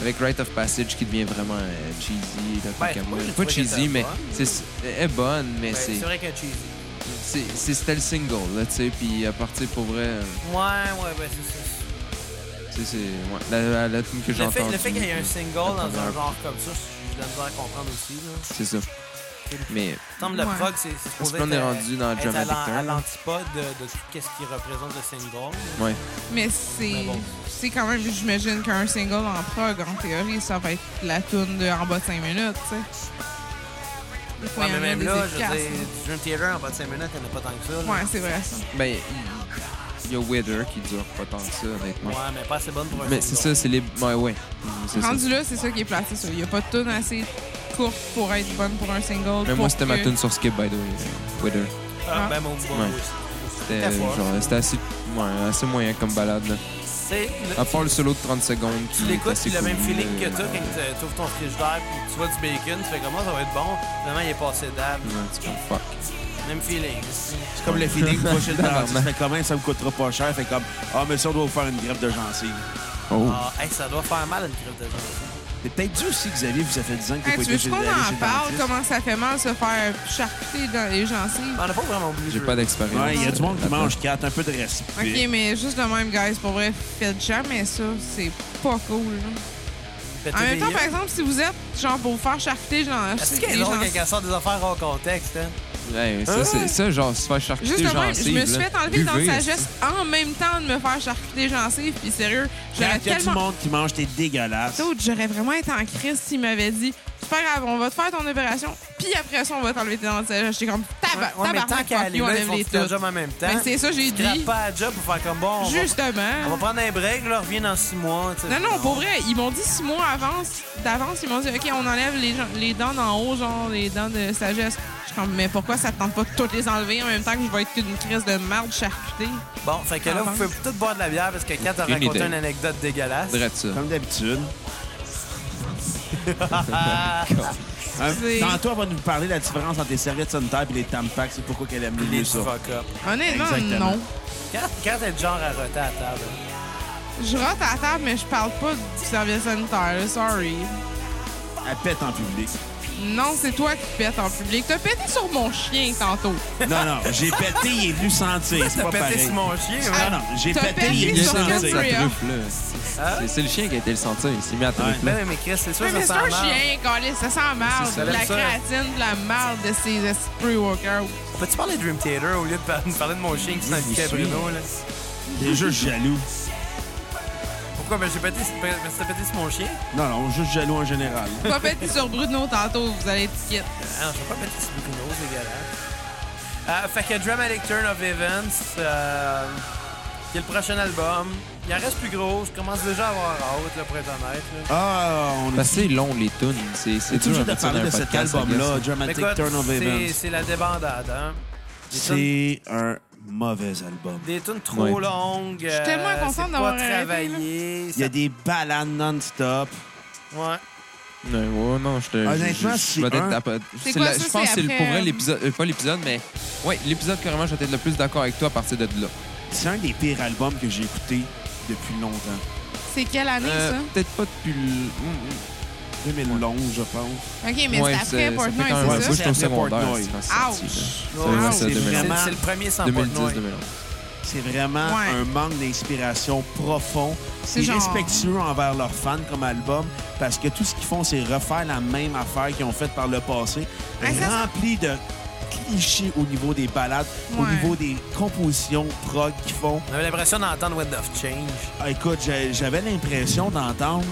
Speaker 4: Avec Rite of Passage qui devient vraiment euh, cheesy, là,
Speaker 2: Ben,
Speaker 4: comme
Speaker 2: moi,
Speaker 4: moi.
Speaker 2: j'ai trouvé
Speaker 4: pas
Speaker 2: qu'elle était
Speaker 4: cheesy, mais
Speaker 2: bonne.
Speaker 4: c'est elle est bonne, mais
Speaker 2: Ben,
Speaker 4: c'est
Speaker 2: C'est vrai qu'elle est cheesy.
Speaker 4: c'est c'est- c'était le single là, tu sais, puis à partir pour vrai, euh,
Speaker 2: Ouais, ouais, ben c'est ça.
Speaker 4: tu sais, c'est ouais, la, la, la tune que j'ai
Speaker 2: Le fait,
Speaker 4: entendue.
Speaker 2: le fait qu'il y ait un single dans un
Speaker 4: première.
Speaker 2: genre comme ça, je de la misère à comprendre aussi. Là.
Speaker 4: c'est ça. Mais
Speaker 2: Tant de la
Speaker 3: Ouais.
Speaker 2: prog, c'est c'est supposé
Speaker 4: qu'on
Speaker 2: être,
Speaker 4: est
Speaker 2: euh,
Speaker 4: rendu dans le
Speaker 2: être à
Speaker 4: dramatic
Speaker 2: l'an- à
Speaker 4: turn.
Speaker 2: l'antipode de, de tout quest ce qui représente le single.
Speaker 4: ouais.
Speaker 3: Mais
Speaker 2: Mais
Speaker 3: c'est.
Speaker 2: bon.
Speaker 3: C'est quand même, j'imagine qu'un single en prog, en théorie, ça va être la toune de en bas de 5 minutes, tu sais. Des fois,
Speaker 2: Ouais,
Speaker 3: il y en
Speaker 2: mais
Speaker 3: a
Speaker 2: même
Speaker 3: des
Speaker 2: là, je veux
Speaker 3: efficaces,
Speaker 2: dire, du Dream Theater en bas de 5 minutes, il n'y en a pas tant que ça. là.
Speaker 3: là. Ouais, c'est vrai, ça.
Speaker 4: Ben, il y a Weather qui dure pas tant que ça, honnêtement.
Speaker 2: Ouais, mais pas assez bonne pour un
Speaker 4: Mais c'est
Speaker 2: single.
Speaker 4: ça, c'est les. Ouais, ouais. Mm, c'est ça.
Speaker 3: Rendu là, c'est ça qui est placé, ça. Il n'y a pas de tune assez courte pour être bonne pour un single.
Speaker 4: Mais
Speaker 3: pour
Speaker 4: moi, c'était ma
Speaker 3: que-
Speaker 4: tune sur Skip, by the way. Weather.
Speaker 2: Ah, ben, mon bon,
Speaker 4: Ouais.
Speaker 2: oui.
Speaker 4: C'était
Speaker 2: C'était fort.
Speaker 4: genre, c'était assez, ouais, assez moyen comme balade. Là.
Speaker 2: C'est le-
Speaker 4: À part le solo de 30 secondes. qui
Speaker 2: Tu
Speaker 4: est
Speaker 2: l'écoutes,
Speaker 4: Ah, assez
Speaker 2: c'est le même
Speaker 4: connu,
Speaker 2: feeling que
Speaker 4: euh,
Speaker 2: toi quand tu ouvres ton frigidaire puis tu vois du bacon, tu fais comment ça va être bon. Finalement, il est passé d'âme.
Speaker 4: ouais, c'est comme fuck. Mm.
Speaker 2: Même feeling.
Speaker 1: C'est comme le feeling de pocher le dentiste. Fait comment ça me coûtera pas cher? Fait comme, ah, mais ça, on doit vous faire une greffe de gencive.
Speaker 4: Oh.
Speaker 2: Ah, hey, ça doit faire mal une grippe de gens.
Speaker 1: C'est peut-être dû aussi, Xavier, vous ça fait 10 ans que
Speaker 3: Hey,
Speaker 1: vous
Speaker 3: tu veux qu'on en parle? Comment ça fait mal se faire charcuter dans les
Speaker 2: Mais
Speaker 3: gencives?
Speaker 2: On n'a pas vraiment oublié.
Speaker 4: J'ai
Speaker 2: de-
Speaker 4: pas d'expérience.
Speaker 1: Ouais, il y a du monde qui
Speaker 4: Attends.
Speaker 1: mange 4, un peu de respect.
Speaker 2: Ah,
Speaker 3: Ok, mais juste de même, guys, pour vrai, faites jamais ça. C'est pas cool. là.
Speaker 2: péter
Speaker 3: En même
Speaker 2: des Ah,
Speaker 3: temps,
Speaker 2: yeux.
Speaker 3: par exemple, si vous êtes genre pour vous faire charcuter, genre,
Speaker 2: Est-ce
Speaker 3: les
Speaker 2: qu'il y a
Speaker 3: gencives-
Speaker 2: drôle quand elle sort des affaires hors contexte, hein?
Speaker 4: Ouais, ça, c'est, ça, genre, se faire charcuter
Speaker 3: Juste de même, je
Speaker 4: gencive,
Speaker 3: me suis
Speaker 4: là.
Speaker 3: fait enlever dans
Speaker 4: Buvez,
Speaker 3: sa
Speaker 4: est-ce que-
Speaker 3: sagesse en même temps de me faire charcuter gencives, puis sérieux, j'aurais
Speaker 1: Quand il y a du
Speaker 3: tellement
Speaker 1: monde qui mange, t'es dégueulasse.
Speaker 3: D'autres, j'aurais vraiment été en crise s'il m'avait dit C'est pas grave, on va te faire ton opération, puis après ça, on va t'enlever tes dents de sagesse. J'étais comme Tabac,
Speaker 2: Ouais, mais
Speaker 3: tabac,
Speaker 2: tant qu'à aller
Speaker 3: on
Speaker 2: là, ils
Speaker 3: enlève
Speaker 2: font
Speaker 3: les
Speaker 2: tout leur
Speaker 3: toutes.
Speaker 2: job en même temps.
Speaker 3: Ben, c'est ça, j'ai
Speaker 2: Scrape
Speaker 3: dit.
Speaker 2: pas à la job pour faire comme bon. on va- On va
Speaker 3: Justement.
Speaker 2: prendre un break, là, reviens dans six mois. tu sais.
Speaker 3: Non, non, pour vrai, ils m'ont dit six mois avance- d'avance, ils m'ont dit OK, on enlève les, gens- les dents d'en haut, genre les dents de sagesse. Je suis comme, mais pourquoi ça te tente pas de toutes les enlever en même temps que je vais être une crise de marde charcutée?
Speaker 2: Bon, fait que là,
Speaker 3: Ah,
Speaker 2: vous pouvez tous boire de la bière parce que Kat a
Speaker 4: Aucune
Speaker 2: raconté
Speaker 4: idée.
Speaker 2: une anecdote dégueulasse.
Speaker 4: Drette ça.
Speaker 1: Comme d'habitude.
Speaker 2: Ah,
Speaker 1: Hein?
Speaker 3: C'est-
Speaker 1: Tantôt, elle va nous parler de la différence entre les serviettes sanitaires et les Tampax. C'est pourquoi qu'elle aime
Speaker 2: les
Speaker 1: mieux ça.
Speaker 2: fuck up.
Speaker 3: Honnêtement,
Speaker 1: Exactement.
Speaker 3: non.
Speaker 2: Kat, Kat est le genre à roter à table.
Speaker 3: Je rote à la table, mais je parle pas du service sanitaire, là, sorry.
Speaker 1: Elle pète en public.
Speaker 3: Non, c'est toi qui pètes en public. T'as pété sur mon chien tantôt.
Speaker 1: Non, non, j'ai pété, il est venu sentir. C'est
Speaker 2: T'as
Speaker 1: pas
Speaker 2: pété
Speaker 1: pareil.
Speaker 2: sur mon chien,
Speaker 1: Non,
Speaker 2: ouais.
Speaker 1: non, j'ai
Speaker 3: T'as
Speaker 1: pété, il est
Speaker 3: pété
Speaker 4: Il
Speaker 1: venu
Speaker 4: a
Speaker 3: sur
Speaker 4: seulement de
Speaker 1: sentir.
Speaker 4: sa
Speaker 3: Cambria.
Speaker 4: truffe, là. C'est-
Speaker 2: Hein?
Speaker 4: C'est, c'est le chien qui a été le sentir. Il s'est mis à la truffe,
Speaker 1: Ouais.
Speaker 4: là.
Speaker 2: Ben oui, mais Chris, c'est sûr
Speaker 3: Mais
Speaker 2: que
Speaker 3: c'est
Speaker 2: ça sent
Speaker 3: un
Speaker 2: mal.
Speaker 3: chien, Calis. Ça sent marre.
Speaker 4: C'est
Speaker 3: De
Speaker 4: ça,
Speaker 3: la
Speaker 2: ça.
Speaker 3: créatine, de la marde de ces esprits workouts.
Speaker 2: Peux-tu parler de Dream Theater au lieu de par- nous parler de mon chien
Speaker 1: Oui,
Speaker 2: qui s'indiquait à
Speaker 1: je suis.
Speaker 2: Bruno, là?
Speaker 1: T'es juste jaloux.
Speaker 2: Pourquoi? Ben, j'ai pété, sur- parce que t'as pété sur mon chien.
Speaker 1: Non, non, juste jaloux en général.
Speaker 3: Pas pété sur Bruno tantôt, vous allez être quitte.
Speaker 2: Ah, non, je vais pas péter sur Bruno, c'est dégueulasse. Euh, fait que Dramatic Turn of Events, euh, qui est le prochain album. Il en reste plus gros, je commence déjà à avoir hâte, là, pour être honnête. là.
Speaker 1: Ah, on
Speaker 4: Parce que c'est long, les tunes. C'est, c'est
Speaker 1: est
Speaker 4: dur à
Speaker 1: toujours de
Speaker 4: mettre ça
Speaker 1: parler
Speaker 4: dans
Speaker 1: de
Speaker 4: un
Speaker 1: cet
Speaker 4: podcast, I guess.
Speaker 1: album-là, Dramatic
Speaker 2: Écoute,
Speaker 1: Turn of
Speaker 2: c'est-
Speaker 1: Events.
Speaker 2: C'est la débandade, hein? Des tunes-
Speaker 1: C'est un mauvais album.
Speaker 2: Des tunes trop
Speaker 4: Ouais.
Speaker 2: longues. Je
Speaker 3: suis tellement contente d'avoir
Speaker 2: pas
Speaker 3: arrêté,
Speaker 2: travaillé.
Speaker 1: Il y a
Speaker 2: ça-
Speaker 1: des balades non-stop.
Speaker 2: Ouais.
Speaker 4: Ouais, ouais, non, je te.
Speaker 1: Honnêtement,
Speaker 4: je- je-
Speaker 1: c'est
Speaker 4: je vais être
Speaker 1: un-
Speaker 4: d'accord.
Speaker 3: C'est
Speaker 4: C'est
Speaker 3: quoi
Speaker 4: la-
Speaker 3: ça,
Speaker 4: Je pense que
Speaker 3: c'est
Speaker 4: c'est le- pour
Speaker 3: après,
Speaker 4: vrai
Speaker 3: euh,
Speaker 4: l'épisode. euh, Pas l'épisode, mais. Ouais, l'épisode, carrément, je vais être le plus d'accord avec toi à partir de là.
Speaker 3: Ah,
Speaker 1: C'est un des pires albums que j'ai écouté depuis longtemps.
Speaker 3: C'est quelle année,
Speaker 4: Euh,
Speaker 3: ça?
Speaker 4: Peut-être pas depuis. le- Mm,
Speaker 1: 2011, je pense.
Speaker 3: OK,
Speaker 4: mm.
Speaker 3: mais
Speaker 4: Ouais,
Speaker 3: c'est après
Speaker 4: ça fait quand
Speaker 3: Portnoy,
Speaker 4: même-
Speaker 1: ouais,
Speaker 3: c'est
Speaker 4: Moi,
Speaker 3: ça?
Speaker 4: je suis au
Speaker 1: C'est après
Speaker 4: secondaire.
Speaker 1: Portnoy.
Speaker 4: c'est quand
Speaker 3: Ouch.
Speaker 4: c'est sorti, là.
Speaker 2: Ouais,
Speaker 4: Ça,
Speaker 1: c'est
Speaker 4: ça, 2011.
Speaker 1: vraiment-
Speaker 2: C'est le premier sans Portnoy.
Speaker 4: 2010, 2011.
Speaker 1: C'est vraiment
Speaker 3: Ouais.
Speaker 1: un manque d'inspiration profond. C'est
Speaker 3: C'est genre-
Speaker 1: respectueux envers leurs fans comme album parce que tout ce qu'ils font, c'est refaire la même affaire qu'ils ont faite par le passé,
Speaker 3: Ah, ça,
Speaker 1: rempli de clichés au niveau des balades, au
Speaker 3: Ouais.
Speaker 1: niveau des compositions prog qu'ils font.
Speaker 2: On avait l'impression d'entendre Wind of Change.
Speaker 1: Ah, Écoute, j'ai- j'avais l'impression d'entendre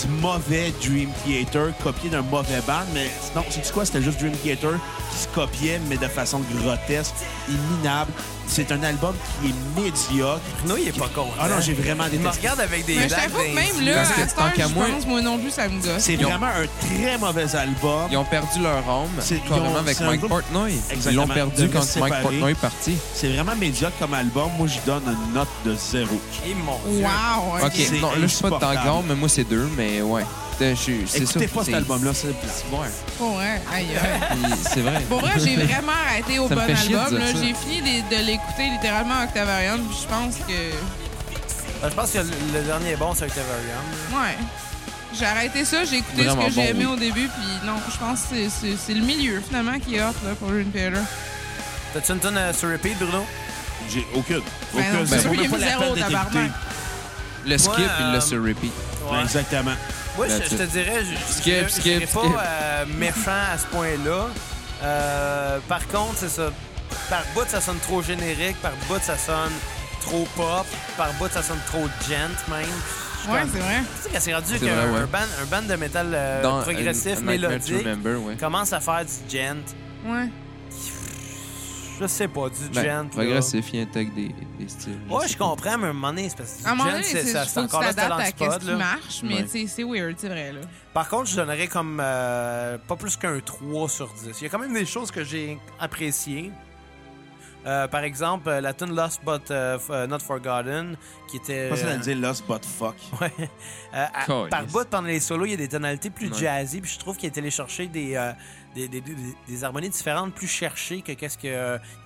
Speaker 1: du mauvais Dream Theater copié d'un mauvais band, mais non, c'est quoi? C'était juste Dream Theater qui se copiait, mais de façon grotesque et minable. C'est un album qui est médiocre.
Speaker 2: Bruno, il est pas con. hein?
Speaker 1: Ah non, j'ai vraiment
Speaker 2: Il me
Speaker 1: détesté.
Speaker 2: regarde avec des
Speaker 3: Mais je
Speaker 2: blagues
Speaker 3: t'avoue que même
Speaker 2: d'indies.
Speaker 3: là, à
Speaker 4: Parce que
Speaker 3: cette
Speaker 4: tant
Speaker 3: heure, je
Speaker 4: qu'à moi-
Speaker 3: pense, moi non plus, ça me gosse.
Speaker 1: C'est
Speaker 4: Ils ont-
Speaker 1: vraiment un très mauvais album.
Speaker 4: Ils ont perdu leur âme,
Speaker 1: C'est- ils ont-
Speaker 4: carrément, avec
Speaker 1: c'est un
Speaker 4: Mike
Speaker 1: groupe-
Speaker 4: Portnoy. Ils
Speaker 1: Exactement.
Speaker 4: l'ont perdu
Speaker 1: Ils
Speaker 4: quand
Speaker 1: ont séparé.
Speaker 4: Mike Portnoy est parti.
Speaker 1: C'est vraiment médiocre comme album. Moi, je donne une note de zéro.
Speaker 2: Et Eh, mon Dieu.
Speaker 3: Wow, OK.
Speaker 4: OK,
Speaker 1: C'est
Speaker 4: non, là, je suis pas de
Speaker 1: insupportable.
Speaker 4: temps mais moi, c'est deux, mais ouais. Je suis- C'est ça.
Speaker 1: Écoutez pas cet
Speaker 4: c'est-
Speaker 1: album-là, c'est plat.
Speaker 4: Ouais.
Speaker 3: Pour vrai, aïe, aïe.
Speaker 4: Puis C'est vrai.
Speaker 3: Pour vrai, j'ai vraiment arrêté au
Speaker 4: Ça me
Speaker 3: bon
Speaker 4: fait chier de
Speaker 3: album.
Speaker 4: dire
Speaker 3: là.
Speaker 4: ça.
Speaker 3: J'ai fini de, de l'écouter littéralement à Octavarium, puis je pense que...
Speaker 2: Ah, Je pense que le le dernier est bon, c'est Octavarium.
Speaker 3: Ouais. J'ai arrêté ça, j'ai écouté
Speaker 4: Vraiment
Speaker 3: ce que j'ai
Speaker 4: bon,
Speaker 3: aimé
Speaker 4: oui.
Speaker 3: au début, puis non, je pense que c'est- c'est c'est le milieu finalement qui est hot là, pour Rune Taylor.
Speaker 2: T'as-tu une tonne euh, sur repeat, Bruno?
Speaker 1: J'ai aucune.
Speaker 3: Ben non,
Speaker 1: Aucune. Ça
Speaker 3: c'est
Speaker 1: vaut
Speaker 3: sûr, il
Speaker 1: même
Speaker 3: est
Speaker 1: pas la
Speaker 3: zéro,
Speaker 1: peine d'être
Speaker 3: tabarnak.
Speaker 1: écouté.
Speaker 4: Le skip,
Speaker 2: Moi,
Speaker 4: il
Speaker 2: euh,
Speaker 4: l'a sur repeat.
Speaker 1: Ben, Exactement.
Speaker 2: Moi, je,
Speaker 4: That's
Speaker 2: je te
Speaker 4: it.
Speaker 2: dirais, je
Speaker 4: Skip,
Speaker 2: je- je
Speaker 4: skip,
Speaker 2: serais pas
Speaker 4: skip.
Speaker 2: euh, méchant à ce point-là. Euh, par contre, c'est ça. Par bout, ça sonne trop générique. Par bout, ça sonne trop pop. Par bout, ça sonne trop gent, même. Je suis
Speaker 3: Ouais,
Speaker 2: comme-
Speaker 3: c'est vrai.
Speaker 2: Tu sais, quand c'est rendu
Speaker 4: C'est
Speaker 2: qu'un
Speaker 4: vrai, ouais.
Speaker 2: un band, un band de métal euh,
Speaker 4: Dans, euh,
Speaker 2: progressif,
Speaker 4: A Nightmare to
Speaker 2: mélodique,
Speaker 4: Remember, ouais.
Speaker 2: commence à faire du gent.
Speaker 3: Ouais.
Speaker 2: Je sais pas, du
Speaker 4: Ben,
Speaker 2: gent. là.
Speaker 4: progressif, il intègre des, des styles.
Speaker 2: Ouais, je comprends, mais à un moment donné, c'est parce que
Speaker 3: À un
Speaker 2: du
Speaker 3: moment
Speaker 2: gent,
Speaker 3: donné,
Speaker 2: c'est-
Speaker 3: c'est
Speaker 2: ça- c'est
Speaker 3: faut que
Speaker 2: encore
Speaker 3: tu
Speaker 2: là, c'est
Speaker 3: t'adaptes
Speaker 2: dans
Speaker 3: à
Speaker 2: le
Speaker 3: ce
Speaker 2: spot.
Speaker 3: qui
Speaker 2: là.
Speaker 3: marche, mais
Speaker 4: Ouais.
Speaker 3: tu sais, c'est weird, c'est vrai là.
Speaker 2: Par contre, je donnerais comme euh, pas plus qu'un 3 sur 10. Il y a quand même des choses que j'ai appréciées. Euh, par exemple, euh, la tune Lost But euh, f- euh, Not Forgotten, qui était.
Speaker 1: Pas ça
Speaker 2: euh,
Speaker 1: de dire Lost But Fuck.
Speaker 2: Ouais. Euh, à-
Speaker 4: Calice.
Speaker 2: par bout, pendant les solos, il y a des tonalités plus
Speaker 4: Ouais.
Speaker 2: jazzy, puis je trouve qu'il est allé chercher des, euh, euh, des, des, des- des harmonies différentes, plus cherchées que qu'est-ce qu'il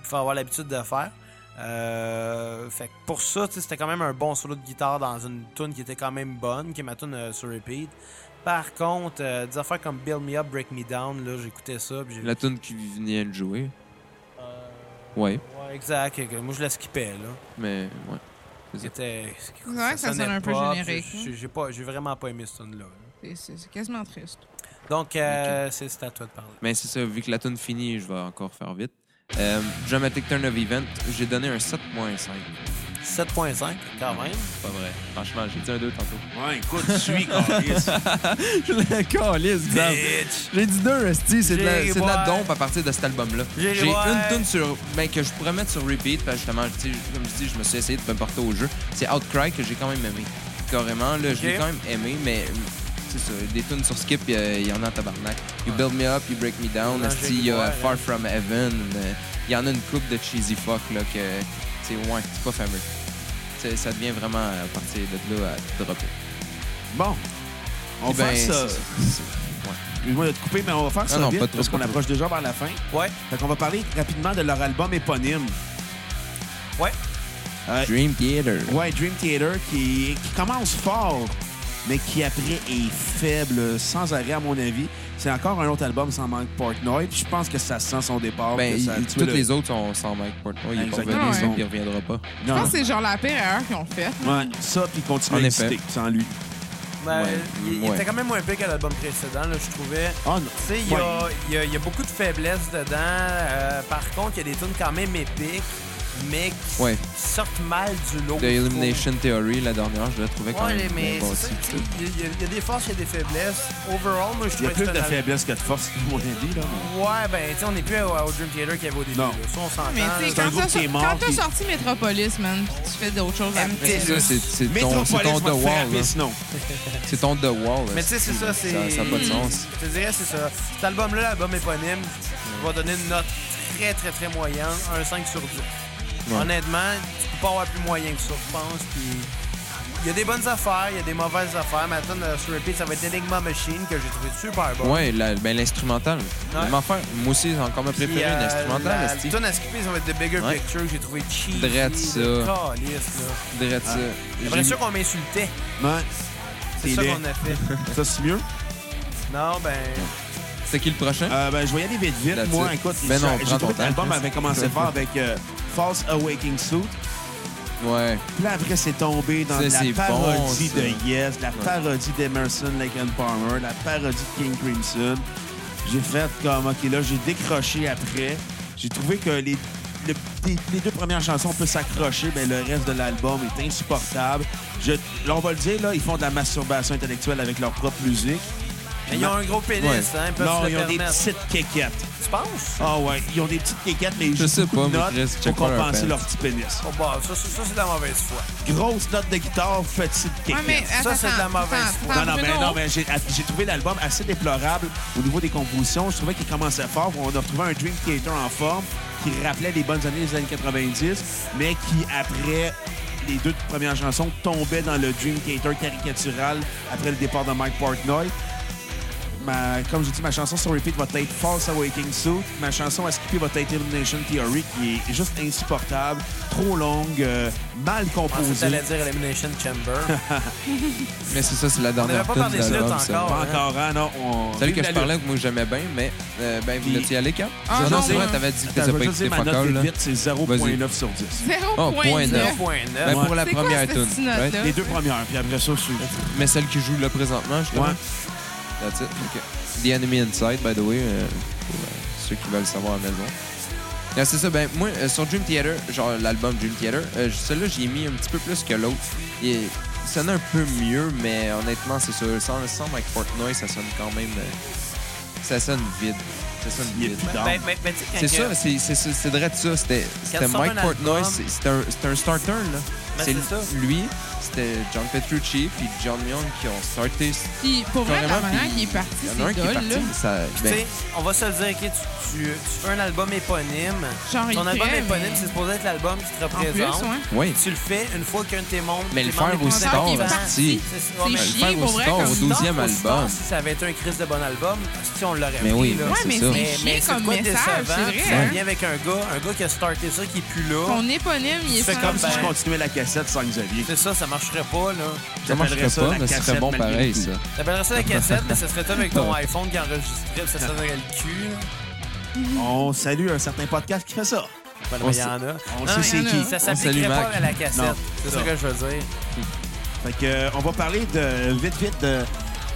Speaker 2: faut avoir l'habitude de faire. Euh, fait que pour ça, tu sais, c'était quand même un bon solo de guitare dans une tune qui était quand même bonne, qui est ma tune euh, sur repeat. Par contre, euh, des affaires comme Build Me Up, Break Me Down, là, j'écoutais ça. puis j'ai-
Speaker 4: La tune qui venait de jouer.
Speaker 2: Euh,
Speaker 4: Ouais,
Speaker 2: ouais, exact. que- que Moi, je la skippais, là.
Speaker 4: mais ouais.
Speaker 2: C'était.
Speaker 3: C'est vrai que ça
Speaker 2: sonnait
Speaker 3: sonne un peu
Speaker 2: pas,
Speaker 3: générique, hein.
Speaker 2: puis J'ai j'ai pas, j'ai vraiment pas aimé ce tune là
Speaker 3: C'est- C'est c'est quasiment triste.
Speaker 2: Donc, euh, c'est c'est à toi de parler.
Speaker 4: Mais Ben, c'est ça, vu que la tune finit, je vais encore faire vite. Euh, Dramatic Turn of Event, j'ai donné un 7.5.
Speaker 2: 7.5, quand même.
Speaker 4: Pas vrai. Franchement, j'ai dit un 2 tantôt.
Speaker 1: Ouais, écoute, je suis câlisse.
Speaker 4: Je l'ai calisse,
Speaker 2: Bitch!
Speaker 4: J'ai dit deux, Rusty. C'est de, la-
Speaker 2: J'irai
Speaker 4: c'est de la
Speaker 2: voir.
Speaker 4: dompe à partir de cet album-là.
Speaker 2: J'irai
Speaker 4: J'ai
Speaker 2: voir.
Speaker 4: une tune sur, ben, que je pourrais mettre sur repeat, parce que justement, tu sais, comme je dis, je me suis essayé de me porter au jeu. C'est Outcry que j'ai quand même aimé. Carrément, là, je l'ai
Speaker 2: Ok.
Speaker 4: quand même aimé, mais euh, c'est ça. Des tunes sur skip, il y a- il y, en a en tabarnak. You Build Me Up, You Break Me Down,
Speaker 2: Non,
Speaker 4: esti,
Speaker 2: j'irai
Speaker 4: il y a
Speaker 2: voir,
Speaker 4: Far
Speaker 2: hein.
Speaker 4: From Heaven. euh, Il y en a une coupe de cheesy fuck, là, que c'est ouais, c'est pas fameux. C'est- Ça devient vraiment à partir de là à dropper.
Speaker 1: Bon, on
Speaker 4: Puis
Speaker 1: va
Speaker 4: ben,
Speaker 1: faire ça.
Speaker 4: c'est c'est- ouais.
Speaker 1: Excuse-moi de te couper, mais on va faire ça
Speaker 4: non,
Speaker 1: vite
Speaker 4: pas trop,
Speaker 1: parce qu'on
Speaker 4: pas trop.
Speaker 1: approche déjà vers la fin.
Speaker 2: Ouais,
Speaker 1: Fait qu'on va parler rapidement de leur album éponyme.
Speaker 2: ouais.
Speaker 1: Euh,
Speaker 4: Dream Theater.
Speaker 1: Ouais, Dream Theater qui, qui commence fort, mais qui après est faible, sans arrêt à mon avis. C'est encore un autre album sans Mike Portnoy. puis Je pense que ça sent son départ.
Speaker 4: Ben,
Speaker 1: que ça a
Speaker 4: il-
Speaker 1: tué
Speaker 4: toutes
Speaker 1: le-
Speaker 4: les autres sont sans Mike Portnoy. Il est pas
Speaker 1: Exactement.
Speaker 4: revenu,
Speaker 3: Ouais.
Speaker 4: donc il reviendra pas.
Speaker 3: Je
Speaker 1: Non,
Speaker 3: pense que c'est genre la pire erreur qu'ils ont faite.
Speaker 1: ouais, ça, puis il continue
Speaker 4: En
Speaker 1: à
Speaker 4: effet.
Speaker 1: exister sans lui.
Speaker 2: Ben,
Speaker 4: Ouais,
Speaker 2: il, il
Speaker 4: ouais.
Speaker 2: était quand même moins pire que l'album précédent, là, je trouvais.
Speaker 1: Oh non.
Speaker 2: Tu sais, il y, a- il y a- il y a beaucoup de faiblesses dedans. Euh, par contre, il y a des tunes quand même épiques, mais qui
Speaker 4: Ouais.
Speaker 2: qui sortent mal du lot.
Speaker 4: The Elimination Theory, la dernière, je la trouvais
Speaker 2: Ouais,
Speaker 4: quand même
Speaker 2: mais
Speaker 4: bon
Speaker 2: c'est ça,
Speaker 4: aussi.
Speaker 2: tu sais, il y, a- il y a des forces, il y a des faiblesses. Overall, moi, je
Speaker 1: Il y a plus
Speaker 2: trouvais
Speaker 1: de
Speaker 2: que c'était dans-
Speaker 1: faiblesse que de force, à mon avis. Là, mais-
Speaker 2: Ouais, ben, tu sais, on n'est plus au, au Dream Theater qu'il y avait au début.
Speaker 1: Non.
Speaker 2: là. Ça, on s'entend.
Speaker 3: Mais tu sais,
Speaker 1: C'est un
Speaker 3: quand
Speaker 1: groupe
Speaker 3: t'as
Speaker 1: qui est
Speaker 3: sor-
Speaker 1: mort,
Speaker 3: quand t'as
Speaker 1: puis-
Speaker 3: sorti Metropolis, man, puis tu fais d'autres choses après.
Speaker 4: C'est ça, c'est- c'est ton, c'est
Speaker 1: Metropolis
Speaker 4: ton
Speaker 1: va te
Speaker 4: The
Speaker 1: faire
Speaker 4: Wall.
Speaker 1: appeler
Speaker 4: là.
Speaker 1: sinon.
Speaker 4: C'est ton The Wall. là.
Speaker 2: Mais tu sais, c'est ça, c'est.
Speaker 4: Ça n'a pas de sens.
Speaker 2: Je te dirais, c'est ça. Cet album-là, l'album éponyme, va donner une note très, très, très moyenne, un 5 sur 10.
Speaker 4: Ouais.
Speaker 2: Honnêtement, tu peux pas avoir plus moyen que ça, je pense. Puis, il y a des bonnes affaires, il y a des mauvaises affaires. Maintenant, euh, sur Repeat, ça va être Enigma Machine, que j'ai trouvé super bon.
Speaker 4: Ouais, la- ben, l'instrumental. Même affaire. Moi aussi, c'est encore ma
Speaker 2: Puis,
Speaker 4: préférée,
Speaker 2: euh,
Speaker 4: l'instrumental.
Speaker 2: La
Speaker 4: esti.
Speaker 2: tonne à skipper, ça va être The Bigger
Speaker 4: Ouais.
Speaker 2: Picture, que j'ai trouvé cheap.
Speaker 4: Drette ça. Drette ça.
Speaker 2: J'aimerais
Speaker 4: J'ai-
Speaker 2: sûr qu'on m'insultait.
Speaker 1: Ouais.
Speaker 2: C'est
Speaker 1: C'est
Speaker 2: ça
Speaker 1: laid.
Speaker 2: qu'on a fait.
Speaker 1: Ça, c'est mieux.
Speaker 2: Non, ben.
Speaker 4: C'est qui le prochain?
Speaker 1: Euh, ben, je vais y aller vite, vite.
Speaker 4: That's
Speaker 1: Moi,
Speaker 4: it.
Speaker 1: écoute,
Speaker 4: Ben non,
Speaker 1: j'ai
Speaker 4: prends
Speaker 1: trouvé
Speaker 4: ton
Speaker 1: que l'album
Speaker 4: temps.
Speaker 1: avait commencé fort avec euh, False Awakening Suit.
Speaker 4: Ouais.
Speaker 1: Puis là, après, c'est tombé dans
Speaker 4: Ça,
Speaker 1: la
Speaker 4: c'est
Speaker 1: parodie
Speaker 4: bon, ça.
Speaker 1: de Yes, la parodie d'Emerson, Lake and Palmer, la parodie de King Crimson. J'ai fait comme, OK, là, j'ai décroché après. J'ai trouvé que les, le- les, les deux premières chansons, on peut s'accrocher, mais le reste de l'album est insupportable. Je, là, on va le dire, là, ils font de la masturbation intellectuelle avec leur propre musique.
Speaker 2: Mais ils ont un gros pénis,
Speaker 4: Ouais.
Speaker 2: hein. Ils peuvent
Speaker 1: Non,
Speaker 2: se le
Speaker 1: ils ont des
Speaker 2: permettre.
Speaker 1: petites quéquettes.
Speaker 2: Tu penses?
Speaker 1: Ah ouais, ils ont des petites quéquettes, mais ils
Speaker 4: Je
Speaker 1: jouent
Speaker 4: sais
Speaker 1: beaucoup
Speaker 4: pas,
Speaker 1: de
Speaker 4: mais
Speaker 1: notes
Speaker 4: Chris, check
Speaker 1: pour
Speaker 4: pas leur
Speaker 1: compenser
Speaker 4: pants.
Speaker 1: leur petit pénis.
Speaker 2: Oh, bah, ça, ça, ça, c'est de la mauvaise foi.
Speaker 1: Grosse note de guitare, petite
Speaker 3: Ouais,
Speaker 1: quéquette.
Speaker 3: mais
Speaker 2: Ça,
Speaker 3: attends,
Speaker 2: c'est de la mauvaise
Speaker 3: attends,
Speaker 2: foi.
Speaker 1: Non,
Speaker 3: attends,
Speaker 1: non, mais,
Speaker 3: Bruno,
Speaker 1: non, mais j'ai j'ai trouvé l'album assez déplorable au niveau des compositions. Je trouvais qu'il commençait fort. On a retrouvé un Dream Theater en forme qui rappelait les bonnes années des années 90, mais qui, après les deux premières chansons, tombait dans le Dream Theater caricatural après le départ de Mike Portnoy. Ma- comme j'ai dit, ma chanson sur repeat va être False Awakening Suit. Ma chanson à skipper va être Elimination Theory, qui est juste insupportable, trop longue, euh, mal
Speaker 2: Ensuite,
Speaker 1: composée.
Speaker 2: t'allais dire hein? Elimination Chamber.
Speaker 4: Mais c'est ça, c'est la dernière
Speaker 2: avait pas
Speaker 4: tune
Speaker 2: parlé
Speaker 4: de
Speaker 2: de Slot
Speaker 4: l'album. ça.
Speaker 2: encore.
Speaker 1: Pas encore, hein, non. on-
Speaker 4: Celle
Speaker 1: Vive
Speaker 4: que je
Speaker 1: la lutte.
Speaker 4: parlais, que moi j'aimais bien, mais euh, ben, vous
Speaker 1: Puis-
Speaker 4: l'êtes y allé quand?
Speaker 3: Ah,
Speaker 4: non,
Speaker 3: non,
Speaker 4: c'est vrai,
Speaker 3: non.
Speaker 4: t'avais dit
Speaker 1: Attends,
Speaker 4: que t'avais
Speaker 1: je
Speaker 4: pas
Speaker 1: vais
Speaker 4: écouté
Speaker 1: juste dire ma
Speaker 4: fuck
Speaker 1: note
Speaker 4: all,
Speaker 1: vite,
Speaker 4: là.
Speaker 1: vite, c'est 0.9 sur 10.
Speaker 4: Oh, point
Speaker 3: 0.9.
Speaker 4: neuf. Ben,
Speaker 2: 9.9.
Speaker 1: Ouais.
Speaker 4: pour la
Speaker 3: C'est quoi
Speaker 4: première
Speaker 3: cette
Speaker 4: tune.
Speaker 3: petite note-là?
Speaker 4: right?
Speaker 1: Les deux premières, puis après ça, c'est...
Speaker 4: Mais celle qui joue là présentement, justement.
Speaker 1: Ouais.
Speaker 4: That's it. OK. The Enemy Inside, by the way, euh, pour euh, ceux qui veulent savoir à la maison. Non, c'est ça. Ben, moi, euh, sur Dream Theater, genre l'album Dream Theater, euh, celui-là, j'y ai mis un petit peu plus que l'autre. Et ça sonne un peu mieux, mais honnêtement, c'est sûr. Sans, sans Mike Portnoy, ça sonne quand même. euh, ça sonne vide. Ça sonne
Speaker 1: Il est
Speaker 4: vide.
Speaker 1: plus down.
Speaker 2: Ben, ben, ben, tu sais, quand
Speaker 4: C'est
Speaker 2: que-
Speaker 4: ça, c'est c'est- c'est- c'est vrai de ça. C'était c'était
Speaker 2: sort
Speaker 4: Mike
Speaker 2: un
Speaker 4: Portnoy,
Speaker 2: album-
Speaker 4: c'est c'est un, c'est un starter, là.
Speaker 2: Ben, c'est ça.
Speaker 4: lui, C'était John Petrucci puis John Young qui ont starté.
Speaker 3: Puis pour vrai, la
Speaker 4: carrément,
Speaker 3: manière
Speaker 4: puis
Speaker 3: qu'il est parti,
Speaker 4: Il y
Speaker 3: c'est
Speaker 4: en a un qui est
Speaker 3: dole,
Speaker 4: parti.
Speaker 3: là.
Speaker 4: mais Ça,
Speaker 2: Puis,
Speaker 4: ben,
Speaker 2: tu sais, on va se le dire, OK, tu, tu- tu fais un album éponyme.
Speaker 3: Genre, il
Speaker 2: Ton album
Speaker 3: crève,
Speaker 2: éponyme,
Speaker 3: mais-
Speaker 2: c'est supposé être l'album qui te
Speaker 3: En plus,
Speaker 2: représente.
Speaker 3: ouais.
Speaker 4: oui.
Speaker 2: Tu le fais une fois qu'un de tes membres.
Speaker 4: Mais
Speaker 2: tes
Speaker 4: le
Speaker 2: membres
Speaker 4: faire
Speaker 2: des
Speaker 4: aussi
Speaker 3: concerts
Speaker 4: tard,
Speaker 3: qui partent.
Speaker 4: parti.
Speaker 2: C'est ça,
Speaker 3: C'est
Speaker 2: mais-
Speaker 4: Le
Speaker 3: chiant,
Speaker 4: faire
Speaker 3: pour
Speaker 4: aussi
Speaker 3: vrai,
Speaker 4: tard
Speaker 3: comme
Speaker 4: au
Speaker 3: ça.
Speaker 4: 12e
Speaker 2: Non,
Speaker 4: album.
Speaker 2: Si ça avait été un crise de bon album, si on l'aurait
Speaker 4: Mais
Speaker 2: pris,
Speaker 4: oui,
Speaker 2: là.
Speaker 4: Ouais,
Speaker 3: Ouais, mais
Speaker 4: ça.
Speaker 3: c'est chier comme
Speaker 2: quoi de
Speaker 3: message,
Speaker 2: décevant?
Speaker 3: c'est
Speaker 2: Ça
Speaker 3: vrai. hein.
Speaker 2: vient avec un gars, un gars qui a starté ça, qui est plus là.
Speaker 3: Ton éponyme, il est
Speaker 2: C'est
Speaker 3: sans-
Speaker 2: comme
Speaker 1: Si
Speaker 2: ben-
Speaker 1: je continuais la cassette sans Xavier,
Speaker 2: C'est ça, ça marcherait pas, là.
Speaker 4: Ça marcherait
Speaker 1: j'appellerais ça
Speaker 4: pas,
Speaker 1: la
Speaker 4: mais ce serait
Speaker 1: cassette
Speaker 4: bon
Speaker 1: malgré
Speaker 4: pareil,
Speaker 1: tout.
Speaker 4: ça.
Speaker 2: T'appellerais ça la cassette, mais ça serait toi avec ton iPhone qui enregistrait, puis ça sonnerait le cul, là.
Speaker 1: on salue un certain podcast qui fait ça.
Speaker 2: Ben,
Speaker 4: On
Speaker 2: il y en
Speaker 1: On
Speaker 2: a. Non,
Speaker 1: sait
Speaker 2: mais
Speaker 1: c'est
Speaker 3: Ah, il y en
Speaker 1: qui.
Speaker 3: a.
Speaker 2: Ça
Speaker 4: On salue
Speaker 2: s'appliquerait pas
Speaker 4: Mac.
Speaker 2: à la cassette.
Speaker 1: Non.
Speaker 2: C'est
Speaker 1: Ça.
Speaker 2: ça que je veux dire.
Speaker 1: Fait que, euh, on va parler de vite, vite de.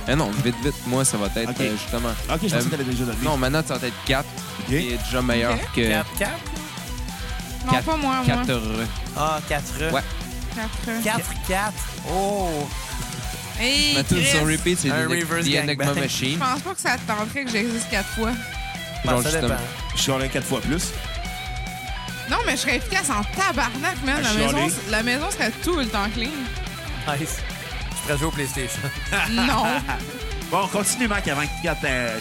Speaker 4: Mais Eh non, vite, vite, moi, ça va être
Speaker 1: Ok.
Speaker 4: euh, justement.
Speaker 1: Ok, je pensais
Speaker 4: Euh,
Speaker 1: que t'avais déjà donné.
Speaker 4: Non, ma note, ça va être 4.
Speaker 1: Ok.
Speaker 4: qui est déjà meilleur
Speaker 3: Ok.
Speaker 4: que euh,
Speaker 2: 4
Speaker 3: Non, pas moi, moi.
Speaker 4: 4
Speaker 2: Ah, 4
Speaker 4: Ouais.
Speaker 3: 4.
Speaker 2: 4-4. Oh!
Speaker 3: Hey,
Speaker 4: Ma tune
Speaker 3: Chris,
Speaker 4: sur repeat, c'est
Speaker 2: Un
Speaker 4: The
Speaker 2: reverse
Speaker 4: The Enigma
Speaker 2: gangbang.
Speaker 3: Je
Speaker 4: Machine.
Speaker 3: pense pas que ça te tenterait que j'existe quatre fois.
Speaker 2: Ben,
Speaker 4: Genre,
Speaker 2: ça
Speaker 4: justement.
Speaker 2: dépend.
Speaker 1: Je suis allé quatre fois plus.
Speaker 3: Non, mais je serais efficace en tabarnak, man. La
Speaker 1: Ah,
Speaker 3: maison,
Speaker 1: chialer.
Speaker 3: la maison serait tout le temps clean.
Speaker 2: Nice. Je pourrais jouer au PlayStation.
Speaker 3: non.
Speaker 1: Bon, on continue, Mac, avant que tu euh,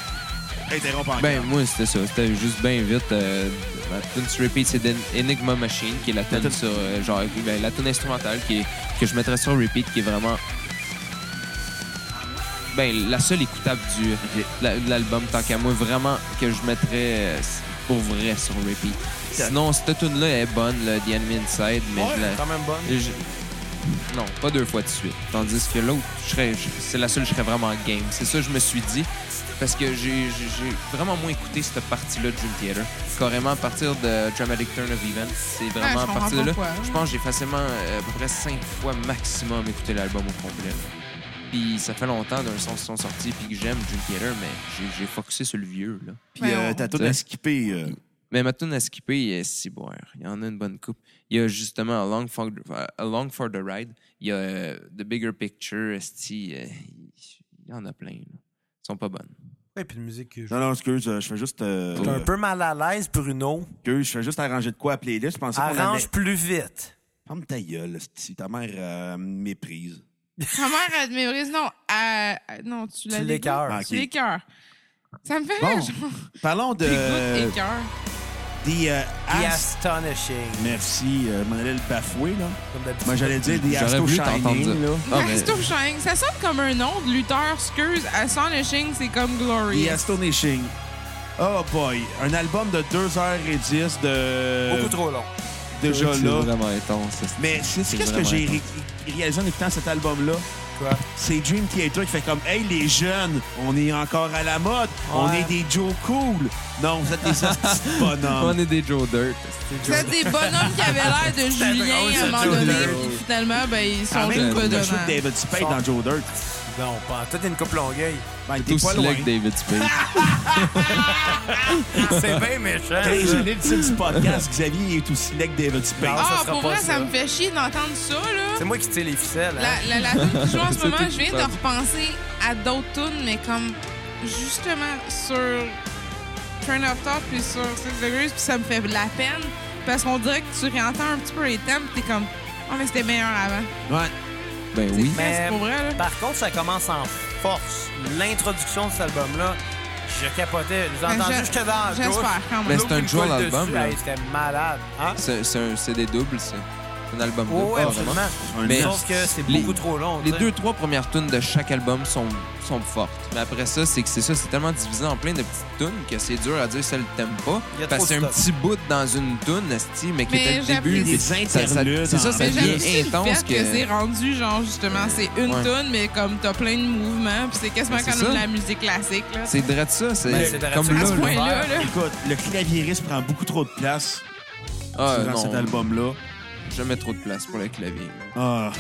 Speaker 1: interrompe encore.
Speaker 4: Ben, moi, c'était ça. C'était juste bien vite. euh, ma tune sur repeat, c'est The Enigma Machine, qui est la tune
Speaker 1: tune-
Speaker 4: sur. euh, genre, ben, la tune instrumentale qui est- que je mettrais sur repeat, qui est vraiment. Ben, la seule écoutable du, la- de l'album, tant qu'à moi, vraiment, que je mettrais euh, pour vrai sur repeat. Sinon, cette tune-là est bonne, là, The Enemy Inside, mais je la-
Speaker 2: quand même bonne.
Speaker 4: Et je- Non, pas deux fois de suite. Tandis que l'autre, je serais- je- c'est la seule que je serais vraiment game. C'est ça que je me suis dit. Parce que j'ai- j'ai j'ai vraiment moins écouté cette partie-là de Dream Theater. Carrément, à partir de Dramatic Turn of Events, c'est vraiment
Speaker 3: Ouais,
Speaker 4: à
Speaker 3: Ah, je
Speaker 4: partir de
Speaker 3: comprends
Speaker 4: là.
Speaker 3: pas pourquoi. hein.
Speaker 4: Je pense que j'ai facilement euh, à peu près cinq fois maximum écouté l'album au complet. là. Puis ça fait longtemps d'un son qui sont sortis puis que j'aime Dream Theater, mais j'ai- j'ai focusé sur le vieux. Là.
Speaker 1: Puis
Speaker 3: Ben,
Speaker 1: euh, t'as tout à skipper. euh,
Speaker 4: Mais maintenant, à skipper, il y a Ciboire. Il y en a une bonne coupe. Il y a justement Along for, Along for the Ride. Il y a euh, The Bigger Picture. esti, euh, il y en a plein. Là. Ils sont pas bonnes.
Speaker 2: Et puis de musique que je
Speaker 1: Non, non, excuse, euh, je fais juste. euh,
Speaker 2: T'es un peu mal à l'aise, Bruno.
Speaker 1: Excuse, je fais juste arranger de quoi à playlist. Je pensais qu'on
Speaker 2: Arrange
Speaker 1: allait.
Speaker 2: plus vite.
Speaker 1: Ferme ta gueule, si ta mère euh, me méprise.
Speaker 3: Ma mère, elle me brise, non. elle- elle- non, tu l'as
Speaker 2: Tu
Speaker 3: dit.
Speaker 2: l'écœures.
Speaker 1: Ah, ok.
Speaker 3: Tu l'écœures. Ça me fait
Speaker 1: Bon.
Speaker 3: rire, genre.
Speaker 1: Parlons de.
Speaker 4: Euh,
Speaker 3: T'écoutes écœur.
Speaker 1: The euh,
Speaker 2: The
Speaker 4: Ah,
Speaker 1: Ast-
Speaker 2: Astonishing.
Speaker 1: Merci, euh, je m'en allais le bafouer, là.
Speaker 2: Comme d'habitude.
Speaker 1: Moi, j'allais dire The
Speaker 4: J'aurais
Speaker 1: Asto
Speaker 4: voulu t'entendre dire.
Speaker 1: Shining, là.
Speaker 4: Ah, mais-
Speaker 3: Aston Shang, ça sonne comme un nom de lutteur, excuse. Astonishing, c'est comme Glory.
Speaker 1: The Astonishing. Oh boy, un album de 2h10 de.
Speaker 2: Beaucoup trop long.
Speaker 4: euh,
Speaker 1: Déjà
Speaker 4: C'est
Speaker 1: là.
Speaker 4: vraiment intense. esti.
Speaker 1: Mais c'est
Speaker 4: C'est
Speaker 1: qu'est-ce que
Speaker 4: vraiment
Speaker 1: j'ai
Speaker 4: intense.
Speaker 1: ré- réalisé en écoutant cet album-là?
Speaker 2: Quoi?
Speaker 1: C'est Dream Theater qui fait comme Hey les jeunes, on est encore à la mode, on
Speaker 2: Ouais.
Speaker 1: est des Joe Cool. Non, vous êtes des hosties de
Speaker 4: On
Speaker 1: bonhommes.
Speaker 4: est des Joe Dirt.
Speaker 3: C'est des bonhommes qui avaient l'air de
Speaker 2: drôle,
Speaker 3: Julien à un
Speaker 2: ce
Speaker 3: moment donné,
Speaker 4: Joe-là.
Speaker 3: puis finalement, ben, ils
Speaker 1: Ah,
Speaker 3: sont
Speaker 1: même
Speaker 3: juste
Speaker 1: coupe de cheveux de
Speaker 3: bedonnants.
Speaker 1: David Spade dans Joe Dirt.
Speaker 2: Non, pas. Toi, t'es une coupe longueuil.
Speaker 1: Ben,
Speaker 4: Tout
Speaker 1: t'es pas loin. Ah!
Speaker 4: slick David Spade.
Speaker 2: C'est bien méchant.
Speaker 1: Hey, j'ai lu le titre du podcast, Xavier il est aussi laid que David Spade.
Speaker 2: Ah, ça
Speaker 3: Ah,
Speaker 2: sera
Speaker 3: pour
Speaker 2: pas
Speaker 3: vrai,
Speaker 2: ça.
Speaker 3: ça me fait chier d'entendre ça, là.
Speaker 2: C'est moi qui tire les ficelles. hein.
Speaker 3: La, la, la tune qui joue en ce moment,
Speaker 4: C'est
Speaker 3: je viens de
Speaker 4: épouvantable.
Speaker 3: repenser à d'autres tunes, mais comme justement sur Train of Thought puis sur Six Degrees, puis ça me fait de la peine parce qu'on dirait que tu réentends un petit peu les thèmes, puis t'es comme, oh, mais c'était meilleur avant.
Speaker 1: Ouais.
Speaker 4: ben oui.
Speaker 3: Mais c'est pour vrai, là.
Speaker 2: Par contre, ça commence en force. L'introduction de cet album-là, je capotais. J'ai entendu,
Speaker 3: Ben, je-
Speaker 2: j'étais dans la douche.
Speaker 3: J'espère quand
Speaker 4: Mais
Speaker 3: même.
Speaker 4: Ben, c'est un
Speaker 2: Une
Speaker 4: dual
Speaker 2: colle
Speaker 4: album.
Speaker 2: dessus,
Speaker 4: là.
Speaker 2: hey, C'était malade. Hein?
Speaker 4: C'est c'est un- c'est des doubles, ça. C'est un album
Speaker 2: Oh,
Speaker 4: double.
Speaker 2: ouais,
Speaker 4: Ah, vraiment.
Speaker 2: absolument.
Speaker 4: Mais-
Speaker 2: Sauf que c'est
Speaker 4: Les-
Speaker 2: beaucoup trop long.
Speaker 4: Les
Speaker 2: tu sais.
Speaker 4: deux, trois premières tunes de chaque album sont, sont fortes. Mais après ça, c'est que c'est ça, c'est tellement divisé en plein de petites tunes que c'est dur à dire celle que t'aimes pas.
Speaker 2: Il y a
Speaker 4: Parce
Speaker 2: trop
Speaker 4: que c'est
Speaker 2: de
Speaker 4: un
Speaker 2: stock.
Speaker 4: petit bout dans une tune, esti, mais qui
Speaker 3: Mais
Speaker 4: était le
Speaker 3: j'apprécie.
Speaker 4: début. puis
Speaker 1: Des
Speaker 4: ça- ça-
Speaker 1: interludes
Speaker 4: C'est ça,
Speaker 1: en
Speaker 4: ça
Speaker 3: Mais
Speaker 1: plus.
Speaker 3: j'aime
Speaker 4: devient
Speaker 3: aussi le
Speaker 4: intense
Speaker 3: fait que, c'est
Speaker 4: que.
Speaker 3: rendu, genre, justement, c'est une
Speaker 4: ouais.
Speaker 3: tune, mais comme t'as plein de mouvements, puis c'est quasiment
Speaker 4: Mais c'est
Speaker 3: quand même
Speaker 4: ça.
Speaker 3: de la musique classique, là.
Speaker 4: C'est de ça,
Speaker 2: Mais
Speaker 4: c'est
Speaker 2: c'est drette
Speaker 4: comme
Speaker 2: ça.
Speaker 4: là.
Speaker 3: À ce
Speaker 2: là,
Speaker 4: là.
Speaker 3: point-là, là.
Speaker 1: Écoute, le clavieriste prend beaucoup trop de place
Speaker 4: Ah
Speaker 1: dans cet
Speaker 4: non,
Speaker 1: album-là.
Speaker 4: jamais trop de place pour le clavier.
Speaker 1: Ah,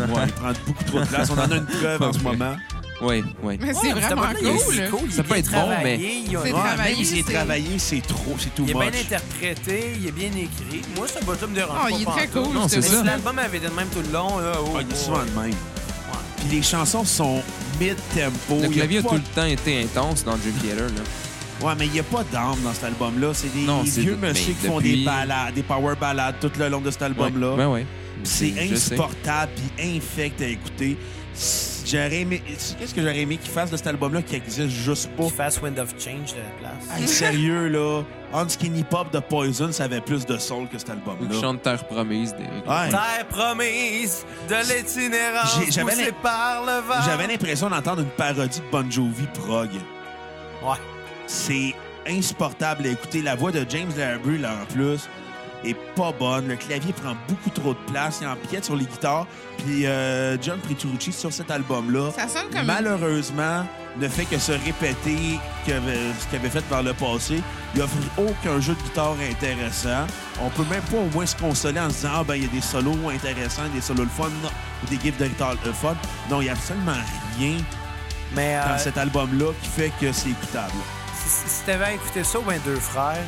Speaker 1: ouais, il prend beaucoup trop de place. On en a une preuve en ce moment.
Speaker 4: Oui, oui.
Speaker 2: Ouais,
Speaker 3: Mais c'est
Speaker 2: mais cet
Speaker 3: vraiment
Speaker 2: album-là, il est
Speaker 3: cool.
Speaker 2: cool, il
Speaker 4: Ça
Speaker 2: est
Speaker 4: peut
Speaker 2: bien
Speaker 4: être bon,
Speaker 2: travaillé, il y a-
Speaker 1: Ouais,
Speaker 3: C'est travaillé,
Speaker 1: même s'il est
Speaker 3: c'est-
Speaker 1: travaillé, c'est trop, c'est too
Speaker 2: Il est bien
Speaker 1: much.
Speaker 2: interprété, il est bien écrit. Moi, ça ne me dérange
Speaker 3: Ah,
Speaker 2: pas.
Speaker 3: il est très
Speaker 2: pantoute.
Speaker 3: cool,
Speaker 4: Non,
Speaker 3: je te
Speaker 4: c'est
Speaker 2: Mais
Speaker 4: ça.
Speaker 2: si
Speaker 3: dis.
Speaker 2: l'album avait été de même tout le long, là, oh,
Speaker 1: Ah, il est
Speaker 2: oh,
Speaker 1: souvent le même. Puis les chansons sont mid-tempo.
Speaker 4: Le
Speaker 1: Il y
Speaker 4: clavier a
Speaker 1: pas-
Speaker 4: tout le temps été intense dans Dream Theater. Là.
Speaker 1: Ouais, mais il n'y a pas d'âme dans cet album-là. C'est des
Speaker 4: Non, c'est
Speaker 1: vieux
Speaker 4: de- mais
Speaker 1: messieurs qui font
Speaker 4: depuis-
Speaker 1: des ballades, des power ballades tout le long de cet album-là.
Speaker 4: Ben oui.
Speaker 1: C'est
Speaker 4: Je sais.
Speaker 1: insupportable puis infect à écouter. Si- J'aurais aimé. si- Qu'est-ce que j'aurais aimé qu'ils fassent de cet album-là qui existe juste pas?
Speaker 2: Qu'il fasse Wind of Change de la place.
Speaker 1: Hey, sérieux, là. On Skinny Pop de Poison, ça avait plus de soul que cet
Speaker 4: Ou qui
Speaker 1: album-là.
Speaker 4: chante Terre Promise. des-
Speaker 1: Ouais.
Speaker 2: Terre promise de l'itinérance
Speaker 1: J'ai- j'avais
Speaker 2: poussée
Speaker 1: l'im-
Speaker 2: par le vent.
Speaker 1: J'avais l'impression d'entendre une parodie de Bon Jovi prog.
Speaker 2: Ouais.
Speaker 1: C'est insupportable à écouter. La voix de James Larbull, là, en plus, est pas bonne. Le clavier prend beaucoup trop de place. Il empiète sur les guitares. Puis euh, John Petrucci, sur cet album-là,
Speaker 3: Ça sonne comme-
Speaker 1: malheureusement, ne fait que se répéter que, euh, ce qu'il avait fait par le passé. Il offre aucun jeu de guitare intéressant. On peut même pas au moins se consoler en se disant « Ah, ben, il y a des solos intéressants, des solos le fun, non, ou des gifs de guitare le fun. » Non, il n'y a absolument rien
Speaker 2: Mais
Speaker 1: dans
Speaker 2: euh,
Speaker 1: cet album-là qui fait que c'est écoutable.
Speaker 2: si, si- si t'avais écouté ça, ben deux frères.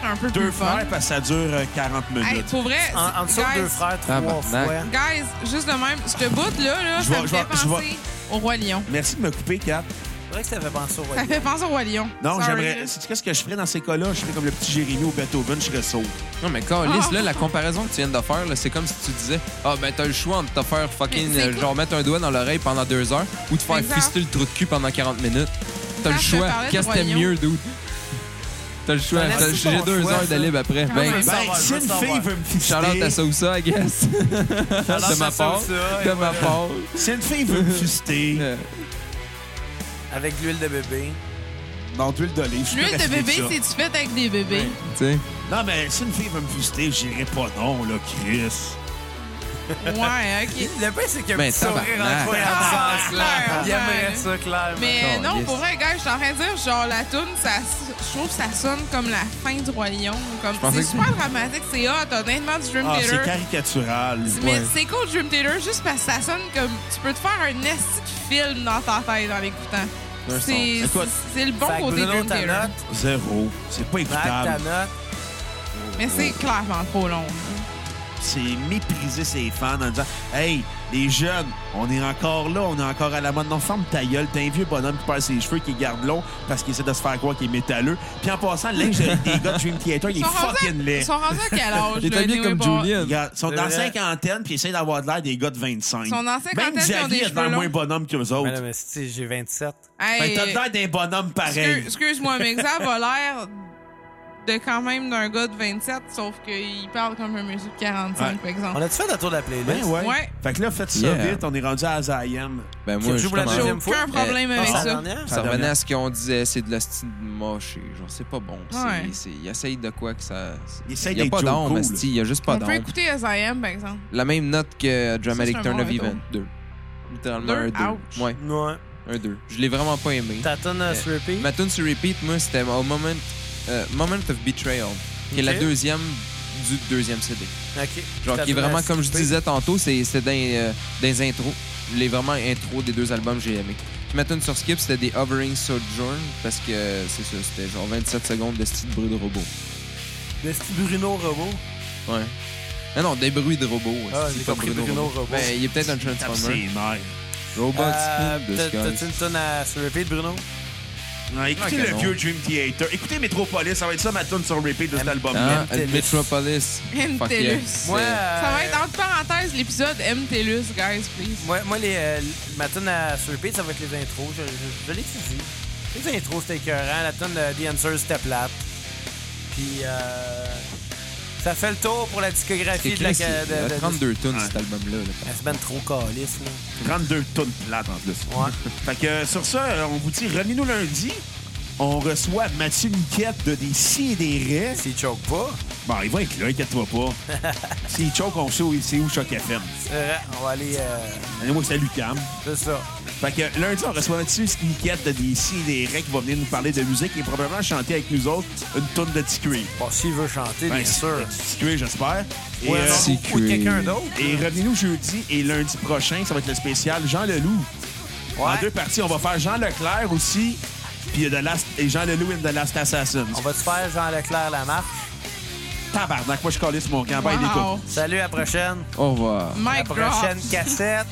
Speaker 3: C'est un peu
Speaker 2: Mhm.
Speaker 1: Deux
Speaker 3: plus fun.
Speaker 1: frères, parce que ça dure euh, 40 minutes.
Speaker 3: Hey, pour vrai,
Speaker 2: En, en dessous de deux
Speaker 3: guys,
Speaker 2: frères, trois
Speaker 4: Tabarnak.
Speaker 2: fois.
Speaker 3: guys, juste de même, ce bout-là, là,
Speaker 1: Je
Speaker 3: ça
Speaker 1: vais-
Speaker 3: me
Speaker 1: je vais-
Speaker 3: fait
Speaker 1: je vais-
Speaker 3: penser au Roi Lion.
Speaker 1: Merci de me couper, Kat.
Speaker 2: C'est vrai que ça fait penser au
Speaker 3: Ça
Speaker 2: Royaume.
Speaker 3: fait penser au Roi Lion.
Speaker 1: Non,
Speaker 3: Sorry.
Speaker 1: j'aimerais. euh, Sais-tu qu'est-ce que je ferais dans ces cas-là? Je ferais comme le petit Jérémy ou Beethoven, je serais sourd.
Speaker 4: Non, mais Carlis, là, la comparaison que tu viens de faire, là, c'est comme si tu disais Ah, ben, t'as le choix entre te faire fucking,
Speaker 3: Mais c'est
Speaker 4: euh,
Speaker 3: quoi?
Speaker 4: genre, mettre un doigt dans l'oreille pendant deux heures ou te faire
Speaker 3: Exact.
Speaker 4: fister le trou de cul pendant 40 minutes. T'as
Speaker 3: Ah, je
Speaker 4: le
Speaker 3: te
Speaker 4: choix.
Speaker 3: parlais de
Speaker 4: Qu'est-ce que t'aimes
Speaker 3: Royaume.
Speaker 4: mieux, dude? T'as le choix.
Speaker 2: Ça laisse
Speaker 4: T'as- J'ai
Speaker 2: ton
Speaker 4: deux
Speaker 2: choix,
Speaker 4: heures de
Speaker 2: ça.
Speaker 4: libre après.
Speaker 3: Ah,
Speaker 4: Ben,
Speaker 3: ouais.
Speaker 2: Ça
Speaker 1: Ben,
Speaker 2: va,
Speaker 1: si
Speaker 2: je
Speaker 1: une
Speaker 2: veux savoir.
Speaker 1: fille veut me fister.
Speaker 4: Charlotte à ça ou ça, I guess.
Speaker 2: Shout-out
Speaker 4: de
Speaker 2: à ça
Speaker 4: ma part.
Speaker 2: ou ça, et
Speaker 4: De ma
Speaker 2: voilà.
Speaker 4: part.
Speaker 1: Si une fille veut me fister.
Speaker 4: Euh,
Speaker 2: Avec l'huile de bébé.
Speaker 1: Non, d'huile d'olive. je peux
Speaker 3: L'huile de
Speaker 1: rester
Speaker 3: bébé,
Speaker 1: avec ça.
Speaker 3: c'est tu fait avec des bébés.
Speaker 4: Tu sais.
Speaker 1: Non, mais si une fille veut me fister, j'irai pas non, là, Chris.
Speaker 3: Ouais, ok.
Speaker 2: Le pire, c'est qu'il y a un
Speaker 4: Ben,
Speaker 2: petit sourire
Speaker 4: tabarnak.
Speaker 2: incroyable
Speaker 3: Ah,
Speaker 2: sans clair. Il
Speaker 3: clairement.
Speaker 2: aimerait ça, clairement.
Speaker 3: Mais
Speaker 4: Oh,
Speaker 3: non,
Speaker 4: yes.
Speaker 3: pour vrai, gars, je suis en train de dire, genre, la toune, ça, je trouve que ça sonne comme la fin du Roi Lion. Comme,
Speaker 4: pensais
Speaker 3: c'est
Speaker 4: que-
Speaker 3: super dramatique, c'est hot, honnêtement, du Dream
Speaker 1: Ah, c'est
Speaker 3: Theater.
Speaker 1: caricatural.
Speaker 3: Mais
Speaker 1: Ouais.
Speaker 3: c'est cool, Dream Theater, juste parce que ça sonne comme. Tu peux te faire un esti de film dans ta tête en l'écoutant.
Speaker 4: D'un
Speaker 3: C'est
Speaker 1: son. Écoute,
Speaker 3: c'est le bon
Speaker 2: Fait que
Speaker 3: côté de
Speaker 2: Bruno,
Speaker 3: Dream
Speaker 2: ta
Speaker 3: Theater.
Speaker 2: note.
Speaker 1: Zéro. C'est pas
Speaker 2: Mac, ta
Speaker 1: écoutable.
Speaker 2: note.
Speaker 3: Mais c'est clairement trop long.
Speaker 1: C'est mépriser ses fans en disant Hey, les jeunes, on est encore là, on est encore à la mode. Non, ferme ta gueule, t'es un vieux bonhomme qui perd ses cheveux, qui garde long parce qu'il essaie de se faire croire qu'il est métalleux. Puis en passant, le linge des gars de Dream Theater, il est
Speaker 3: Ils sont rendus à-
Speaker 1: fucking laid.
Speaker 3: Ils sont rendus à quel âge?
Speaker 4: Il est
Speaker 3: là,
Speaker 4: habillé
Speaker 3: anyway,
Speaker 4: comme
Speaker 3: pas-
Speaker 4: Julian.
Speaker 1: Regarde, ils sont
Speaker 2: C'est
Speaker 1: dans
Speaker 2: vrai.
Speaker 1: cinquantaine puis ils essaient d'avoir de l'air des gars de 25.
Speaker 3: Ils sont dans
Speaker 1: Même
Speaker 3: cinquantaine, puis ils ont des
Speaker 1: Xavier est
Speaker 3: cheveux
Speaker 1: dans
Speaker 3: longs.
Speaker 1: moins bonhomme que eux
Speaker 2: Mais
Speaker 1: autres.
Speaker 2: non, mais si, j'ai 27.
Speaker 1: Ben,
Speaker 3: Hey,
Speaker 1: t'as de l'air d'un bonhomme pareil.
Speaker 3: excuse- Excuse-moi, mais Xav a l'air de quand même d'un gars de 27, sauf qu'il parle comme un monsieur de 45,
Speaker 1: Ouais.
Speaker 3: par
Speaker 2: On
Speaker 3: exemple.
Speaker 2: a-tu fait un tour de la playlist?
Speaker 1: Ben ouais.
Speaker 3: Ouais.
Speaker 1: Fait que là, faites ça
Speaker 4: Yeah.
Speaker 1: vite, on est rendu à Zayam.
Speaker 4: Ben,
Speaker 2: Tu
Speaker 4: moi,
Speaker 2: joues
Speaker 4: je
Speaker 2: pour la
Speaker 4: commence-
Speaker 3: J'ai
Speaker 2: deuxième fois?
Speaker 3: aucun problème avec
Speaker 2: Ah, la
Speaker 3: ça.
Speaker 2: dernière?
Speaker 4: Ça revenait à ce qu'on disait, c'est de l'hostie de moche. et Genre, c'est pas bon.
Speaker 3: Ouais.
Speaker 4: C'est- c'est- Il essaye de quoi que ça.
Speaker 1: Il essaye
Speaker 4: y a
Speaker 1: d'être
Speaker 4: pas
Speaker 1: Joe
Speaker 4: d'ombre,
Speaker 1: cool.
Speaker 4: esti, Il y a juste pas
Speaker 3: On peut
Speaker 4: d'ombre.
Speaker 3: écouter S.I.M., par exemple.
Speaker 4: La même note que Dramatic
Speaker 3: Ça, c'est un
Speaker 4: Turn
Speaker 3: bon
Speaker 4: of
Speaker 3: retour.
Speaker 4: Event 2. Littéralement
Speaker 3: Deux?
Speaker 4: un 2.
Speaker 3: Ouch.
Speaker 4: Ouais,
Speaker 2: Ouais.
Speaker 4: un 2. Je l'ai vraiment pas aimé.
Speaker 2: Ta tonne à sur repeat?
Speaker 4: Ma tune sur repeat, moi, c'était au Moment, euh, Moment of Betrayal, qui est la
Speaker 2: Ok.
Speaker 4: deuxième du deuxième CD.
Speaker 2: Ok.
Speaker 4: Genre,
Speaker 2: Ta
Speaker 4: qui est
Speaker 2: tonne à
Speaker 4: vraiment, comme je
Speaker 2: skipper?
Speaker 4: disais tantôt, c'est c'est dans, euh, dans les intros. Les vraiment intros des deux albums, j'ai aimé. Puis ma tune sur skip, c'était des Hovering Sojourn, parce que euh, c'est ça, c'était genre 27 secondes de style bruit de robot.
Speaker 2: Le style Bruno Robot.
Speaker 4: Ouais. Non, non, des bruits de robot.
Speaker 2: Ah,
Speaker 4: c'est
Speaker 2: j'ai
Speaker 4: pas
Speaker 2: compris,
Speaker 4: Bruno,
Speaker 2: Bruno
Speaker 4: robot.
Speaker 2: Robot.
Speaker 4: Ben, il est peut-être un
Speaker 1: Tape
Speaker 4: Transformer.
Speaker 1: ses nerfs.
Speaker 4: Robots
Speaker 2: Euh,
Speaker 4: in the
Speaker 2: t'as-
Speaker 4: skies.
Speaker 2: T'as-tu une tonne à sur repeat, Bruno?
Speaker 1: Non, écoutez
Speaker 4: Ah, que
Speaker 1: le
Speaker 4: non.
Speaker 1: vieux Dream Theater. Écoutez Metropolis, ça va être ça ma tune sur repeat de cet album-là.
Speaker 4: Ah,
Speaker 2: MTLUS.
Speaker 4: Metropolis.
Speaker 2: Ah,
Speaker 4: Fuck yeah.
Speaker 3: MTLUS.
Speaker 4: C'est-
Speaker 2: Moi, euh,
Speaker 3: Ça va être entre parenthèses l'épisode MTLUS, guys, please.
Speaker 2: Moi, moi les, euh, ma tune à sur repeat, ça va être les intros. Je, je, je l'étudie. Les intros, c'était écœurant. La tune de The Answer, c'était plate. Puis, euh, ça fait le tour pour la
Speaker 4: C'est
Speaker 2: discographie de la...
Speaker 4: Chris, il
Speaker 2: de-
Speaker 4: y a
Speaker 2: de- de-
Speaker 4: 32 tonnes
Speaker 1: Ouais.
Speaker 4: cet album-là. là.
Speaker 2: La semaine trop calisse, là.
Speaker 1: 32 tonnes plates en plus.
Speaker 2: Ouais.
Speaker 1: Fait que euh, sur ça, euh, on vous dit revenez-nous lundi. On reçoit Mathieu Niquette de des Si et des Rêves.
Speaker 2: S'il choke pas,
Speaker 1: Bon, il va être là, inquiète-toi pas. S'il choke, on sait où, c'est où Choc FM.
Speaker 2: c'est vrai, on va aller... euh,
Speaker 1: Allez-moi, c'est à Lucam.
Speaker 2: c'est ça.
Speaker 1: Fait que lundi, on reçoit Mathieu Niquette de des Si et des Rêves qui va venir nous parler de musique et probablement chanter avec nous autres une tonne de Ticree.
Speaker 2: Bon, s'il veut chanter, bien
Speaker 1: Ben,
Speaker 2: sûr.
Speaker 1: Ticree, j'espère. Et,
Speaker 2: Ou alors,
Speaker 1: euh,
Speaker 4: Secret.
Speaker 2: ou de quelqu'un d'autre.
Speaker 1: Et revenez-nous jeudi et lundi prochain, ça va être le spécial Jean Leloup. En
Speaker 2: Ouais.
Speaker 1: deux parties, on va faire Jean Leclerc aussi, puis euh, The Last- et Jean Leloup and The Last Assassin.
Speaker 2: On va se faire Jean Leclerc la marche.
Speaker 1: Tabarnak, moi je calais sur mon camp, ben, il est con.
Speaker 3: Wow.
Speaker 2: Salut, à la prochaine.
Speaker 4: Au revoir.
Speaker 2: À la
Speaker 3: Mike drop.
Speaker 2: prochaine cassette.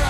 Speaker 5: I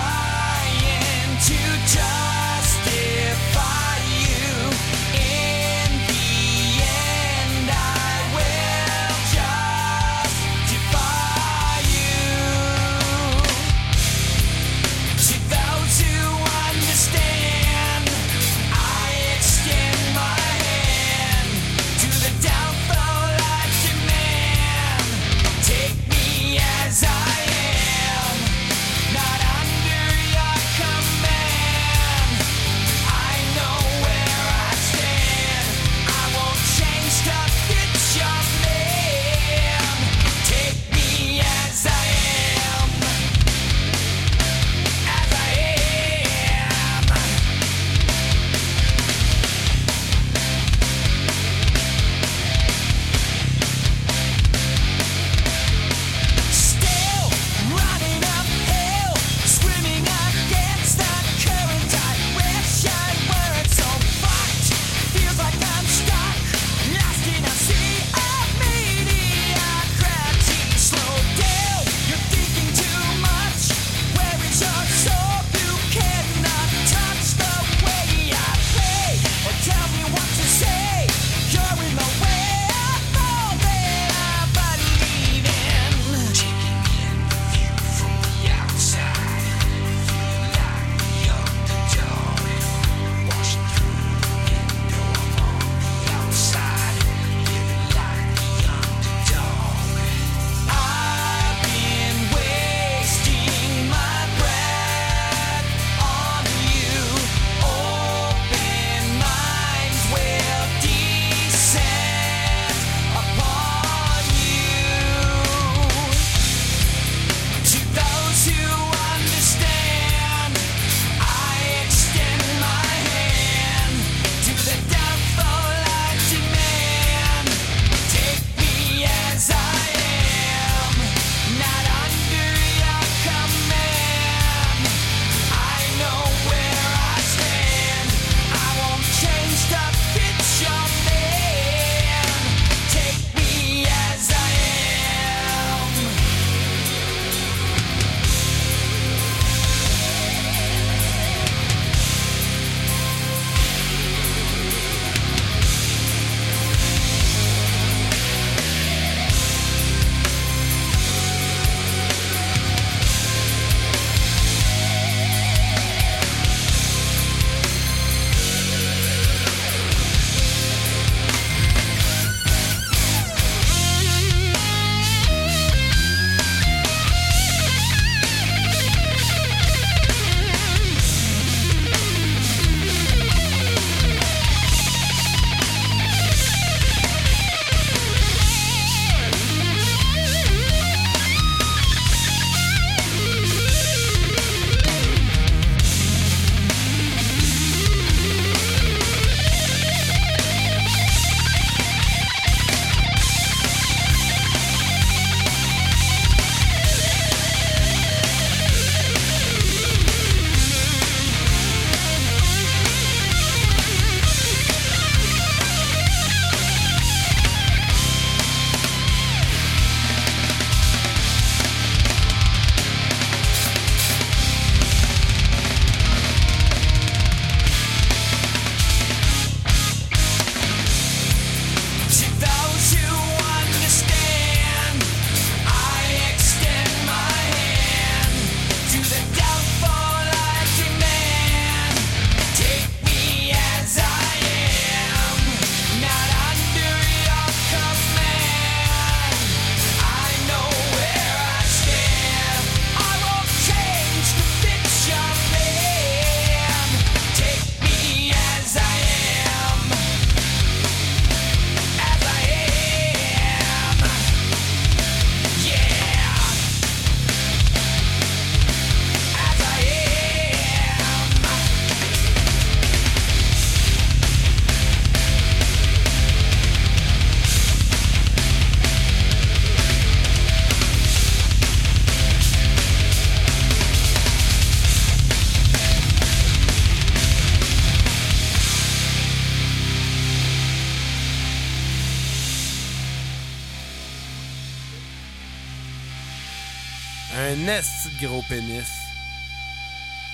Speaker 2: un esti de gros pénis.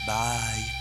Speaker 2: Bye.